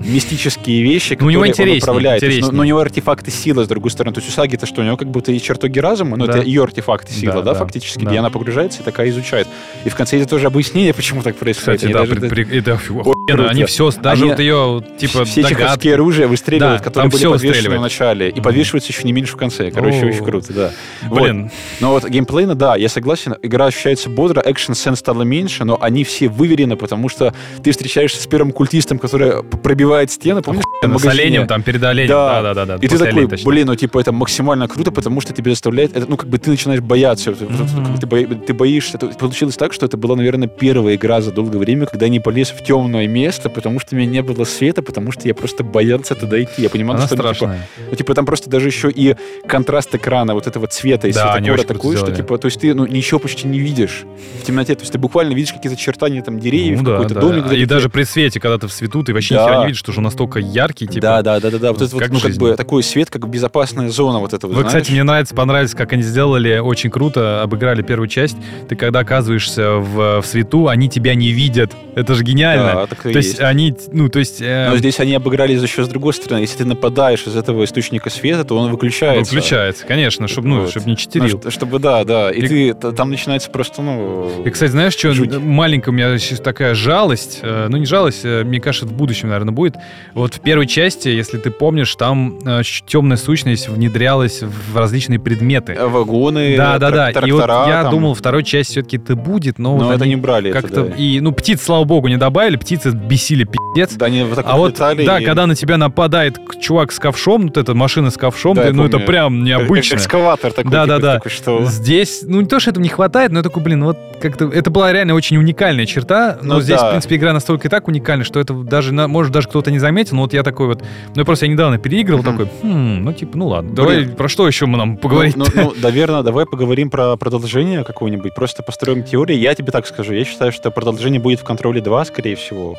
[SPEAKER 2] мета-мистические вещи,
[SPEAKER 1] Ну, у
[SPEAKER 2] которые
[SPEAKER 1] него
[SPEAKER 2] он
[SPEAKER 1] интереснее,
[SPEAKER 2] управляет. То есть,
[SPEAKER 1] интереснее.
[SPEAKER 2] но, но у него артефакты силы, с другой стороны. То есть у Саги-то что? У него как будто и чертоги разума, но
[SPEAKER 1] Да.
[SPEAKER 2] это ее артефакты силы,
[SPEAKER 1] Да,
[SPEAKER 2] да,
[SPEAKER 1] да,
[SPEAKER 2] фактически,
[SPEAKER 1] да.
[SPEAKER 2] где она погружается и такая изучает. И в конце это тоже объяснение, почему так происходит.
[SPEAKER 1] Кстати,
[SPEAKER 2] Они
[SPEAKER 1] да,
[SPEAKER 2] даже
[SPEAKER 1] пред- при- это фу-
[SPEAKER 2] Ой,
[SPEAKER 1] охуенно. Они
[SPEAKER 2] круто.
[SPEAKER 1] все, даже
[SPEAKER 2] Они-
[SPEAKER 1] вот ее, типа,
[SPEAKER 2] все
[SPEAKER 1] догадки.
[SPEAKER 2] чеховские оружия выстреливают,
[SPEAKER 1] Да,
[SPEAKER 2] которые
[SPEAKER 1] там
[SPEAKER 2] были
[SPEAKER 1] всё
[SPEAKER 2] подвешены
[SPEAKER 1] выстреливает.
[SPEAKER 2] в начале. И
[SPEAKER 1] Мгм.
[SPEAKER 2] подвешиваются еще не меньше в конце. Короче,
[SPEAKER 1] О.
[SPEAKER 2] очень круто, да. Вот.
[SPEAKER 1] Блин,
[SPEAKER 2] Но Ну вот геймплейно, да, я согласен, игра ощущается бодро, экшен сен стало меньше, но они все выверены, потому что ты встречаешься с первым культистом, который п- пробивает стены, помнишь, в
[SPEAKER 1] с
[SPEAKER 2] магазине?
[SPEAKER 1] оленем, там перед оленем.
[SPEAKER 2] Да.
[SPEAKER 1] Да, да, да, да.
[SPEAKER 2] И ты
[SPEAKER 1] после
[SPEAKER 2] такой,
[SPEAKER 1] оленя, точнее.
[SPEAKER 2] блин, ну типа это максимально круто, потому что тебе заставляет, это, ну как бы ты начинаешь бояться, Вот, вот,
[SPEAKER 1] Мгм.
[SPEAKER 2] как ты, бои- ты боишься. Это получилось так, что это была, наверное, первая игра за долгое время, когда я не полез в темное место, потому что у меня не было света, потому что я просто боялся туда идти. Я понимал,
[SPEAKER 1] Она
[SPEAKER 2] что ну, типа,
[SPEAKER 1] страшная.
[SPEAKER 2] ну, типа, там просто даже еще и контраст экрана вот этого цвета и
[SPEAKER 1] Да, они
[SPEAKER 2] светокора
[SPEAKER 1] очень круто
[SPEAKER 2] такой, что,
[SPEAKER 1] сделали.
[SPEAKER 2] типа, то есть ты, ну, ничего почти не видишь в темноте. То есть ты буквально видишь какие-то чертания там деревьев,
[SPEAKER 1] Ну да,
[SPEAKER 2] какой-то
[SPEAKER 1] да.
[SPEAKER 2] домик. где-то
[SPEAKER 1] И даже при свете, когда ты в свету, ты вообще
[SPEAKER 2] Да.
[SPEAKER 1] нихера не видишь, что же он настолько яркий, типа.
[SPEAKER 2] да, да, да, да, да. Вот это вот,
[SPEAKER 1] как
[SPEAKER 2] ну, как
[SPEAKER 1] жизнь.
[SPEAKER 2] бы такой свет, как безопасная зона вот этого,
[SPEAKER 1] Вы,
[SPEAKER 2] знаешь?
[SPEAKER 1] кстати, мне нравится, понравилось, как они сделали очень круто, обыграли первую часть. Ты когда оказываешься в, в свету, они тебя не видят. Это же гениально.
[SPEAKER 2] Да, так и
[SPEAKER 1] то есть
[SPEAKER 2] есть.
[SPEAKER 1] они, ну, то есть... э,
[SPEAKER 2] Но здесь они обыгрались еще с другой стороны. Если ты нападаешь из этого источника света, то он
[SPEAKER 1] ну,
[SPEAKER 2] выключается.
[SPEAKER 1] включается, конечно, чтобы, ну,
[SPEAKER 2] Вот.
[SPEAKER 1] чтобы не
[SPEAKER 2] Ну,
[SPEAKER 1] читерил.
[SPEAKER 2] что- чтобы, да, да. И,
[SPEAKER 1] И-
[SPEAKER 2] ты, т- там начинается просто, ну...
[SPEAKER 1] И, кстати, знаешь, что
[SPEAKER 2] Жуть.
[SPEAKER 1] маленькая у меня сейчас такая жалость, э, ну не жалость, э, мне кажется, в будущем, наверное, будет. Вот в первой части, если ты помнишь, там темная сущность внедрялась в различные предметы.
[SPEAKER 2] э, Вагоны,
[SPEAKER 1] Да, да,
[SPEAKER 2] трак-
[SPEAKER 1] да. И вот
[SPEAKER 2] трактора
[SPEAKER 1] я
[SPEAKER 2] там.
[SPEAKER 1] думал, второй часть все-таки это будет, но,
[SPEAKER 2] но
[SPEAKER 1] вот
[SPEAKER 2] это
[SPEAKER 1] они
[SPEAKER 2] не брали. это,
[SPEAKER 1] как-то
[SPEAKER 2] да.
[SPEAKER 1] и ну птиц, слава богу, не добавили, птицы бесили пиздец.
[SPEAKER 2] Да, они вот так
[SPEAKER 1] А вот,
[SPEAKER 2] летали
[SPEAKER 1] да,
[SPEAKER 2] и-
[SPEAKER 1] когда на тебя нападает к- чувак с ковшом, вот эта машина с ковшом,
[SPEAKER 2] Да,
[SPEAKER 1] ты-
[SPEAKER 2] я
[SPEAKER 1] ну это
[SPEAKER 2] помню. Э,
[SPEAKER 1] прям
[SPEAKER 2] Как- как
[SPEAKER 1] необычно.
[SPEAKER 2] Экскаватор такой.
[SPEAKER 1] Да, да,
[SPEAKER 2] типа,
[SPEAKER 1] да.
[SPEAKER 2] такой, что...
[SPEAKER 1] Здесь, ну не то, что этого не хватает, но я такой, блин, вот как-то... Это была реально очень уникальная черта, но
[SPEAKER 2] Ну
[SPEAKER 1] здесь,
[SPEAKER 2] да.
[SPEAKER 1] в принципе, игра настолько и так уникальна, что это даже, на- может, даже кто-то не заметил, но вот я такой вот... Ну я просто я недавно переигрывал,
[SPEAKER 2] Мгм.
[SPEAKER 1] такой, «Хм, ну типа, ну ладно, давай про что еще мы нам поговорить
[SPEAKER 2] Ну, ну, ну, наверное, давай поговорим про продолжение какое-нибудь. Просто построим теорию. Я тебе так скажу. Я считаю, что продолжение будет в контроле 2, скорее всего.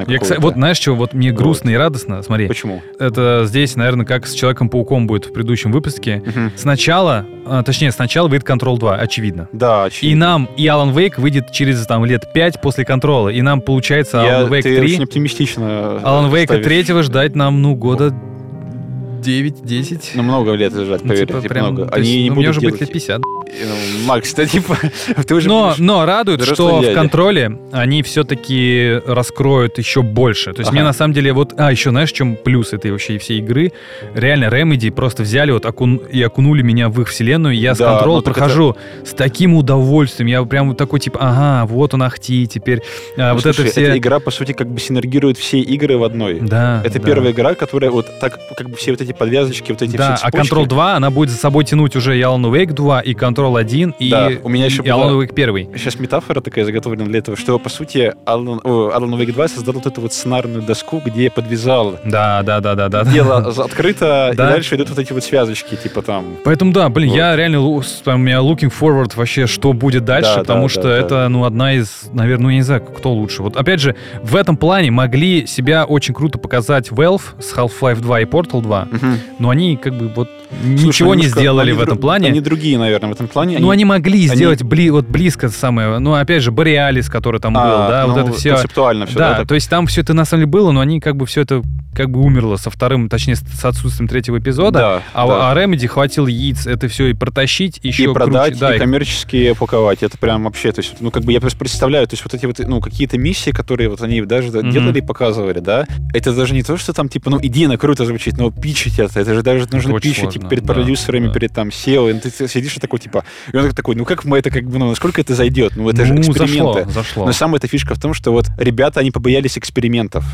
[SPEAKER 1] Я, кстати,
[SPEAKER 2] какое-то.
[SPEAKER 1] вот знаешь что, вот мне
[SPEAKER 2] ну, Вот.
[SPEAKER 1] грустно и радостно, смотри,
[SPEAKER 2] Почему?
[SPEAKER 1] это здесь, наверное, как с Человеком-пауком будет в предыдущем выпуске.
[SPEAKER 2] Мгм.
[SPEAKER 1] Сначала, а, точнее, сначала выйдет Control 2, очевидно.
[SPEAKER 2] Да,
[SPEAKER 1] И
[SPEAKER 2] очевидно.
[SPEAKER 1] нам, и Alan Wake выйдет через там лет 5 после контрола. И нам получается
[SPEAKER 2] Я-
[SPEAKER 1] Alan Wake
[SPEAKER 2] ты
[SPEAKER 1] 3.
[SPEAKER 2] очень оптимистично.
[SPEAKER 1] Alan Wake
[SPEAKER 2] Э, ставишь.
[SPEAKER 1] 3 ждать нам, ну, года 9-10.
[SPEAKER 2] Ну, много лет лежать, поверь, типа, много.
[SPEAKER 1] то
[SPEAKER 2] Они
[SPEAKER 1] есть,
[SPEAKER 2] не
[SPEAKER 1] ну, мне
[SPEAKER 2] будут
[SPEAKER 1] уже
[SPEAKER 2] делать.
[SPEAKER 1] будет лет 50.
[SPEAKER 2] Ну, Макс, ты типа, ты уже
[SPEAKER 1] Но, ну,
[SPEAKER 2] будешь-
[SPEAKER 1] но радует,
[SPEAKER 2] взрослый
[SPEAKER 1] что
[SPEAKER 2] дядя.
[SPEAKER 1] в контроле они все-таки раскроют еще больше. То есть
[SPEAKER 2] Ага.
[SPEAKER 1] мне на самом деле вот... А, еще знаешь, в чем плюс этой вообще всей игры? Реально, Remedy просто взяли вот окун- и окунули меня в их вселенную. и Я с
[SPEAKER 2] Да,
[SPEAKER 1] контрола
[SPEAKER 2] ну так
[SPEAKER 1] прохожу с таким удовольствием. Я прям вот такой типа, ага, вот он ахти теперь. а,
[SPEAKER 2] Ну,
[SPEAKER 1] вот
[SPEAKER 2] слушай,
[SPEAKER 1] это все...
[SPEAKER 2] эта игра, по сути, как бы синергирует все игры в одной.
[SPEAKER 1] Да,
[SPEAKER 2] Это
[SPEAKER 1] да.
[SPEAKER 2] первая игра, которая вот так, как бы все вот эти подвязочки, вот эти
[SPEAKER 1] Да,
[SPEAKER 2] все
[SPEAKER 1] а
[SPEAKER 2] цепочки.
[SPEAKER 1] Control 2, она будет за собой тянуть уже и Alan Wake 2, и Control 1, и,
[SPEAKER 2] Да, у меня еще
[SPEAKER 1] и
[SPEAKER 2] была-
[SPEAKER 1] Alan Wake 1.
[SPEAKER 2] Сейчас метафора такая заготовлена для этого, что, по сути, Alan, о, Alan Wake 2 создал вот эту вот сценарную доску, где подвязал.
[SPEAKER 1] Да, да, да, да, да.
[SPEAKER 2] Дело за- открыто, и
[SPEAKER 1] Да.
[SPEAKER 2] дальше идут вот эти вот связочки, типа там...
[SPEAKER 1] Поэтому да, блин,
[SPEAKER 2] Вот.
[SPEAKER 1] я реально лу- с- там, у меня looking forward вообще, что будет дальше,
[SPEAKER 2] Да,
[SPEAKER 1] потому
[SPEAKER 2] да,
[SPEAKER 1] что
[SPEAKER 2] да, да.
[SPEAKER 1] это, ну, одна из, наверное, ну, я не знаю, кто лучше. Вот опять же, в этом плане могли себя очень круто показать Valve с Half-Life 2 и Portal 2, но они как бы вот ничего
[SPEAKER 2] Слушай,
[SPEAKER 1] не
[SPEAKER 2] немножко-
[SPEAKER 1] сделали
[SPEAKER 2] они
[SPEAKER 1] в этом
[SPEAKER 2] дру-
[SPEAKER 1] плане.
[SPEAKER 2] Они другие, наверное, в этом плане.
[SPEAKER 1] ну, они могли
[SPEAKER 2] они-
[SPEAKER 1] сделать бли- вот близко самое, ну, опять же, Borealis, который там был,
[SPEAKER 2] А,
[SPEAKER 1] да, вот
[SPEAKER 2] ну,
[SPEAKER 1] это все.
[SPEAKER 2] Концептуально все,
[SPEAKER 1] да,
[SPEAKER 2] да, так?
[SPEAKER 1] то есть там все это на самом деле было, но они как бы все это как бы умерло со вторым, точнее, с с отсутствием третьего эпизода.
[SPEAKER 2] Да,
[SPEAKER 1] А,
[SPEAKER 2] да.
[SPEAKER 1] а Remedy хватил яиц это все и протащить, и еще
[SPEAKER 2] и продать,
[SPEAKER 1] круче. Да,
[SPEAKER 2] и
[SPEAKER 1] и-
[SPEAKER 2] коммерчески упаковать. Это прям вообще, то есть, ну, как бы я просто представляю, то есть вот эти вот, ну, какие-то миссии, которые вот они даже да,
[SPEAKER 1] Мгм.
[SPEAKER 2] делали и показывали, да, это даже не то, что там, типа, ну, идейно круто звучит, но пичить это, это же даже нужно
[SPEAKER 1] очень
[SPEAKER 2] пичить
[SPEAKER 1] сложно,
[SPEAKER 2] типа, перед
[SPEAKER 1] да,
[SPEAKER 2] продюсерами,
[SPEAKER 1] да.
[SPEAKER 2] перед там SEO, и ты сидишь и такой, типа, и он такой, ну, как мы это, как бы, ну, насколько это зайдет? Ну, это же
[SPEAKER 1] Ну,
[SPEAKER 2] эксперименты.
[SPEAKER 1] зашло, зашло.
[SPEAKER 2] Но самая эта фишка в том, что вот ребята, они побоялись экспериментов.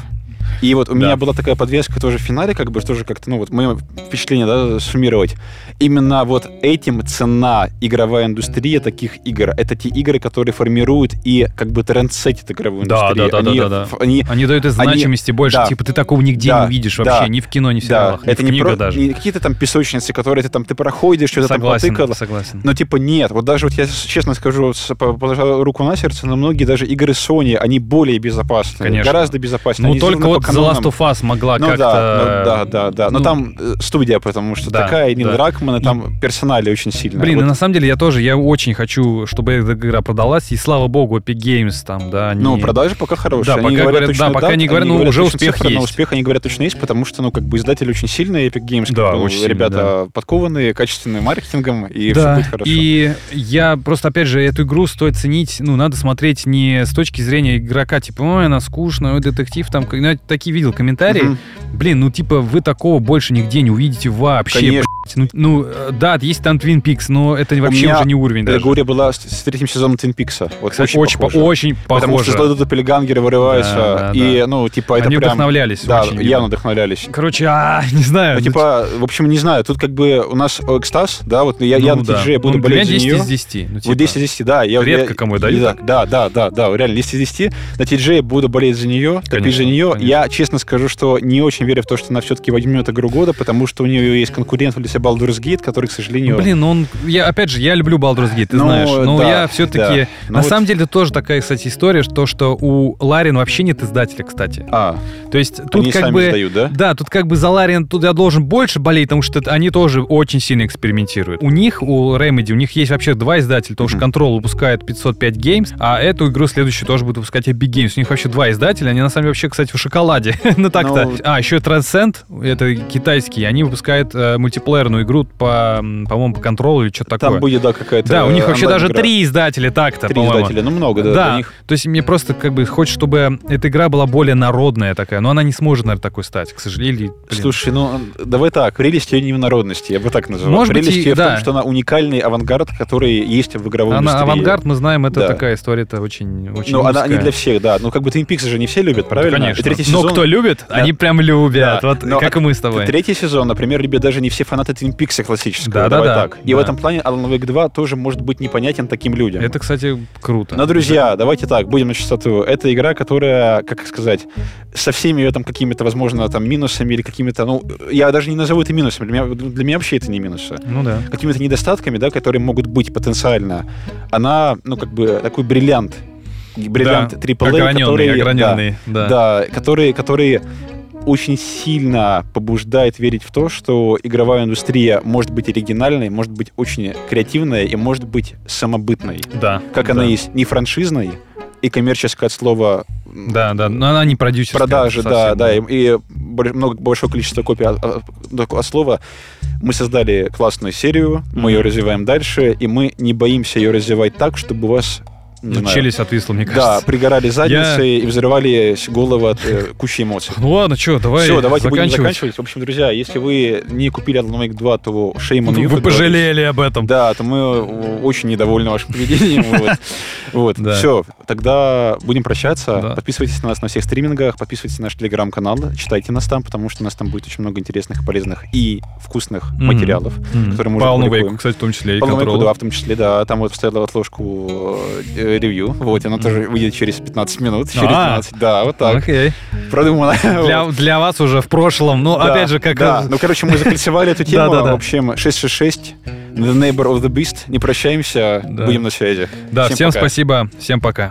[SPEAKER 2] И вот у меня была такая подвеска тоже в финале, как бы, что же как-то, ну вот мое впечатление, да, суммировать. Именно вот этим цена игровая индустрия таких игр. Это те игры, которые формируют и как бы трендсетят игровую
[SPEAKER 1] Да, да,
[SPEAKER 2] индустрию.
[SPEAKER 1] да,
[SPEAKER 2] Они
[SPEAKER 1] да, да, да.
[SPEAKER 2] ф- Они
[SPEAKER 1] Они дают и значимости больше.
[SPEAKER 2] да.
[SPEAKER 1] типа, ты такого нигде
[SPEAKER 2] Да,
[SPEAKER 1] не увидишь
[SPEAKER 2] да.
[SPEAKER 1] вообще, ни в кино, ни в сериалах, ни
[SPEAKER 2] это
[SPEAKER 1] в
[SPEAKER 2] не,
[SPEAKER 1] книгах
[SPEAKER 2] про-
[SPEAKER 1] даже.
[SPEAKER 2] не какие-то там песочницы, которые ты там ты проходишь, что-то там
[SPEAKER 1] согласен,
[SPEAKER 2] потыкал.
[SPEAKER 1] согласен.
[SPEAKER 2] Но типа нет, вот даже вот я с- честно скажу, вот с- по- положа руку на сердце, но многие даже игры Sony, они более безопасные,
[SPEAKER 1] Конечно.
[SPEAKER 2] гораздо безопаснее.
[SPEAKER 1] Ну,
[SPEAKER 2] Они
[SPEAKER 1] только
[SPEAKER 2] сделаны
[SPEAKER 1] вот вот The Last
[SPEAKER 2] канонам-
[SPEAKER 1] of Us могла
[SPEAKER 2] Ну да,
[SPEAKER 1] как-то...
[SPEAKER 2] ну да, да, да. Но
[SPEAKER 1] ну,
[SPEAKER 2] там э, студия, потому что
[SPEAKER 1] Да,
[SPEAKER 2] такая, и Нил
[SPEAKER 1] да.
[SPEAKER 2] Дракман, и там персонали очень сильно.
[SPEAKER 1] Блин,
[SPEAKER 2] Вот
[SPEAKER 1] и на самом деле я тоже, я очень хочу, чтобы эта игра продалась, и слава богу, Epic Games там, да, они...
[SPEAKER 2] Ну, продажи пока хорошие.
[SPEAKER 1] Да, пока говорят- да, пока они говорят, ну, уже
[SPEAKER 2] точно
[SPEAKER 1] успех
[SPEAKER 2] цифры, но
[SPEAKER 1] есть.
[SPEAKER 2] успех они говорят точно есть, потому что, ну, как бы издатель очень сильный, Epic Games, как
[SPEAKER 1] Да,
[SPEAKER 2] бы, ну,
[SPEAKER 1] очень сильный,
[SPEAKER 2] ребята подкованные, качественные маркетингом, и все
[SPEAKER 1] да,
[SPEAKER 2] будет хорошо.
[SPEAKER 1] и я просто, опять же, эту игру стоит ценить, ну, надо смотреть не с точки зрения игрока, типа, ой, она скучная, ой, детектив, там, ну, я такие видел комментарии,
[SPEAKER 2] Мгм.
[SPEAKER 1] блин, ну, типа, вы такого больше нигде не увидите вообще,
[SPEAKER 2] Конечно.
[SPEAKER 1] блядь. ну, ну, э, да, есть там Twin Peaks, но это вообще
[SPEAKER 2] меня
[SPEAKER 1] уже не уровень даже.
[SPEAKER 2] Категория была с, с третьим сезоном Твин Пикса. Вот
[SPEAKER 1] Кстати,
[SPEAKER 2] очень,
[SPEAKER 1] очень, по-
[SPEAKER 2] похоже.
[SPEAKER 1] очень
[SPEAKER 2] Потому
[SPEAKER 1] похоже.
[SPEAKER 2] что злодоты пелегангеры вырываются,
[SPEAKER 1] Да, да,
[SPEAKER 2] и, ну, типа, это
[SPEAKER 1] Они
[SPEAKER 2] прям...
[SPEAKER 1] вдохновлялись
[SPEAKER 2] Да,
[SPEAKER 1] очень.
[SPEAKER 2] явно вдохновлялись.
[SPEAKER 1] Короче, а, не знаю.
[SPEAKER 2] Ну,
[SPEAKER 1] ну,
[SPEAKER 2] типа, в общем, не знаю, тут как бы у нас экстаз, да, вот я, я
[SPEAKER 1] ну
[SPEAKER 2] на
[SPEAKER 1] да.
[SPEAKER 2] TJ буду
[SPEAKER 1] Ну, для
[SPEAKER 2] болеть
[SPEAKER 1] меня
[SPEAKER 2] за
[SPEAKER 1] 10
[SPEAKER 2] нее.
[SPEAKER 1] из 10. Ну, типа,
[SPEAKER 2] Вот 10 из 10, да. Я,
[SPEAKER 1] Редко
[SPEAKER 2] я-
[SPEAKER 1] кому я даю
[SPEAKER 2] Да,
[SPEAKER 1] так.
[SPEAKER 2] да, да, да, да, реально, 10 из 10. На TJ буду болеть за нее, топить
[SPEAKER 1] Конечно,
[SPEAKER 2] за нее.
[SPEAKER 1] конечно.
[SPEAKER 2] Я честно скажу, что не очень верю в то, что она все-таки возьмет игру года, потому что у нее есть конкурент в лице Baldur's Gate, который, к сожалению...
[SPEAKER 1] Блин, ну он, я опять же, я люблю Baldur's Gate, ты
[SPEAKER 2] Ну,
[SPEAKER 1] знаешь, но
[SPEAKER 2] да,
[SPEAKER 1] я все-таки,
[SPEAKER 2] да. Ну
[SPEAKER 1] на
[SPEAKER 2] вот-
[SPEAKER 1] самом деле, это тоже такая, кстати, история, что, что у Ларин вообще нет издателя, кстати.
[SPEAKER 2] А,
[SPEAKER 1] То есть тут
[SPEAKER 2] они
[SPEAKER 1] как
[SPEAKER 2] сами
[SPEAKER 1] бы,
[SPEAKER 2] издают, да?
[SPEAKER 1] да, тут как бы за Ларин тут я должен больше болеть, потому что это- они тоже очень сильно экспериментируют. У них, у Remedy, у них есть вообще два издателя, потому что
[SPEAKER 2] Мгм.
[SPEAKER 1] Control выпускает 505 Games, а эту игру следующую тоже будут выпускать Epic Games. У них вообще два издателя, они на самом деле вообще, кстати, в шоколаде. ну так-то.
[SPEAKER 2] Ну,
[SPEAKER 1] А, еще Transcend, это китайский, они выпускают э, мультиплеерную игру по, м, по-моему, по Control или что-то
[SPEAKER 2] Там
[SPEAKER 1] такое.
[SPEAKER 2] будет, да, какая-то...
[SPEAKER 1] Да, у них вообще даже
[SPEAKER 2] онлайн-игра.
[SPEAKER 1] три издателя так-то,
[SPEAKER 2] Три
[SPEAKER 1] по-моему.
[SPEAKER 2] издателя, ну много, да.
[SPEAKER 1] Да,
[SPEAKER 2] для них.
[SPEAKER 1] то есть мне просто как бы хочется, чтобы эта игра была более народная такая, но она не сможет, наверное, такой стать, к сожалению. или, блин.
[SPEAKER 2] Слушай, ну давай так, прелесть ее не в народности, я бы так называл.
[SPEAKER 1] Может быть,
[SPEAKER 2] прелесть
[SPEAKER 1] и-
[SPEAKER 2] ее в
[SPEAKER 1] да.
[SPEAKER 2] том, что она уникальный авангард, который есть в игровой
[SPEAKER 1] она
[SPEAKER 2] индустрии.
[SPEAKER 1] авангард, мы знаем, это
[SPEAKER 2] Да.
[SPEAKER 1] такая история-то очень, очень
[SPEAKER 2] Ну, она
[SPEAKER 1] узкая.
[SPEAKER 2] не для всех, да. Ну, как бы Twin Peaks же не все любят, правильно?
[SPEAKER 1] Ну,
[SPEAKER 2] И
[SPEAKER 1] Конечно.
[SPEAKER 2] третий
[SPEAKER 1] Но
[SPEAKER 2] сезон-
[SPEAKER 1] кто любит, они прям любят,
[SPEAKER 2] Да.
[SPEAKER 1] вот
[SPEAKER 2] Но
[SPEAKER 1] как
[SPEAKER 2] от-
[SPEAKER 1] и мы с тобой.
[SPEAKER 2] Третий сезон, например, любят даже не все фанаты Твин Пикса классического.
[SPEAKER 1] Да, да,
[SPEAKER 2] давай
[SPEAKER 1] да.
[SPEAKER 2] так. И
[SPEAKER 1] Да.
[SPEAKER 2] в этом плане Alan Wake 2 тоже может быть непонятен таким людям.
[SPEAKER 1] Это, кстати, круто.
[SPEAKER 2] Но, друзья, давайте так, будем на чистоту. Это игра, которая, как сказать, со всеми ее там какими-то, возможно, там минусами или какими-то, ну, я даже не назову это минусами, для меня, для меня вообще это не минусы.
[SPEAKER 1] Ну да.
[SPEAKER 2] Какими-то недостатками, да, которые могут быть потенциально. Она, ну, как бы такой бриллиант. Бриллиант
[SPEAKER 1] Да,
[SPEAKER 2] AAA,
[SPEAKER 1] ограненный,
[SPEAKER 2] который... да,
[SPEAKER 1] ограненный, да.
[SPEAKER 2] да, которые, которые очень сильно побуждает верить в то, что игровая индустрия может быть оригинальной, может быть очень креативной и может быть самобытной.
[SPEAKER 1] Да.
[SPEAKER 2] Как
[SPEAKER 1] да.
[SPEAKER 2] она есть не франшизной и коммерческая от слова м,
[SPEAKER 1] Да, да, но она не продюсерская.
[SPEAKER 2] продажи, да,
[SPEAKER 1] совсем.
[SPEAKER 2] да, и, и бо- много большое количество копий от, от- от слова. Мы создали классную серию, мы ее
[SPEAKER 1] Мгм.
[SPEAKER 2] развиваем дальше, и мы не боимся ее развивать так, чтобы у вас не
[SPEAKER 1] Ну,
[SPEAKER 2] знаю,
[SPEAKER 1] челюсть отвисла, мне
[SPEAKER 2] да,
[SPEAKER 1] кажется.
[SPEAKER 2] пригорали задницы и взрывались головы от э, кучи эмоций.
[SPEAKER 1] Ну ладно, что, давай
[SPEAKER 2] Все, давайте будем
[SPEAKER 1] заканчивать.
[SPEAKER 2] заканчивать. В общем, друзья, если вы не купили Alan Wake 2, то shame on you.
[SPEAKER 1] Ну, Вы
[SPEAKER 2] как говорится.
[SPEAKER 1] пожалели об этом.
[SPEAKER 2] Да, то мы э, очень недовольны вашим поведением. вот. Вот.
[SPEAKER 1] Да.
[SPEAKER 2] Все, тогда будем прощаться.
[SPEAKER 1] Да.
[SPEAKER 2] Подписывайтесь на нас на всех стримингах, подписывайтесь на наш телеграм-канал, читайте нас там, потому что у нас там будет очень много интересных, полезных и вкусных
[SPEAKER 1] Мгм.
[SPEAKER 2] материалов,
[SPEAKER 1] М.
[SPEAKER 2] которые мы
[SPEAKER 1] По Alan
[SPEAKER 2] уже
[SPEAKER 1] Wake'у,
[SPEAKER 2] публикуем.
[SPEAKER 1] кстати, в том числе и
[SPEAKER 2] По Alan Wake'у,
[SPEAKER 1] Control.
[SPEAKER 2] да, в том числе, да. Там вот вставила в отложку э, ревью. Вот, оно тоже выйдет через 15 минут, через
[SPEAKER 1] А.
[SPEAKER 2] 12. Да, вот так.
[SPEAKER 1] Окей.
[SPEAKER 2] Продумано. Вот.
[SPEAKER 1] Для, для вас уже в прошлом, ну,
[SPEAKER 2] Да,
[SPEAKER 1] опять же, как...
[SPEAKER 2] Да, ну, короче, мы закольцевали эту тему.
[SPEAKER 1] Да-да-да.
[SPEAKER 2] В общем, 666, The Neighbor of the Beast. Не прощаемся,
[SPEAKER 1] Да.
[SPEAKER 2] будем на связи.
[SPEAKER 1] Да, всем,
[SPEAKER 2] пока.
[SPEAKER 1] спасибо, всем пока.